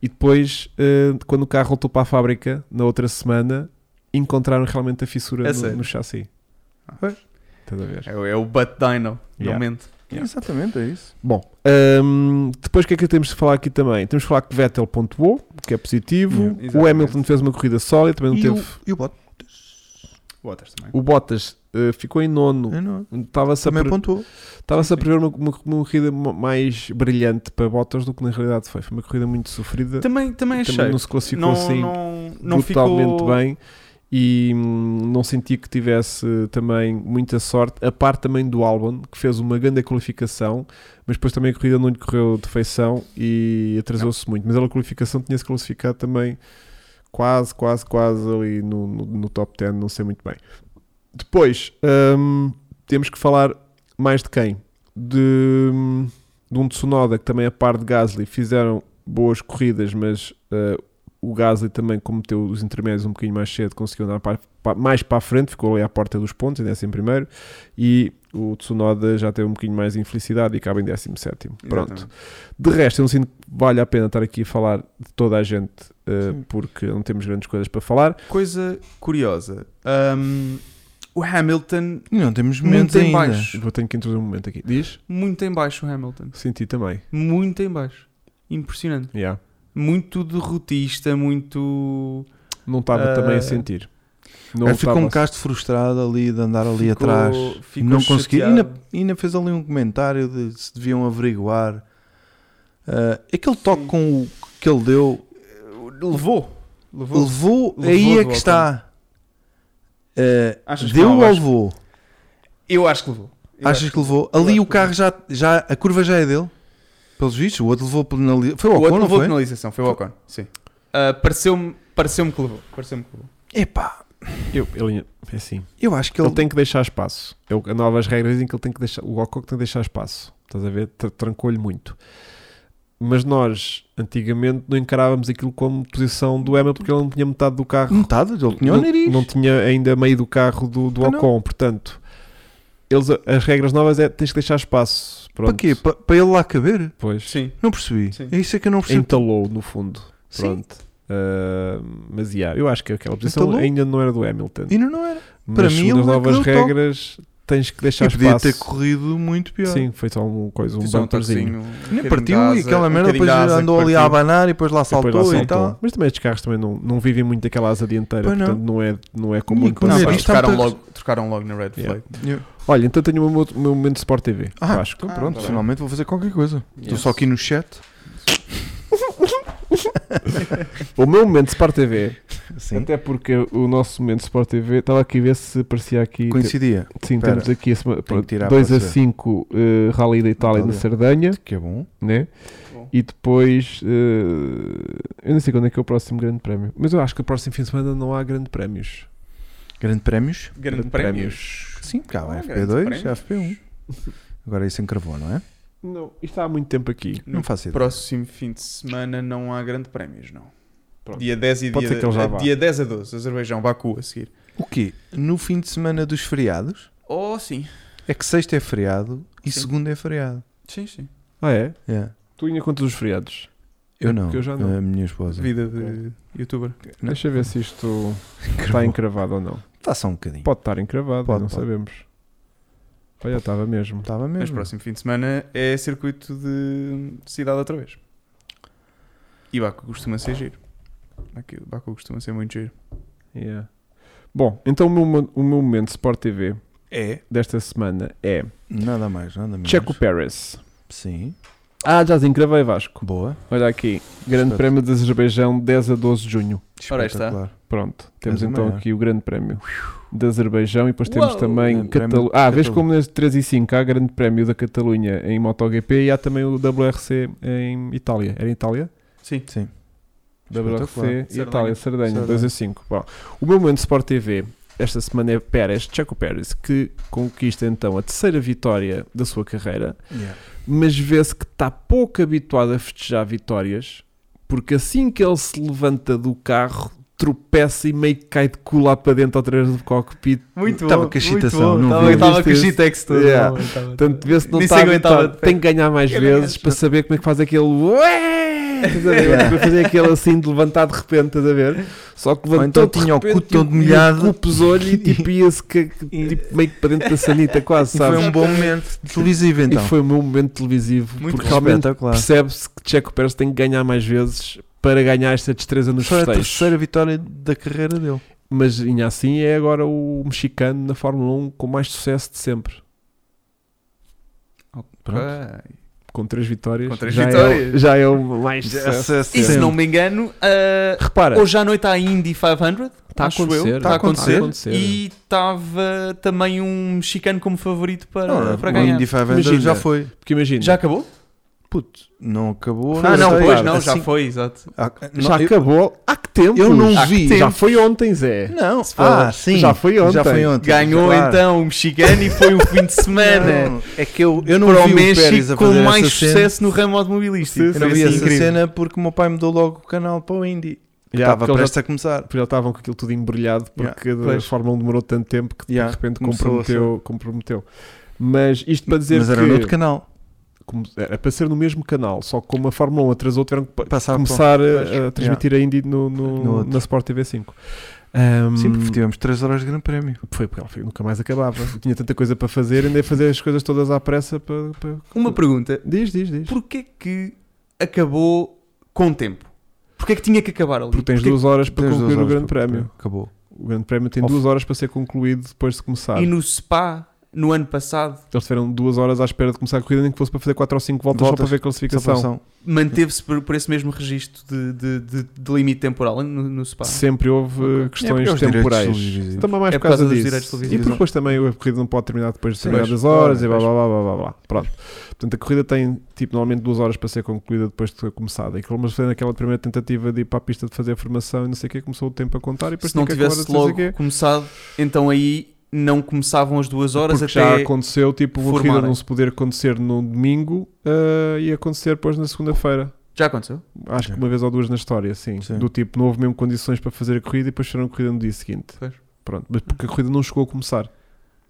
[SPEAKER 1] e depois eh, quando o carro voltou para a fábrica na outra semana encontraram realmente a fissura
[SPEAKER 3] É
[SPEAKER 1] no,
[SPEAKER 3] sério?
[SPEAKER 1] no chassi
[SPEAKER 2] Ah. Pois.
[SPEAKER 1] Estás a ver?
[SPEAKER 3] É, o- é o Butt Dino,
[SPEAKER 1] Yeah.
[SPEAKER 3] não mente.
[SPEAKER 1] Yeah.
[SPEAKER 2] Exatamente, é isso.
[SPEAKER 1] Bom, hum, depois o que é que temos de falar aqui também? Temos de falar que Vettel pontuou, que é positivo.
[SPEAKER 2] Yeah,
[SPEAKER 1] o
[SPEAKER 3] exatamente.
[SPEAKER 1] Hamilton fez uma corrida sólida, também não
[SPEAKER 2] E o,
[SPEAKER 1] teve.
[SPEAKER 2] e o Bottas?
[SPEAKER 3] Waters também.
[SPEAKER 1] O, Bottas eh, ficou em nono.
[SPEAKER 2] Eu não-
[SPEAKER 1] Estava-se a,
[SPEAKER 2] É. Também é
[SPEAKER 1] pre...
[SPEAKER 2] pontuou.
[SPEAKER 1] estava-se a prever uma, uma- uma corrida mo- mais brilhante para Bottas do que na realidade foi. Foi uma corrida muito sofrida.
[SPEAKER 3] Também, também achei.
[SPEAKER 1] Também não se classificou assim
[SPEAKER 3] não, não
[SPEAKER 1] brutalmente
[SPEAKER 3] ficou...
[SPEAKER 1] bem. E hum, não senti que tivesse também muita sorte, a par também do Albon, que fez uma grande qualificação, mas depois também a corrida não lhe correu de feição e atrasou-se muito. Mas ela, a qualificação, tinha-se classificado também quase, quase, quase ali no, no, no top 10, não sei muito bem. Depois, hum, temos que falar mais de quem? De, de um Tsunoda que também a par de Gasly fizeram boas corridas, mas eh, o Gasly também cometeu os intermédios um bocadinho mais cedo, conseguiu andar para- para- mais para a frente, ficou ali à porta dos pontos, em 11 primeiro, e o Tsunoda já teve um bocadinho mais de infelicidade e acaba em 17 Pronto.
[SPEAKER 3] Exatamente.
[SPEAKER 1] De resto, eu não sinto que vale a pena estar aqui a falar de toda a gente, eh,
[SPEAKER 2] Sim.
[SPEAKER 1] porque não temos grandes coisas para falar.
[SPEAKER 3] Coisa curiosa. hum, o Hamilton,
[SPEAKER 2] E Não temos momentos
[SPEAKER 3] muito em
[SPEAKER 2] ainda.
[SPEAKER 3] baixo.
[SPEAKER 1] Vou ter que introduzir um momento aqui. Diz?
[SPEAKER 3] Muito em baixo o Hamilton.
[SPEAKER 1] Senti também.
[SPEAKER 3] Muito em baixo. Impressionante.
[SPEAKER 1] Yeah.
[SPEAKER 3] Muito derrotista, muito...
[SPEAKER 1] Não estava
[SPEAKER 3] Ah.
[SPEAKER 1] também a sentir. Não
[SPEAKER 2] Aí ficou
[SPEAKER 1] estava
[SPEAKER 2] um
[SPEAKER 1] a-
[SPEAKER 2] bocado frustrado ali de andar ali
[SPEAKER 3] Ficou-
[SPEAKER 2] atrás.
[SPEAKER 3] ficou
[SPEAKER 2] não consegui. E
[SPEAKER 3] chateado.
[SPEAKER 2] ainda, e ainda fez ali um comentário de se deviam averiguar. Ah, aquele toque com o que ele deu
[SPEAKER 3] Levou. Levou.
[SPEAKER 2] levou,
[SPEAKER 3] Levou
[SPEAKER 2] aí
[SPEAKER 3] de
[SPEAKER 2] é que
[SPEAKER 3] volta. então.
[SPEAKER 2] está. Ah,
[SPEAKER 3] Achas que
[SPEAKER 2] deu
[SPEAKER 3] não?
[SPEAKER 2] ou
[SPEAKER 3] Acho-
[SPEAKER 2] levou?
[SPEAKER 3] Eu acho que levou. Eu
[SPEAKER 2] Achas
[SPEAKER 3] acho
[SPEAKER 2] que levou?
[SPEAKER 3] Eu
[SPEAKER 2] Ali
[SPEAKER 3] acho
[SPEAKER 2] o
[SPEAKER 3] que
[SPEAKER 2] carro já, já. A curva já é dele? Pelos vistos, o outro levou penalização. Foi o
[SPEAKER 3] O outro
[SPEAKER 2] Ocon, não
[SPEAKER 3] levou a
[SPEAKER 2] foi?
[SPEAKER 3] penalização, foi o Ocon, sim. Ah, Pareceu-me pareceu que levou. Pareceu-me que levou.
[SPEAKER 2] Epá,
[SPEAKER 1] Eu, ele, é assim.
[SPEAKER 2] eu acho que
[SPEAKER 1] Ele
[SPEAKER 2] ele.
[SPEAKER 1] tem que deixar espaço. Eu, as novas regras dizem que ele tem que deixar. O Ocon que tem que deixar espaço. Estás a ver? Tra- Trancou-lhe muito. Mas nós, antigamente, não encarávamos aquilo como posição do Hamilton porque ele não tinha metade do carro.
[SPEAKER 2] Metade, ele tinha o
[SPEAKER 1] não,
[SPEAKER 2] nariz.
[SPEAKER 1] não tinha ainda meio do carro do, do
[SPEAKER 2] Ah, não.
[SPEAKER 1] Ocon. Portanto, eles, as regras novas é tens que deixar espaço. Pronto.
[SPEAKER 2] Para quê? Para, para ele lá caber?
[SPEAKER 1] Pois.
[SPEAKER 3] Sim.
[SPEAKER 2] Não percebi.
[SPEAKER 3] Sim. Então,
[SPEAKER 2] É isso é que eu não percebi.
[SPEAKER 1] Entalou, no fundo.
[SPEAKER 2] Sim.
[SPEAKER 1] Pronto. Ah, mas yeah, eu acho que aquela posição
[SPEAKER 2] Entalou.
[SPEAKER 1] ainda não era do Hamilton.
[SPEAKER 2] E não, não era.
[SPEAKER 1] mas
[SPEAKER 2] para mim,
[SPEAKER 1] segundo
[SPEAKER 2] ele
[SPEAKER 1] as
[SPEAKER 2] não
[SPEAKER 1] novas
[SPEAKER 2] deu toque.
[SPEAKER 1] regras, tens que deixar
[SPEAKER 2] E podia
[SPEAKER 1] espaço.
[SPEAKER 2] ter corrido muito pior.
[SPEAKER 1] Sim, foi só uma coisa, um
[SPEAKER 3] Fiz só
[SPEAKER 1] bumperzinho.
[SPEAKER 3] toquezinho, um
[SPEAKER 2] Nem
[SPEAKER 3] bocadinho
[SPEAKER 2] partiu
[SPEAKER 3] de asa,
[SPEAKER 2] e aquela
[SPEAKER 3] um bocadinho
[SPEAKER 2] merda depois
[SPEAKER 3] de asa que
[SPEAKER 2] andou ali a
[SPEAKER 3] partiu.
[SPEAKER 2] abanar e depois lá
[SPEAKER 1] Depois
[SPEAKER 2] saltou,
[SPEAKER 1] lá
[SPEAKER 2] e
[SPEAKER 1] saltou.
[SPEAKER 2] tal.
[SPEAKER 1] Mas também estes carros também não, não vivem muito daquela asa dianteira,
[SPEAKER 2] Pois não.
[SPEAKER 1] portanto não. é, não é como
[SPEAKER 2] E
[SPEAKER 1] ano
[SPEAKER 2] com
[SPEAKER 3] Não,
[SPEAKER 1] passado.
[SPEAKER 2] nariz
[SPEAKER 3] mas
[SPEAKER 2] Isto está
[SPEAKER 3] trocaram,
[SPEAKER 2] muito-
[SPEAKER 3] logo, trocaram logo na Red Flag.
[SPEAKER 1] Yeah. Olha, então tenho o meu, o meu momento de Sport TV.
[SPEAKER 2] Ah,
[SPEAKER 1] Vasco.
[SPEAKER 2] então
[SPEAKER 3] Ah,
[SPEAKER 2] pronto,
[SPEAKER 3] tá bem.
[SPEAKER 2] finalmente vou fazer qualquer coisa. Estou
[SPEAKER 3] Yes.
[SPEAKER 2] só aqui no chat.
[SPEAKER 1] O meu momento de Sport TV,
[SPEAKER 2] Sim.
[SPEAKER 1] até porque o nosso momento de Sport TV, estava aqui a ver se aparecia aqui.
[SPEAKER 2] Coincidia.
[SPEAKER 1] Sim,
[SPEAKER 2] Espera.
[SPEAKER 1] temos aqui a semana,
[SPEAKER 2] Tenho que tirar
[SPEAKER 1] 2
[SPEAKER 2] para
[SPEAKER 1] a
[SPEAKER 2] ser.
[SPEAKER 1] 5 Rally da Itália na
[SPEAKER 2] Itália.
[SPEAKER 1] Sardanha,
[SPEAKER 2] Que é bom.
[SPEAKER 1] né?
[SPEAKER 3] Bom.
[SPEAKER 1] E depois, eh, eu não sei quando é que é o próximo grande prémio, mas eu acho que o próximo fim de semana não há grande prémios.
[SPEAKER 2] Grande prémios.
[SPEAKER 3] Grande
[SPEAKER 1] Grande
[SPEAKER 3] prémios.
[SPEAKER 2] Sim, cá,
[SPEAKER 3] Ah,
[SPEAKER 2] FP2,
[SPEAKER 3] grandes prémios.
[SPEAKER 2] FP1. Agora isso encravou, não é?
[SPEAKER 1] Não, isto há muito tempo aqui.
[SPEAKER 2] Não faço ideia.
[SPEAKER 3] Próximo fim de semana não há grande prémios, não.
[SPEAKER 1] Pronto.
[SPEAKER 3] Dia 10 e
[SPEAKER 1] Pode
[SPEAKER 3] dia,
[SPEAKER 1] ser que ele já vá.
[SPEAKER 3] dia 10 a 12, Azerbaijão, Baku a seguir.
[SPEAKER 2] O quê? No fim de semana dos feriados,
[SPEAKER 3] Oh, sim.
[SPEAKER 2] é que sexta é feriado e
[SPEAKER 3] Sim.
[SPEAKER 2] segunda é feriado.
[SPEAKER 3] Sim, sim.
[SPEAKER 1] Ah, é?
[SPEAKER 2] É.
[SPEAKER 1] Tu ainda contas os feriados?
[SPEAKER 2] Eu não.
[SPEAKER 1] Porque eu já não.
[SPEAKER 2] A minha esposa.
[SPEAKER 3] Vida de youtuber.
[SPEAKER 2] Não.
[SPEAKER 1] Deixa eu ver se isto está
[SPEAKER 2] Encravou.
[SPEAKER 1] encravado ou não.
[SPEAKER 2] Está só um bocadinho.
[SPEAKER 1] Pode Tá. estar encravado,
[SPEAKER 2] Pode,
[SPEAKER 1] não
[SPEAKER 2] pode.
[SPEAKER 1] sabemos. Olha, estava mesmo.
[SPEAKER 2] Estava
[SPEAKER 3] Mas
[SPEAKER 2] mesmo.
[SPEAKER 3] próximo fim de semana é circuito de cidade outra vez. E Baku costuma ser giro. Aqui, Baku costuma ser muito giro.
[SPEAKER 1] Yeah. Bom, então o meu, mo- o meu momento de Sport TV
[SPEAKER 2] É.
[SPEAKER 1] desta semana é
[SPEAKER 2] Nada mais, nada menos.
[SPEAKER 1] Checo Pérez.
[SPEAKER 2] Sim.
[SPEAKER 1] Ah, já encravei Vasco.
[SPEAKER 2] Boa.
[SPEAKER 1] Olha aqui, Grande
[SPEAKER 2] Espetáculo.
[SPEAKER 1] Prémio de Azerbaijão, 10 a 12 de junho.
[SPEAKER 3] Ora, está.
[SPEAKER 2] Espetacular.
[SPEAKER 1] Pronto, temos
[SPEAKER 2] Mas o
[SPEAKER 1] então
[SPEAKER 2] maior.
[SPEAKER 1] aqui o Grande Prémio de Azerbaijão e depois temos
[SPEAKER 3] Uou!
[SPEAKER 1] também
[SPEAKER 2] Grande É, Prémio
[SPEAKER 1] Catalu...
[SPEAKER 2] de
[SPEAKER 1] Ah, vês
[SPEAKER 2] Catalunha.
[SPEAKER 1] como nas 3 e 5 há Grande Prémio da Catalunha em MotoGP e há também o WRC em Itália. Era em Itália?
[SPEAKER 3] Sim.
[SPEAKER 2] Sim.
[SPEAKER 1] WRC e
[SPEAKER 3] Sardenha.
[SPEAKER 1] Itália, Sardanha,
[SPEAKER 2] Sardenha.
[SPEAKER 1] 2 a 5. Bom, o meu momento de Sport TV esta semana é Pérez, Checo Pérez, que conquista então a terceira vitória da sua carreira,
[SPEAKER 2] Yeah.
[SPEAKER 1] mas vê-se que está pouco habituado a festejar vitórias, porque assim que ele se levanta do carro, tropeça e meio que cai de culo lá para dentro outra vez do cockpit.
[SPEAKER 3] Muito
[SPEAKER 2] Tava
[SPEAKER 3] bom,
[SPEAKER 2] com a
[SPEAKER 3] muito
[SPEAKER 2] excitação,
[SPEAKER 3] bom.
[SPEAKER 2] não
[SPEAKER 3] Tava-
[SPEAKER 2] vi.
[SPEAKER 3] Tava com o
[SPEAKER 1] Viste
[SPEAKER 3] shitex todo.
[SPEAKER 1] Yeah.
[SPEAKER 3] Não, tava-
[SPEAKER 1] Portanto, vê-se não
[SPEAKER 3] Nem
[SPEAKER 1] está
[SPEAKER 3] se aguentava
[SPEAKER 1] habituado.
[SPEAKER 3] de pé.
[SPEAKER 1] Tem que ganhar mais
[SPEAKER 3] Caralho.
[SPEAKER 1] vezes para saber como é que faz aquele ué! Estás a ver?
[SPEAKER 2] Yeah.
[SPEAKER 1] Para fazer aquele assim de levantar de repente, estás a ver? Só que
[SPEAKER 2] Ou
[SPEAKER 1] levantou
[SPEAKER 2] então tinha o
[SPEAKER 1] de repente
[SPEAKER 2] cu todo
[SPEAKER 1] e o-
[SPEAKER 2] molhado.
[SPEAKER 1] E o cu pesou-lhe e
[SPEAKER 2] [laughs]
[SPEAKER 1] tipo ia-se que- que- tipo, meio que para dentro da sanita, quase,
[SPEAKER 2] E foi
[SPEAKER 1] sabes?
[SPEAKER 2] um bom momento televisivo
[SPEAKER 1] E
[SPEAKER 2] então.
[SPEAKER 1] foi o meu momento televisivo,
[SPEAKER 3] Muito
[SPEAKER 1] porque realmente
[SPEAKER 2] espetacular.
[SPEAKER 1] percebe-se que Checo Pérez tem que ganhar mais vezes para ganhar esta destreza nos
[SPEAKER 2] Foi a
[SPEAKER 1] festejos.
[SPEAKER 2] terceira vitória da carreira dele.
[SPEAKER 1] Mas ainda assim é agora o mexicano na Fórmula 1 com mais sucesso de sempre.
[SPEAKER 2] Pronto.
[SPEAKER 3] Ok.
[SPEAKER 1] Com três vitórias,
[SPEAKER 3] Com três
[SPEAKER 1] já, É, o-
[SPEAKER 3] vitórias.
[SPEAKER 1] já é o mais
[SPEAKER 2] Já-
[SPEAKER 1] sucesso.
[SPEAKER 2] se-
[SPEAKER 3] E
[SPEAKER 2] se-
[SPEAKER 3] se não me engano, ah,
[SPEAKER 1] Repara,
[SPEAKER 3] hoje à noite há a Indy 500.
[SPEAKER 1] Está a
[SPEAKER 3] acho eu.
[SPEAKER 1] acontecer.
[SPEAKER 3] Está a acontecer.
[SPEAKER 1] acontecer.
[SPEAKER 3] E estava também um mexicano como favorito para,
[SPEAKER 2] Não,
[SPEAKER 3] para
[SPEAKER 2] o
[SPEAKER 3] ganhar.
[SPEAKER 2] Indy 500
[SPEAKER 1] Imagina.
[SPEAKER 2] já foi.
[SPEAKER 1] Porque imagina,
[SPEAKER 3] Já acabou?
[SPEAKER 2] Puto, não acabou.
[SPEAKER 1] Foi
[SPEAKER 3] ah, não,
[SPEAKER 1] aceitado.
[SPEAKER 3] pois não,
[SPEAKER 2] Assim-
[SPEAKER 3] já foi, exato.
[SPEAKER 2] Ah,
[SPEAKER 1] já
[SPEAKER 2] não, eu-
[SPEAKER 1] acabou. Há que tempos.
[SPEAKER 2] Eu não
[SPEAKER 1] Há
[SPEAKER 2] vi.
[SPEAKER 1] tempos. Já foi ontem, Zé.
[SPEAKER 2] Não,
[SPEAKER 1] for-
[SPEAKER 2] ah, sim.
[SPEAKER 1] já foi ontem.
[SPEAKER 2] Já foi ontem.
[SPEAKER 3] Ganhou
[SPEAKER 2] claro.
[SPEAKER 3] então o mexicano e foi um fim de semana.
[SPEAKER 2] [laughs] Não, é que eu, eu não
[SPEAKER 3] para o
[SPEAKER 2] vi o Pérez
[SPEAKER 3] México
[SPEAKER 2] a
[SPEAKER 3] com
[SPEAKER 2] fazer
[SPEAKER 3] mais
[SPEAKER 2] essa cena.
[SPEAKER 3] sucesso no ramo automobilístico.
[SPEAKER 2] Eu não
[SPEAKER 3] Foi
[SPEAKER 2] vi
[SPEAKER 3] assim
[SPEAKER 2] essa
[SPEAKER 3] incrível.
[SPEAKER 2] cena porque o meu pai mudou logo o canal para o Indy.
[SPEAKER 1] Já,
[SPEAKER 2] Estava
[SPEAKER 1] porque eles
[SPEAKER 2] prestes a começar.
[SPEAKER 1] já estavam com aquilo tudo embrulhado porque a
[SPEAKER 2] pois.
[SPEAKER 1] Fórmula 1 demorou tanto tempo que
[SPEAKER 2] Yeah,
[SPEAKER 1] de repente
[SPEAKER 2] começou a
[SPEAKER 1] comprometeu, comprometeu. Mas isto para dizer
[SPEAKER 2] Mas era
[SPEAKER 1] que
[SPEAKER 2] no outro canal.
[SPEAKER 1] como- era para ser no mesmo canal, só que como a Fórmula 1 atrasou, tiveram que pa-
[SPEAKER 2] Passar
[SPEAKER 1] começar
[SPEAKER 3] Pois.
[SPEAKER 1] a, a transmitir a Indy no, no-
[SPEAKER 2] um No outro.
[SPEAKER 1] na Sport TV 5. Ahm,
[SPEAKER 2] para... Sim, porque tivemos 3 horas de grande prémio.
[SPEAKER 1] Foi porque ela foi- nunca mais acabava. Eu tinha tanta coisa para fazer, ainda ia fazer as coisas todas à pressa para. para-
[SPEAKER 3] Uma pergunta:
[SPEAKER 1] Diz, diz, diz.
[SPEAKER 3] porquê é que acabou com o tempo? Porquê é que tinha que acabar ali?
[SPEAKER 1] Porque tens
[SPEAKER 3] Porquê-
[SPEAKER 1] duas horas para
[SPEAKER 2] Tens duas
[SPEAKER 1] concluir o
[SPEAKER 2] horas
[SPEAKER 1] Grande
[SPEAKER 2] para-
[SPEAKER 1] Prémio.
[SPEAKER 2] Acabou.
[SPEAKER 1] O Grande Prémio tem
[SPEAKER 2] Of-
[SPEAKER 1] duas horas para ser concluído depois de começar.
[SPEAKER 3] E no Spa, no ano passado,
[SPEAKER 1] Eles tiveram duas horas à espera de começar a corrida, nem que fosse para fazer quatro ou cinco voltas, só
[SPEAKER 2] Voltas.
[SPEAKER 1] para ver a classificação.
[SPEAKER 2] Só
[SPEAKER 3] manteve-se por, por esse mesmo registro de, de- de- de limite temporal no, no Spa.
[SPEAKER 1] Sempre houve uh,
[SPEAKER 3] Ok.
[SPEAKER 1] questões
[SPEAKER 2] É porque é os direitos
[SPEAKER 1] temporais.
[SPEAKER 2] televisivos.
[SPEAKER 1] Também mais
[SPEAKER 3] É
[SPEAKER 1] por causa,
[SPEAKER 3] por causa dos
[SPEAKER 1] disso.
[SPEAKER 3] direitos
[SPEAKER 1] e
[SPEAKER 3] televisivos.
[SPEAKER 1] porque depois também a corrida não pode terminar depois de
[SPEAKER 2] Sim.
[SPEAKER 1] determinadas
[SPEAKER 2] Pois.
[SPEAKER 1] horas e blá
[SPEAKER 2] Claro,
[SPEAKER 1] blá blá blá blá blá. Pronto. Portanto, a corrida tem tipo normalmente duas horas para ser concluída depois de ter começado. E como eles fizeram aquela primeira tentativa de ir para a pista de fazer a formação e não sei o que, começou o tempo a contar e depois
[SPEAKER 2] é
[SPEAKER 3] Se não
[SPEAKER 1] tinha que
[SPEAKER 3] tivesse
[SPEAKER 1] acabar, não
[SPEAKER 3] logo
[SPEAKER 1] sei o quê.
[SPEAKER 3] começado, então aí não começavam as duas horas
[SPEAKER 1] Porque já
[SPEAKER 3] até.
[SPEAKER 1] aconteceu, tipo, uma corrida
[SPEAKER 3] formarem.
[SPEAKER 1] não se poder acontecer no domingo eh, e acontecer depois na segunda-feira.
[SPEAKER 3] Já aconteceu?
[SPEAKER 1] Acho
[SPEAKER 3] É.
[SPEAKER 1] que uma vez ou duas na história, assim.
[SPEAKER 2] Sim.
[SPEAKER 1] Do tipo, não houve mesmo condições para fazer a corrida e depois fizeram a corrida no dia seguinte.
[SPEAKER 3] Pois.
[SPEAKER 1] Pronto, mas porque a corrida não chegou a começar.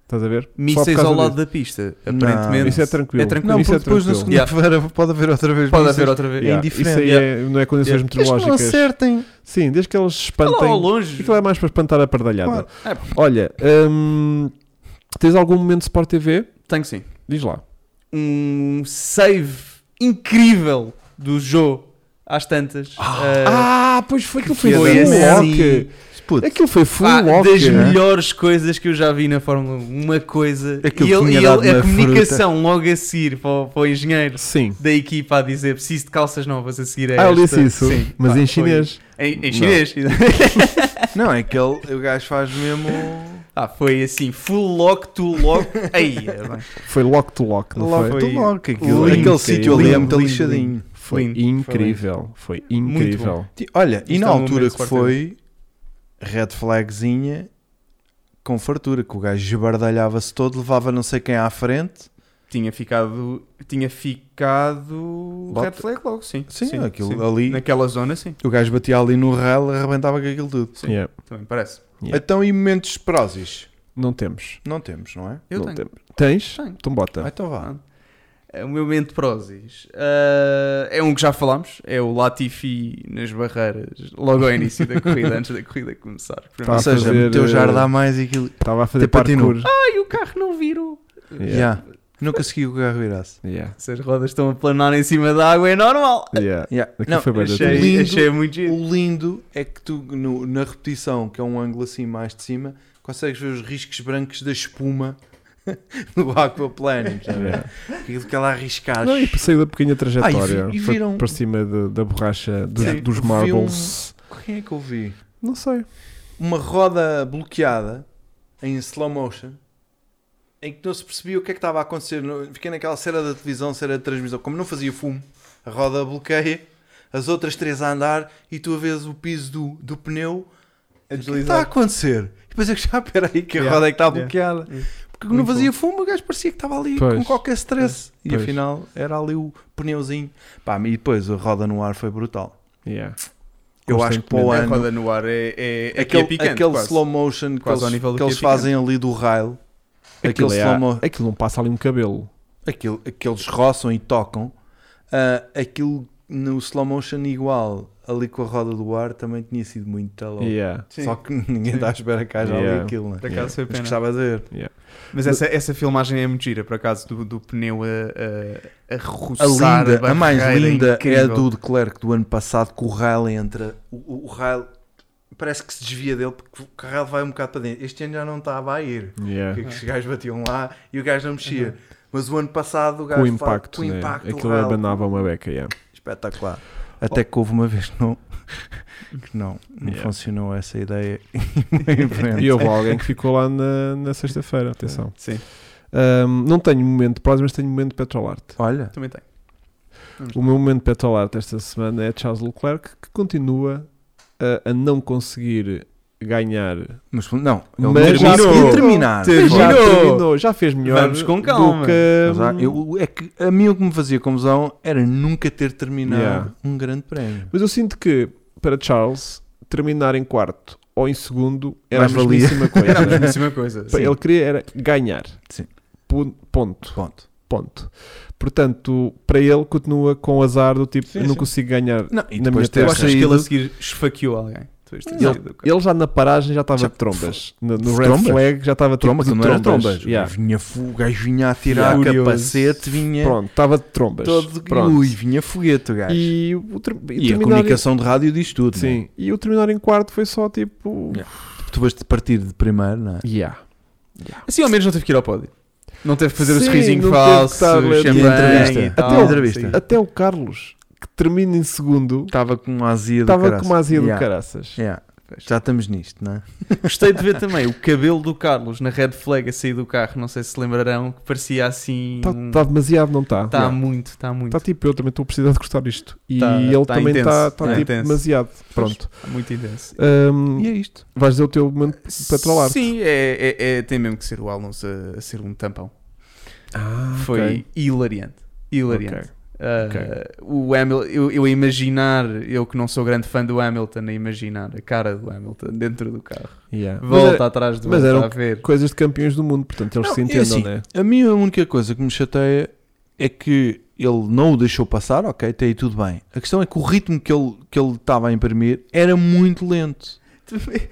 [SPEAKER 1] Estás a ver? Só por
[SPEAKER 3] Mísseis
[SPEAKER 1] causa
[SPEAKER 3] ao lado é
[SPEAKER 1] disso.
[SPEAKER 3] da pista,
[SPEAKER 2] Não,
[SPEAKER 3] aparentemente.
[SPEAKER 1] Isso é tranquilo.
[SPEAKER 3] É tranquilo.
[SPEAKER 2] Não,
[SPEAKER 1] Isso
[SPEAKER 2] porque
[SPEAKER 1] é
[SPEAKER 2] depois na
[SPEAKER 1] tranquilo.
[SPEAKER 2] segunda-feira pode haver outra vez.
[SPEAKER 3] Pode
[SPEAKER 2] mísseis.
[SPEAKER 3] haver outra vez.
[SPEAKER 1] Yeah,
[SPEAKER 2] indiferente.
[SPEAKER 1] Isso aí é- não é condições
[SPEAKER 3] Yeah.
[SPEAKER 2] Desde que não
[SPEAKER 1] meteorológicas.
[SPEAKER 2] acertem.
[SPEAKER 1] Sim, desde que eles
[SPEAKER 3] Está lá ao
[SPEAKER 1] espantem.
[SPEAKER 3] longe.
[SPEAKER 1] Aquilo é mais para espantar a pardalhada.
[SPEAKER 3] Claro. É.
[SPEAKER 1] Olha, hum, tens algum momento de Sport TV?
[SPEAKER 3] Tenho que sim.
[SPEAKER 1] Diz lá.
[SPEAKER 3] um save incrível do Jô às tantas. Ah,
[SPEAKER 1] Ah, pois foi aquilo
[SPEAKER 3] foi assim.
[SPEAKER 1] lock.
[SPEAKER 2] Puto,
[SPEAKER 1] Aquilo foi full
[SPEAKER 3] pá,
[SPEAKER 1] lock.
[SPEAKER 3] Ah, das
[SPEAKER 1] né?
[SPEAKER 3] melhores coisas que eu já vi na Fórmula 1. Uma coisa.
[SPEAKER 2] Aquilo
[SPEAKER 3] e ele,
[SPEAKER 2] tinha
[SPEAKER 3] e ele-
[SPEAKER 2] dado
[SPEAKER 3] a
[SPEAKER 2] uma
[SPEAKER 3] comunicação logo a seguir para o, para o engenheiro
[SPEAKER 1] Sim.
[SPEAKER 3] da equipa a dizer preciso de calças novas a seguir a
[SPEAKER 1] Ah, ele
[SPEAKER 3] É esta."
[SPEAKER 1] disse isso,
[SPEAKER 3] Sim,
[SPEAKER 1] mas
[SPEAKER 3] pá,
[SPEAKER 1] em
[SPEAKER 3] foi-
[SPEAKER 1] chinês.
[SPEAKER 3] Em, em chinês.
[SPEAKER 2] Não, é que ele, o gajo faz mesmo.
[SPEAKER 3] [laughs] ah, foi assim, full lock to lock. Aí, é bem.
[SPEAKER 1] Foi lock to lock, não
[SPEAKER 2] Logo,
[SPEAKER 1] foi?
[SPEAKER 2] tu
[SPEAKER 3] Foi
[SPEAKER 2] logo, que aquilo-
[SPEAKER 1] lindo,
[SPEAKER 2] Aquele sítio ali é
[SPEAKER 1] lindo,
[SPEAKER 2] muito
[SPEAKER 3] lindo,
[SPEAKER 2] lixadinho.
[SPEAKER 1] Foi
[SPEAKER 3] Lindo.
[SPEAKER 1] incrível. Foi incrível.
[SPEAKER 2] Ti- Olha, e
[SPEAKER 3] Isto
[SPEAKER 2] na
[SPEAKER 3] é um
[SPEAKER 2] altura
[SPEAKER 3] momento
[SPEAKER 2] que
[SPEAKER 3] Sport
[SPEAKER 2] foi, red flagzinha com fartura, que o gajo gebardalhava-se todo, levava não sei quem à frente.
[SPEAKER 3] Tinha ficado. Tinha ficado.
[SPEAKER 2] Bota-
[SPEAKER 3] Red flag logo, sim.
[SPEAKER 2] Sim, aquilo é ali.
[SPEAKER 3] Naquela zona, sim.
[SPEAKER 2] O gajo batia ali no ralo e arrebentava com aquilo tudo.
[SPEAKER 3] Sim.
[SPEAKER 1] Yeah.
[SPEAKER 3] Também parece.
[SPEAKER 1] Yeah.
[SPEAKER 2] Então, e momentos prósis?
[SPEAKER 1] Não temos.
[SPEAKER 2] Não temos, não é?
[SPEAKER 3] Eu
[SPEAKER 1] não
[SPEAKER 3] tenho.
[SPEAKER 1] temos. Tens?
[SPEAKER 3] Tenho. É
[SPEAKER 1] Então
[SPEAKER 2] Ah,
[SPEAKER 1] bota.
[SPEAKER 2] então vá.
[SPEAKER 3] O meu momento de prósis ah, é um que já falámos, é o Latifi nas barreiras, logo ao início da
[SPEAKER 2] [laughs]
[SPEAKER 3] corrida, antes da corrida começar.
[SPEAKER 1] Tá.
[SPEAKER 2] Ou
[SPEAKER 1] a
[SPEAKER 2] seja,
[SPEAKER 1] fazer,
[SPEAKER 2] meteu já a
[SPEAKER 1] eh,
[SPEAKER 2] dar mais e aquilo.
[SPEAKER 1] Estava a fazer
[SPEAKER 2] Até
[SPEAKER 1] parkour.
[SPEAKER 3] Ai, o carro não virou.
[SPEAKER 1] Yeah.
[SPEAKER 2] Yeah. Não consegui que o carro virasse.
[SPEAKER 1] Yeah.
[SPEAKER 3] Se as rodas estão a planar em cima da água, é normal.
[SPEAKER 1] Yeah.
[SPEAKER 2] Yeah.
[SPEAKER 1] Aquilo
[SPEAKER 2] Não,
[SPEAKER 1] foi bem da
[SPEAKER 3] Achei,
[SPEAKER 1] tua.
[SPEAKER 2] Lindo.
[SPEAKER 3] achei muito giro.
[SPEAKER 2] O lindo é que tu, no- na repetição, que é um ângulo assim mais de cima, consegues ver os riscos brancos da espuma [laughs] do aquaplaning. sabe?
[SPEAKER 1] Yeah.
[SPEAKER 2] Aquilo que ela arriscada.
[SPEAKER 1] Não, e saiu da pequena trajetória.
[SPEAKER 2] Ah, e vi- e
[SPEAKER 1] Foi
[SPEAKER 2] viram-
[SPEAKER 1] para cima de- da borracha dos,
[SPEAKER 2] Sim.
[SPEAKER 1] dos
[SPEAKER 2] Vi
[SPEAKER 1] marbles.
[SPEAKER 2] Quem é que eu vi?
[SPEAKER 1] Não sei.
[SPEAKER 2] Uma roda bloqueada em slow motion em que não se percebia o que é que estava a acontecer. No- Fiquei naquela cera da televisão, cera de transmissão. Como não fazia fumo, a roda bloqueia, as outras três a andar e tu a vês o piso do, do pneu
[SPEAKER 3] A
[SPEAKER 2] O que está a
[SPEAKER 3] deslizar.
[SPEAKER 2] acontecer? E depois é que já, [laughs] peraí, que a
[SPEAKER 3] Yeah,
[SPEAKER 2] roda é que está
[SPEAKER 3] yeah.
[SPEAKER 2] bloqueada.
[SPEAKER 3] Yeah.
[SPEAKER 2] Porque não
[SPEAKER 3] Muito
[SPEAKER 2] fazia fumo, o gajo parecia que estava ali
[SPEAKER 1] Pois.
[SPEAKER 2] com qualquer stress. E
[SPEAKER 1] Pois.
[SPEAKER 2] afinal era ali o pneuzinho. Pá, e depois a roda no ar foi brutal.
[SPEAKER 1] Yeah.
[SPEAKER 2] Eu acho que para o
[SPEAKER 1] Constantemente.
[SPEAKER 3] A
[SPEAKER 2] Um ano,
[SPEAKER 3] roda no ar é, é, é que é
[SPEAKER 2] aquele,
[SPEAKER 3] picante,
[SPEAKER 2] aquele
[SPEAKER 3] quase.
[SPEAKER 2] slow motion que
[SPEAKER 3] Quase ao
[SPEAKER 2] eles,
[SPEAKER 3] nível do
[SPEAKER 2] que
[SPEAKER 3] que
[SPEAKER 2] eles
[SPEAKER 3] é picante.
[SPEAKER 2] fazem ali do rail, aquele
[SPEAKER 1] Aquilo, é-
[SPEAKER 2] slow motion,
[SPEAKER 1] aquilo não passa ali um cabelo.
[SPEAKER 2] aquilo, aqueles roçam e tocam, ah, aquilo no slow motion igual, ali com a roda do ar, também tinha sido muito talão.
[SPEAKER 1] Yeah.
[SPEAKER 3] Sim.
[SPEAKER 2] Só que [laughs] ninguém
[SPEAKER 3] Sim.
[SPEAKER 2] está à espera que haja
[SPEAKER 1] Yeah.
[SPEAKER 2] ali aquilo, né?
[SPEAKER 3] Por acaso foi
[SPEAKER 2] Mas
[SPEAKER 3] pena.
[SPEAKER 2] gostava de ver.
[SPEAKER 3] Mas essa, essa filmagem é muito gira, por acaso, do, do pneu a, a, a
[SPEAKER 2] A
[SPEAKER 3] roçar.
[SPEAKER 2] linda, a, mais
[SPEAKER 3] barreira,
[SPEAKER 2] linda é a
[SPEAKER 3] incrível.
[SPEAKER 2] do de Klerk do ano passado, que o Rail entra. O, o- o Rail parece que se desvia dele porque o Rail vai um bocado para dentro. Este ano já não estava a ir.
[SPEAKER 1] Yeah.
[SPEAKER 2] Porque os gajos batiam lá e o gajo não mexia. Mas o ano passado o gajo
[SPEAKER 1] Uhum. Com o
[SPEAKER 2] faz-
[SPEAKER 1] impacto,
[SPEAKER 2] com o
[SPEAKER 1] né?
[SPEAKER 2] impacto do
[SPEAKER 1] aquilo
[SPEAKER 2] Rail.
[SPEAKER 1] abanava uma beca. Yeah.
[SPEAKER 2] Espetacular. Até que houve uma vez que não, [laughs] que não, não
[SPEAKER 1] Yeah.
[SPEAKER 2] funcionou essa ideia. [laughs]
[SPEAKER 1] [laughs]
[SPEAKER 2] em frente.
[SPEAKER 1] E houve alguém que ficou lá na, na sexta-feira, atenção.
[SPEAKER 3] Sim,
[SPEAKER 1] Ahm, não tenho momento próximo, mas tenho momento Petrolarte.
[SPEAKER 2] Olha,
[SPEAKER 3] também tem.
[SPEAKER 1] O meu momento Petrolarte esta semana é Charles Leclerc, que continua a a, a não conseguir ganhar.
[SPEAKER 2] Mas não, ele
[SPEAKER 1] Mas
[SPEAKER 2] não
[SPEAKER 1] já
[SPEAKER 2] conseguiu
[SPEAKER 1] terminou.
[SPEAKER 2] terminar.
[SPEAKER 1] Mas Já
[SPEAKER 3] Terminou.
[SPEAKER 1] terminou, já fez melhor.
[SPEAKER 3] Vamos com calma.
[SPEAKER 1] do que-
[SPEAKER 2] Mas há- eu- é que a mim o que me fazia confusão era nunca ter terminado
[SPEAKER 1] Yeah.
[SPEAKER 2] um grande prémio.
[SPEAKER 1] Mas eu sinto que para Charles terminar em quarto ou em segundo era a
[SPEAKER 2] Mais valia.
[SPEAKER 1] mesmíssima
[SPEAKER 2] [laughs]
[SPEAKER 1] coisa.
[SPEAKER 3] Era é a mesmíssima coisa.
[SPEAKER 1] Pá,
[SPEAKER 3] sim.
[SPEAKER 1] Ele queria era ganhar.
[SPEAKER 2] Sim.
[SPEAKER 1] Pon- Ponto,
[SPEAKER 2] Ponto.
[SPEAKER 1] ponto. Portanto, para ele continua com o azar do tipo,
[SPEAKER 3] Sim,
[SPEAKER 1] eu não
[SPEAKER 3] sim.
[SPEAKER 1] consigo ganhar.
[SPEAKER 2] Não, e
[SPEAKER 1] Na minha
[SPEAKER 2] depois ter
[SPEAKER 3] Tu achas que ele a
[SPEAKER 2] saído,
[SPEAKER 3] seguir esfaqueou alguém? Tu achas que
[SPEAKER 1] Ele-
[SPEAKER 3] saído do carro?
[SPEAKER 1] Ele já na paragem já estava
[SPEAKER 2] Já-
[SPEAKER 1] de trombas. No, no red
[SPEAKER 2] Trombas?
[SPEAKER 1] flag já estava tipo,
[SPEAKER 2] tromba,
[SPEAKER 1] de
[SPEAKER 2] aquilo não
[SPEAKER 1] trombas.
[SPEAKER 2] era trombas.
[SPEAKER 1] Yeah.
[SPEAKER 2] Vinha, fu- o gajo vinha a tirar
[SPEAKER 3] Furioso.
[SPEAKER 2] capacete, vinha
[SPEAKER 1] Pronto, estava de trombas.
[SPEAKER 2] todo.
[SPEAKER 1] Pronto.
[SPEAKER 2] Ui, vinha foguete o gajo. E,
[SPEAKER 1] E, o ter- e
[SPEAKER 2] a
[SPEAKER 1] terminar em-
[SPEAKER 2] comunicação de rádio diz tudo.
[SPEAKER 1] Sim,
[SPEAKER 2] né?
[SPEAKER 1] e o terminar em quarto foi só tipo.
[SPEAKER 2] Yeah. Tu vais te partir de primeiro, não é?
[SPEAKER 1] Yeah.
[SPEAKER 3] Assim ao menos não teve que ir ao pódio. Não teve que fazer o
[SPEAKER 1] Sim,
[SPEAKER 3] sorrisinho
[SPEAKER 1] não teve
[SPEAKER 3] falso,
[SPEAKER 1] que estar a ler-
[SPEAKER 3] champanhe
[SPEAKER 2] entrevista.
[SPEAKER 3] e tal.
[SPEAKER 1] Até o-
[SPEAKER 2] entrevista.
[SPEAKER 3] Sim.
[SPEAKER 1] Até o Carlos, que termina em segundo,
[SPEAKER 2] Estava com uma azia do
[SPEAKER 1] estava
[SPEAKER 2] caraças.
[SPEAKER 1] com uma azia do
[SPEAKER 2] Yeah.
[SPEAKER 1] caraças.
[SPEAKER 2] Yeah. Já estamos nisto, não é?
[SPEAKER 3] Gostei de ver também o cabelo do Carlos na red flag a sair do carro, não sei se lembrarão, que parecia assim.
[SPEAKER 1] Está Tá, demasiado, não está?
[SPEAKER 3] Tá muito, está muito.
[SPEAKER 1] Está tipo, eu também estou a precisar de gostar disto. E
[SPEAKER 3] Tá-
[SPEAKER 1] ele
[SPEAKER 3] tá
[SPEAKER 1] também
[SPEAKER 3] intenso.
[SPEAKER 1] está tá,
[SPEAKER 3] É.
[SPEAKER 1] tipo
[SPEAKER 3] Intenso.
[SPEAKER 1] demasiado. Pronto.
[SPEAKER 3] Tá muito intenso.
[SPEAKER 1] Ahm,
[SPEAKER 2] E é isto.
[SPEAKER 1] vais dizer o teu momento para trollar.
[SPEAKER 3] Sim, é, é- é- tem mesmo que ser o Alonso a, a ser um tampão.
[SPEAKER 2] Ah.
[SPEAKER 3] Ah, Foi hilariante. Hilariante. Ah,
[SPEAKER 1] Ok.
[SPEAKER 3] o Hamilton, eu, eu a imaginar, eu que não sou grande fã do Hamilton, a imaginar a cara do Hamilton dentro do carro. Volta atrás do
[SPEAKER 1] mas
[SPEAKER 3] outro
[SPEAKER 1] era [laughs]
[SPEAKER 3] a ver.
[SPEAKER 1] Coisas de campeões do mundo, portanto eles
[SPEAKER 2] Não,
[SPEAKER 1] se
[SPEAKER 2] e
[SPEAKER 1] entendam,
[SPEAKER 2] assim,
[SPEAKER 1] né?
[SPEAKER 2] A mim a única coisa que me chateia é que ele não o deixou passar, ok, até aí tudo bem. A questão é que o ritmo que ele que ele estava a imprimir era muito lento.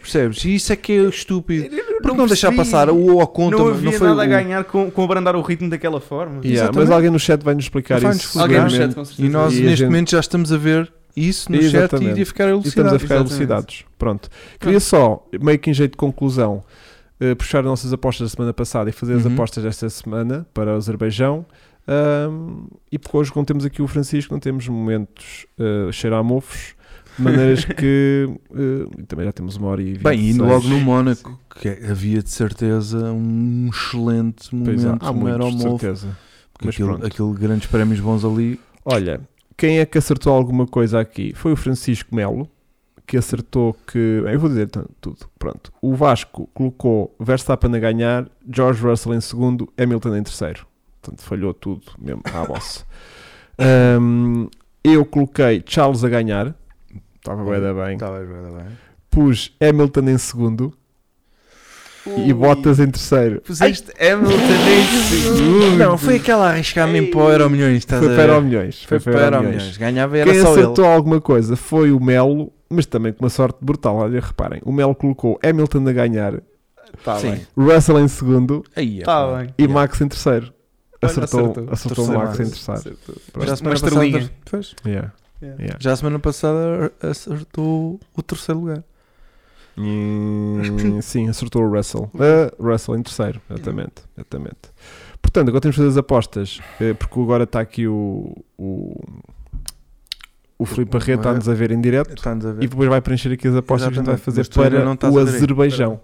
[SPEAKER 2] Percebes? E isso é que é estúpido. Porque não, deixar
[SPEAKER 3] percebi.
[SPEAKER 2] passar o Ocon
[SPEAKER 3] não
[SPEAKER 2] também,
[SPEAKER 3] havia
[SPEAKER 2] não foi
[SPEAKER 3] nada a
[SPEAKER 2] o-
[SPEAKER 3] ganhar com, com abrandar o ritmo daquela forma. é um
[SPEAKER 1] Yeah,
[SPEAKER 2] Exatamente.
[SPEAKER 1] mas alguém no chat vai nos explicar
[SPEAKER 2] Vai-nos
[SPEAKER 1] isso.
[SPEAKER 2] explicar. Alguém no
[SPEAKER 1] seguramente.
[SPEAKER 3] chat, com certeza.
[SPEAKER 2] E nós
[SPEAKER 1] E a
[SPEAKER 2] neste
[SPEAKER 1] gente-
[SPEAKER 2] momento já estamos a ver isso no chat e
[SPEAKER 1] Exatamente.
[SPEAKER 2] iria ficar
[SPEAKER 1] E estamos a
[SPEAKER 2] elucidado.
[SPEAKER 1] ficar
[SPEAKER 3] Exatamente.
[SPEAKER 1] elucidados. Pronto. Queria só, meio que em jeito de conclusão, eh, puxar as nossas apostas da semana passada e fazer as
[SPEAKER 2] Uhum.
[SPEAKER 1] apostas desta semana para o Azerbaijão. Ahm, e porque hoje não temos aqui o Francisco, não temos momentos eh, cheirar a mofos, de
[SPEAKER 2] [laughs]
[SPEAKER 1] maneiras que eh, também já temos uma hora e vinte.
[SPEAKER 2] Bem, e
[SPEAKER 1] seis.
[SPEAKER 2] logo no Mónaco, que é, havia de certeza um excelente
[SPEAKER 1] Pois há,
[SPEAKER 2] momento um
[SPEAKER 1] há
[SPEAKER 2] no
[SPEAKER 1] muitos, de
[SPEAKER 2] Aeromolfo.
[SPEAKER 1] certeza.
[SPEAKER 2] Porque
[SPEAKER 1] Mas
[SPEAKER 2] aquilo,
[SPEAKER 1] pronto.
[SPEAKER 2] aquilo grandes prémios bons ali.
[SPEAKER 1] Olha, quem é que acertou alguma coisa aqui? Foi o Francisco Melo, que acertou que. bem, Eu vou dizer então, tudo. Pronto. O Vasco colocou Verstappen a ganhar, George Russell em segundo, Hamilton em terceiro. Portanto, falhou tudo mesmo à
[SPEAKER 2] [laughs]
[SPEAKER 1] bossa. Ahm, eu coloquei Charles a ganhar. Estava bué da bem.
[SPEAKER 2] Estava bem.
[SPEAKER 1] Pus Hamilton em segundo e
[SPEAKER 3] Ui.
[SPEAKER 1] Bottas em terceiro.
[SPEAKER 3] Puseste Hamilton em segundo.
[SPEAKER 2] Não, foi aquela arriscar mesmo para o Euro Milhões. estás
[SPEAKER 1] Foi
[SPEAKER 2] a
[SPEAKER 1] para
[SPEAKER 2] ver?
[SPEAKER 1] o milhões.
[SPEAKER 2] Foi para o Euro Milhões. Ganhava era
[SPEAKER 1] Quem
[SPEAKER 2] só ele.
[SPEAKER 1] acertou alguma coisa foi o Melo, mas também com uma sorte brutal. Olha, reparem, o Melo colocou Hamilton a ganhar,
[SPEAKER 3] Tá
[SPEAKER 2] Sim.
[SPEAKER 3] bem.
[SPEAKER 1] Russell em segundo
[SPEAKER 2] Aí, é
[SPEAKER 3] Tá
[SPEAKER 2] pá.
[SPEAKER 3] bem.
[SPEAKER 1] e
[SPEAKER 2] Yeah.
[SPEAKER 1] Max em terceiro.
[SPEAKER 3] Olha,
[SPEAKER 1] Acertou, acertou,
[SPEAKER 3] acertou.
[SPEAKER 1] o
[SPEAKER 2] Terceiro
[SPEAKER 1] Max em
[SPEAKER 2] Max.
[SPEAKER 1] terceiro.
[SPEAKER 2] Já a
[SPEAKER 1] Pronto.
[SPEAKER 2] semana
[SPEAKER 3] Uma estrelinha.
[SPEAKER 2] passada- pois.
[SPEAKER 1] Yeah,
[SPEAKER 3] Yeah.
[SPEAKER 1] yeah.
[SPEAKER 2] Já a semana passada acertou o terceiro lugar.
[SPEAKER 1] Hum, sim, acertou o Russell. Ah, Russell em terceiro, exatamente. exatamente. Portanto, agora temos de fazer as apostas, eh, porque agora está aqui o, o, o Filipe Arreta está-nos a ver em direto.
[SPEAKER 2] Estamos a
[SPEAKER 1] E depois vai preencher aqui as apostas que a gente
[SPEAKER 2] Exatamente.
[SPEAKER 1] vai fazer
[SPEAKER 2] Mas tu ainda
[SPEAKER 1] para
[SPEAKER 2] não estás
[SPEAKER 1] o
[SPEAKER 2] a ver aí.
[SPEAKER 1] Azerbaijão.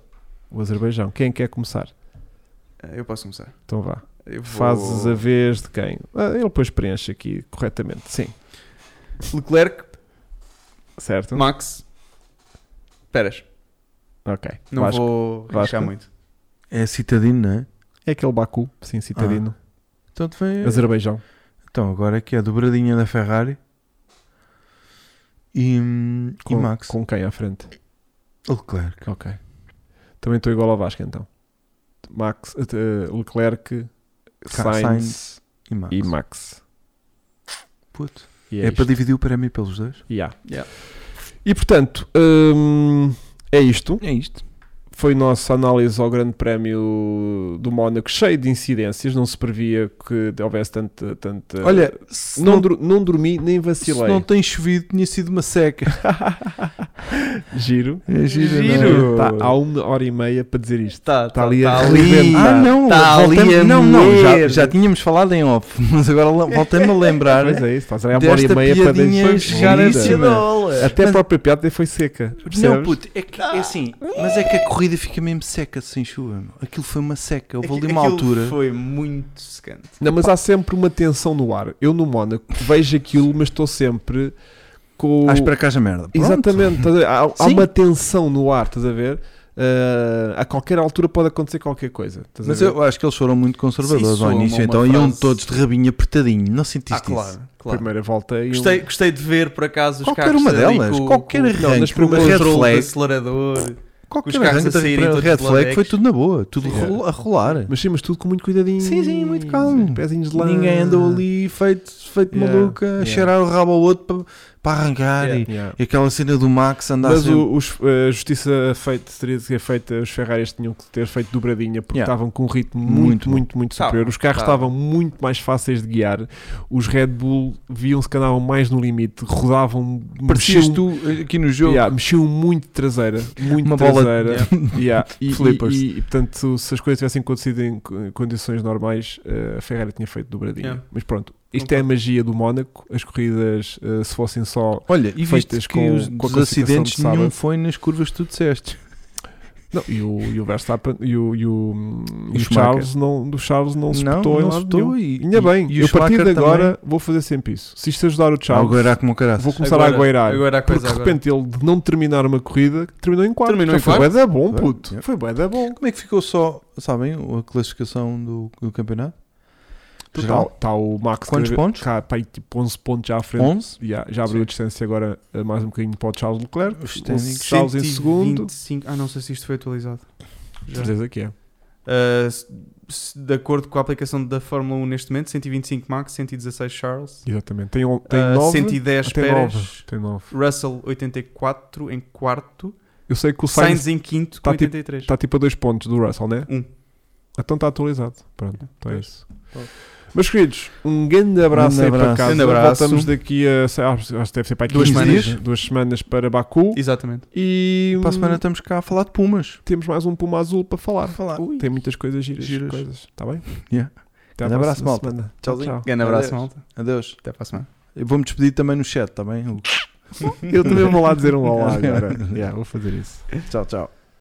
[SPEAKER 1] O Azerbaijão. Quem é quer começar?
[SPEAKER 3] Ah, Eu posso começar.
[SPEAKER 1] Então vá.
[SPEAKER 3] Eu vou-
[SPEAKER 1] Fazes a vez de quem? Ah, ele depois preenche aqui corretamente. Sim.
[SPEAKER 3] Leclerc,
[SPEAKER 1] Certo?
[SPEAKER 3] Max, Pérez.
[SPEAKER 1] Ok.
[SPEAKER 3] Não
[SPEAKER 1] Vasco.
[SPEAKER 3] vou arriscar
[SPEAKER 1] Vasco.
[SPEAKER 3] muito.
[SPEAKER 2] É citadino, não é?
[SPEAKER 1] É aquele Baku, sim, citadino.
[SPEAKER 2] Então, tu vem-
[SPEAKER 1] Azerbaijão.
[SPEAKER 2] então agora aqui é a dobradinha da Ferrari e, hum, e
[SPEAKER 1] Com,
[SPEAKER 2] Max.
[SPEAKER 1] com quem à frente?
[SPEAKER 2] Leclerc.
[SPEAKER 1] Ok. Também estou igual ao Vasco então. Max, eh, eh, Leclerc,
[SPEAKER 2] Ca-
[SPEAKER 1] Sainz,
[SPEAKER 2] Sainz e Max.
[SPEAKER 1] e Max.
[SPEAKER 2] Puto.
[SPEAKER 1] E
[SPEAKER 2] É,
[SPEAKER 1] é,
[SPEAKER 2] para
[SPEAKER 1] isto.
[SPEAKER 2] dividir o prémio pelos dois?
[SPEAKER 1] Yeah.
[SPEAKER 3] Yeah.
[SPEAKER 1] E portanto, hum, é isto.
[SPEAKER 2] É isto.
[SPEAKER 1] foi nossa análise ao Grande Prémio do Mónaco, cheio de incidências, não se previa que houvesse tanta. tanta...
[SPEAKER 2] Olha, se
[SPEAKER 1] Eh, não,
[SPEAKER 2] não,
[SPEAKER 1] dur- não dormi nem
[SPEAKER 2] se
[SPEAKER 1] vacilei.
[SPEAKER 2] não tem chovido, tinha sido uma seca.
[SPEAKER 1] Giro.
[SPEAKER 2] É
[SPEAKER 3] giro,
[SPEAKER 2] não é?
[SPEAKER 1] Tá, há uma hora e meia para dizer isto.
[SPEAKER 3] Está
[SPEAKER 1] Está ali a
[SPEAKER 2] Ah,
[SPEAKER 1] rebentar.
[SPEAKER 2] não,
[SPEAKER 3] Tá
[SPEAKER 2] voltei-
[SPEAKER 3] ali a
[SPEAKER 2] não, não, já,
[SPEAKER 3] moer.
[SPEAKER 2] já tínhamos falado em off, [laughs] mas agora le- voltei-me a lembrar.
[SPEAKER 1] Pois é, isso. Estás a uma hora e
[SPEAKER 2] Desta
[SPEAKER 1] meia para
[SPEAKER 2] piadinha
[SPEAKER 1] deixar
[SPEAKER 2] giríssima.
[SPEAKER 1] Gira. Até a própria piada foi seca.
[SPEAKER 2] Não,
[SPEAKER 1] Percebes?
[SPEAKER 2] puto, é que é assim,
[SPEAKER 3] Ah,
[SPEAKER 2] mas é que a corrida fica mesmo seca sem chuva. meu. Aquilo foi uma
[SPEAKER 1] É
[SPEAKER 2] seca, houve ali uma altura.
[SPEAKER 3] Foi muito secante.
[SPEAKER 1] Não, mas há sempre uma tensão no ar. Eu no Mónaco vejo aquilo, mas estou sempre com o-
[SPEAKER 2] Acho para cá já merda. Pronto.
[SPEAKER 1] Exatamente, estás a ver? há, há
[SPEAKER 2] Sim.
[SPEAKER 1] uma tensão no ar, estás a ver? Ah, a qualquer altura pode acontecer qualquer coisa. estás a
[SPEAKER 2] Mas
[SPEAKER 1] ver?
[SPEAKER 2] eu acho que eles foram muito
[SPEAKER 3] Sim,
[SPEAKER 2] conservadores ao
[SPEAKER 3] soa
[SPEAKER 2] início,
[SPEAKER 3] uma
[SPEAKER 2] então
[SPEAKER 3] frase-
[SPEAKER 2] iam todos de rabinho apertadinho. Não sentiste
[SPEAKER 3] Ah, claro, claro.
[SPEAKER 1] Primeira volta e um-
[SPEAKER 3] Gostei, gostei de ver, por acaso, os
[SPEAKER 2] Qualquer
[SPEAKER 3] carros
[SPEAKER 2] uma
[SPEAKER 3] ali
[SPEAKER 2] delas,
[SPEAKER 3] com-
[SPEAKER 2] qualquer
[SPEAKER 3] com-
[SPEAKER 2] arranque,
[SPEAKER 3] não, mas
[SPEAKER 2] uma
[SPEAKER 3] por
[SPEAKER 2] red
[SPEAKER 3] controle do
[SPEAKER 2] flag.
[SPEAKER 3] acelerador.
[SPEAKER 2] isso? Qualquer
[SPEAKER 3] Os carros
[SPEAKER 2] arranque
[SPEAKER 3] a
[SPEAKER 2] da
[SPEAKER 3] saírem todos
[SPEAKER 2] red flag
[SPEAKER 3] ladeques.
[SPEAKER 2] foi tudo é na boa, tudo
[SPEAKER 1] Yeah.
[SPEAKER 2] rola- a rolar.
[SPEAKER 1] Mas sim, mas tudo com muito cuidadinho.
[SPEAKER 2] Sim, sim, muito calmo.
[SPEAKER 1] Pezinhos de lã.
[SPEAKER 2] Ninguém andou ali feito, feito
[SPEAKER 1] Yeah,
[SPEAKER 2] maluca a
[SPEAKER 1] yeah.
[SPEAKER 2] cheirar o rabo ao outro para, para arrancar e-
[SPEAKER 1] Yeah.
[SPEAKER 2] e, aquela cena do Max andar
[SPEAKER 1] Mas
[SPEAKER 2] sempre...
[SPEAKER 1] o, os, a justiça feita, teria de ser feita, os Ferraris tinham que ter feito dobradinha porque
[SPEAKER 2] Yeah.
[SPEAKER 1] estavam com um ritmo
[SPEAKER 2] Muito
[SPEAKER 1] muito, muito,
[SPEAKER 2] bom.
[SPEAKER 1] muito, superior.
[SPEAKER 3] Estavam,
[SPEAKER 1] Os carros
[SPEAKER 3] estavam.
[SPEAKER 1] estavam muito mais fáceis de guiar. Os Red Bull viam-se que andavam mais no limite, rodavam,
[SPEAKER 2] Parecias
[SPEAKER 1] mexiam-
[SPEAKER 2] tu eh, aqui no jogo.
[SPEAKER 1] Yeah, mexiam muito de traseira, muito
[SPEAKER 2] Uma
[SPEAKER 1] de
[SPEAKER 2] bola de-
[SPEAKER 1] traseira. [laughs] Yeah. E,
[SPEAKER 2] Flippers.
[SPEAKER 1] e- e, portanto, se as coisas tivessem acontecido em co- condições normais, eh, a Ferrari tinha feito dobradinha.
[SPEAKER 3] Yeah.
[SPEAKER 1] Mas pronto, isto
[SPEAKER 3] Concordo.
[SPEAKER 1] é a magia do Mónaco. As corridas, eh, se fossem só.
[SPEAKER 2] Olha, e viste
[SPEAKER 1] Feitas
[SPEAKER 2] que
[SPEAKER 1] com-
[SPEAKER 2] os,
[SPEAKER 1] com a
[SPEAKER 2] dos
[SPEAKER 1] classificação
[SPEAKER 2] acidentes
[SPEAKER 1] de sábado.
[SPEAKER 2] nenhum foi nas curvas que tu disseste.
[SPEAKER 1] Não, e, o, e o Verstappen e o, e o, e
[SPEAKER 2] E
[SPEAKER 1] o
[SPEAKER 2] o
[SPEAKER 1] Charles não, do Charles não se
[SPEAKER 2] não,
[SPEAKER 1] espetou em
[SPEAKER 2] não
[SPEAKER 1] lado
[SPEAKER 2] se botou
[SPEAKER 1] nenhum.
[SPEAKER 2] e,
[SPEAKER 1] Ainda
[SPEAKER 2] e-
[SPEAKER 1] bem,
[SPEAKER 2] e o
[SPEAKER 1] eu a partir de
[SPEAKER 2] Schumacher
[SPEAKER 1] agora
[SPEAKER 2] também.
[SPEAKER 1] vou fazer sempre isso. Se isto ajudar o
[SPEAKER 2] Algo
[SPEAKER 1] Charles,
[SPEAKER 2] era como caraças.
[SPEAKER 1] vou começar a agueirar.
[SPEAKER 3] Agora a
[SPEAKER 1] porque
[SPEAKER 3] coisa
[SPEAKER 1] de
[SPEAKER 3] agora.
[SPEAKER 1] repente ele de não terminar uma corrida terminou em quarto.
[SPEAKER 3] Terminou
[SPEAKER 1] Já
[SPEAKER 3] em
[SPEAKER 1] foi
[SPEAKER 3] quarto.
[SPEAKER 1] bué da bom,
[SPEAKER 2] Foi,
[SPEAKER 1] puto.
[SPEAKER 2] yeah.
[SPEAKER 1] Foi bué da bom.
[SPEAKER 2] Como é que ficou só, sabem, a classificação do, do campeonato?
[SPEAKER 1] Está
[SPEAKER 2] Geral,
[SPEAKER 1] Tá o Max
[SPEAKER 2] Quantos
[SPEAKER 1] outra vez-
[SPEAKER 2] pontos?
[SPEAKER 1] Cá, pá, aí, tipo 11 pontos já à frente.
[SPEAKER 2] 11.
[SPEAKER 1] Já, já abriu a distância agora eh, mais um bocadinho para o Charles Leclerc.
[SPEAKER 2] Os
[SPEAKER 1] O
[SPEAKER 2] técnicos.
[SPEAKER 1] Charles em segundo.
[SPEAKER 3] 125 Ah, não sei se isto foi atualizado. Já.
[SPEAKER 1] Certeza que é.
[SPEAKER 3] Uh, se- se- de acordo com a aplicação da Fórmula 1 neste momento, 125 Max, 116 Charles,
[SPEAKER 1] Exatamente. Tem, on- tem
[SPEAKER 3] uh,
[SPEAKER 1] 9.
[SPEAKER 3] 110
[SPEAKER 1] tem
[SPEAKER 3] Pérez,
[SPEAKER 1] nove. Tem 9.
[SPEAKER 3] Russell 84 em quarto,
[SPEAKER 1] Eu sei que o Sainz
[SPEAKER 3] Sainz em quinto
[SPEAKER 1] tá
[SPEAKER 3] com
[SPEAKER 1] tipo-
[SPEAKER 3] 83.
[SPEAKER 1] Está tipo a dois pontos do Russell, né?
[SPEAKER 3] Um.
[SPEAKER 1] Então está atualizado. Pronto, então é
[SPEAKER 3] Pois.
[SPEAKER 1] isso. Meus queridos, um grande abraço
[SPEAKER 2] Grande
[SPEAKER 1] aí para
[SPEAKER 2] abraço.
[SPEAKER 1] casa.
[SPEAKER 3] Grande abraço.
[SPEAKER 1] Voltamos daqui a. sei lá, Acho que deve ser para aí
[SPEAKER 3] Duas
[SPEAKER 1] 15
[SPEAKER 3] semanas.
[SPEAKER 1] dias, Duas semanas para Baku.
[SPEAKER 3] Exatamente.
[SPEAKER 1] E.
[SPEAKER 2] Para a semana estamos cá a falar de Pumas.
[SPEAKER 1] temos mais um Puma Azul para falar.
[SPEAKER 2] falar.
[SPEAKER 1] Tem muitas coisas giras.
[SPEAKER 2] Giras.
[SPEAKER 1] Coisas, está bem?
[SPEAKER 2] Yeah.
[SPEAKER 1] Até
[SPEAKER 2] Grande
[SPEAKER 1] à
[SPEAKER 2] abraço,
[SPEAKER 1] próxima
[SPEAKER 2] malta.
[SPEAKER 1] semana.
[SPEAKER 2] Tchauzinho.
[SPEAKER 1] Tchau.
[SPEAKER 3] Grande
[SPEAKER 2] Adeus.
[SPEAKER 3] abraço, malta.
[SPEAKER 2] Adeus.
[SPEAKER 3] Até para a semana.
[SPEAKER 2] Eu vou-me despedir também no chat, tá também. [laughs]
[SPEAKER 1] Eu também vou lá dizer um olá agora. Yeah, vou fazer isso.
[SPEAKER 2] Tchau, tchau.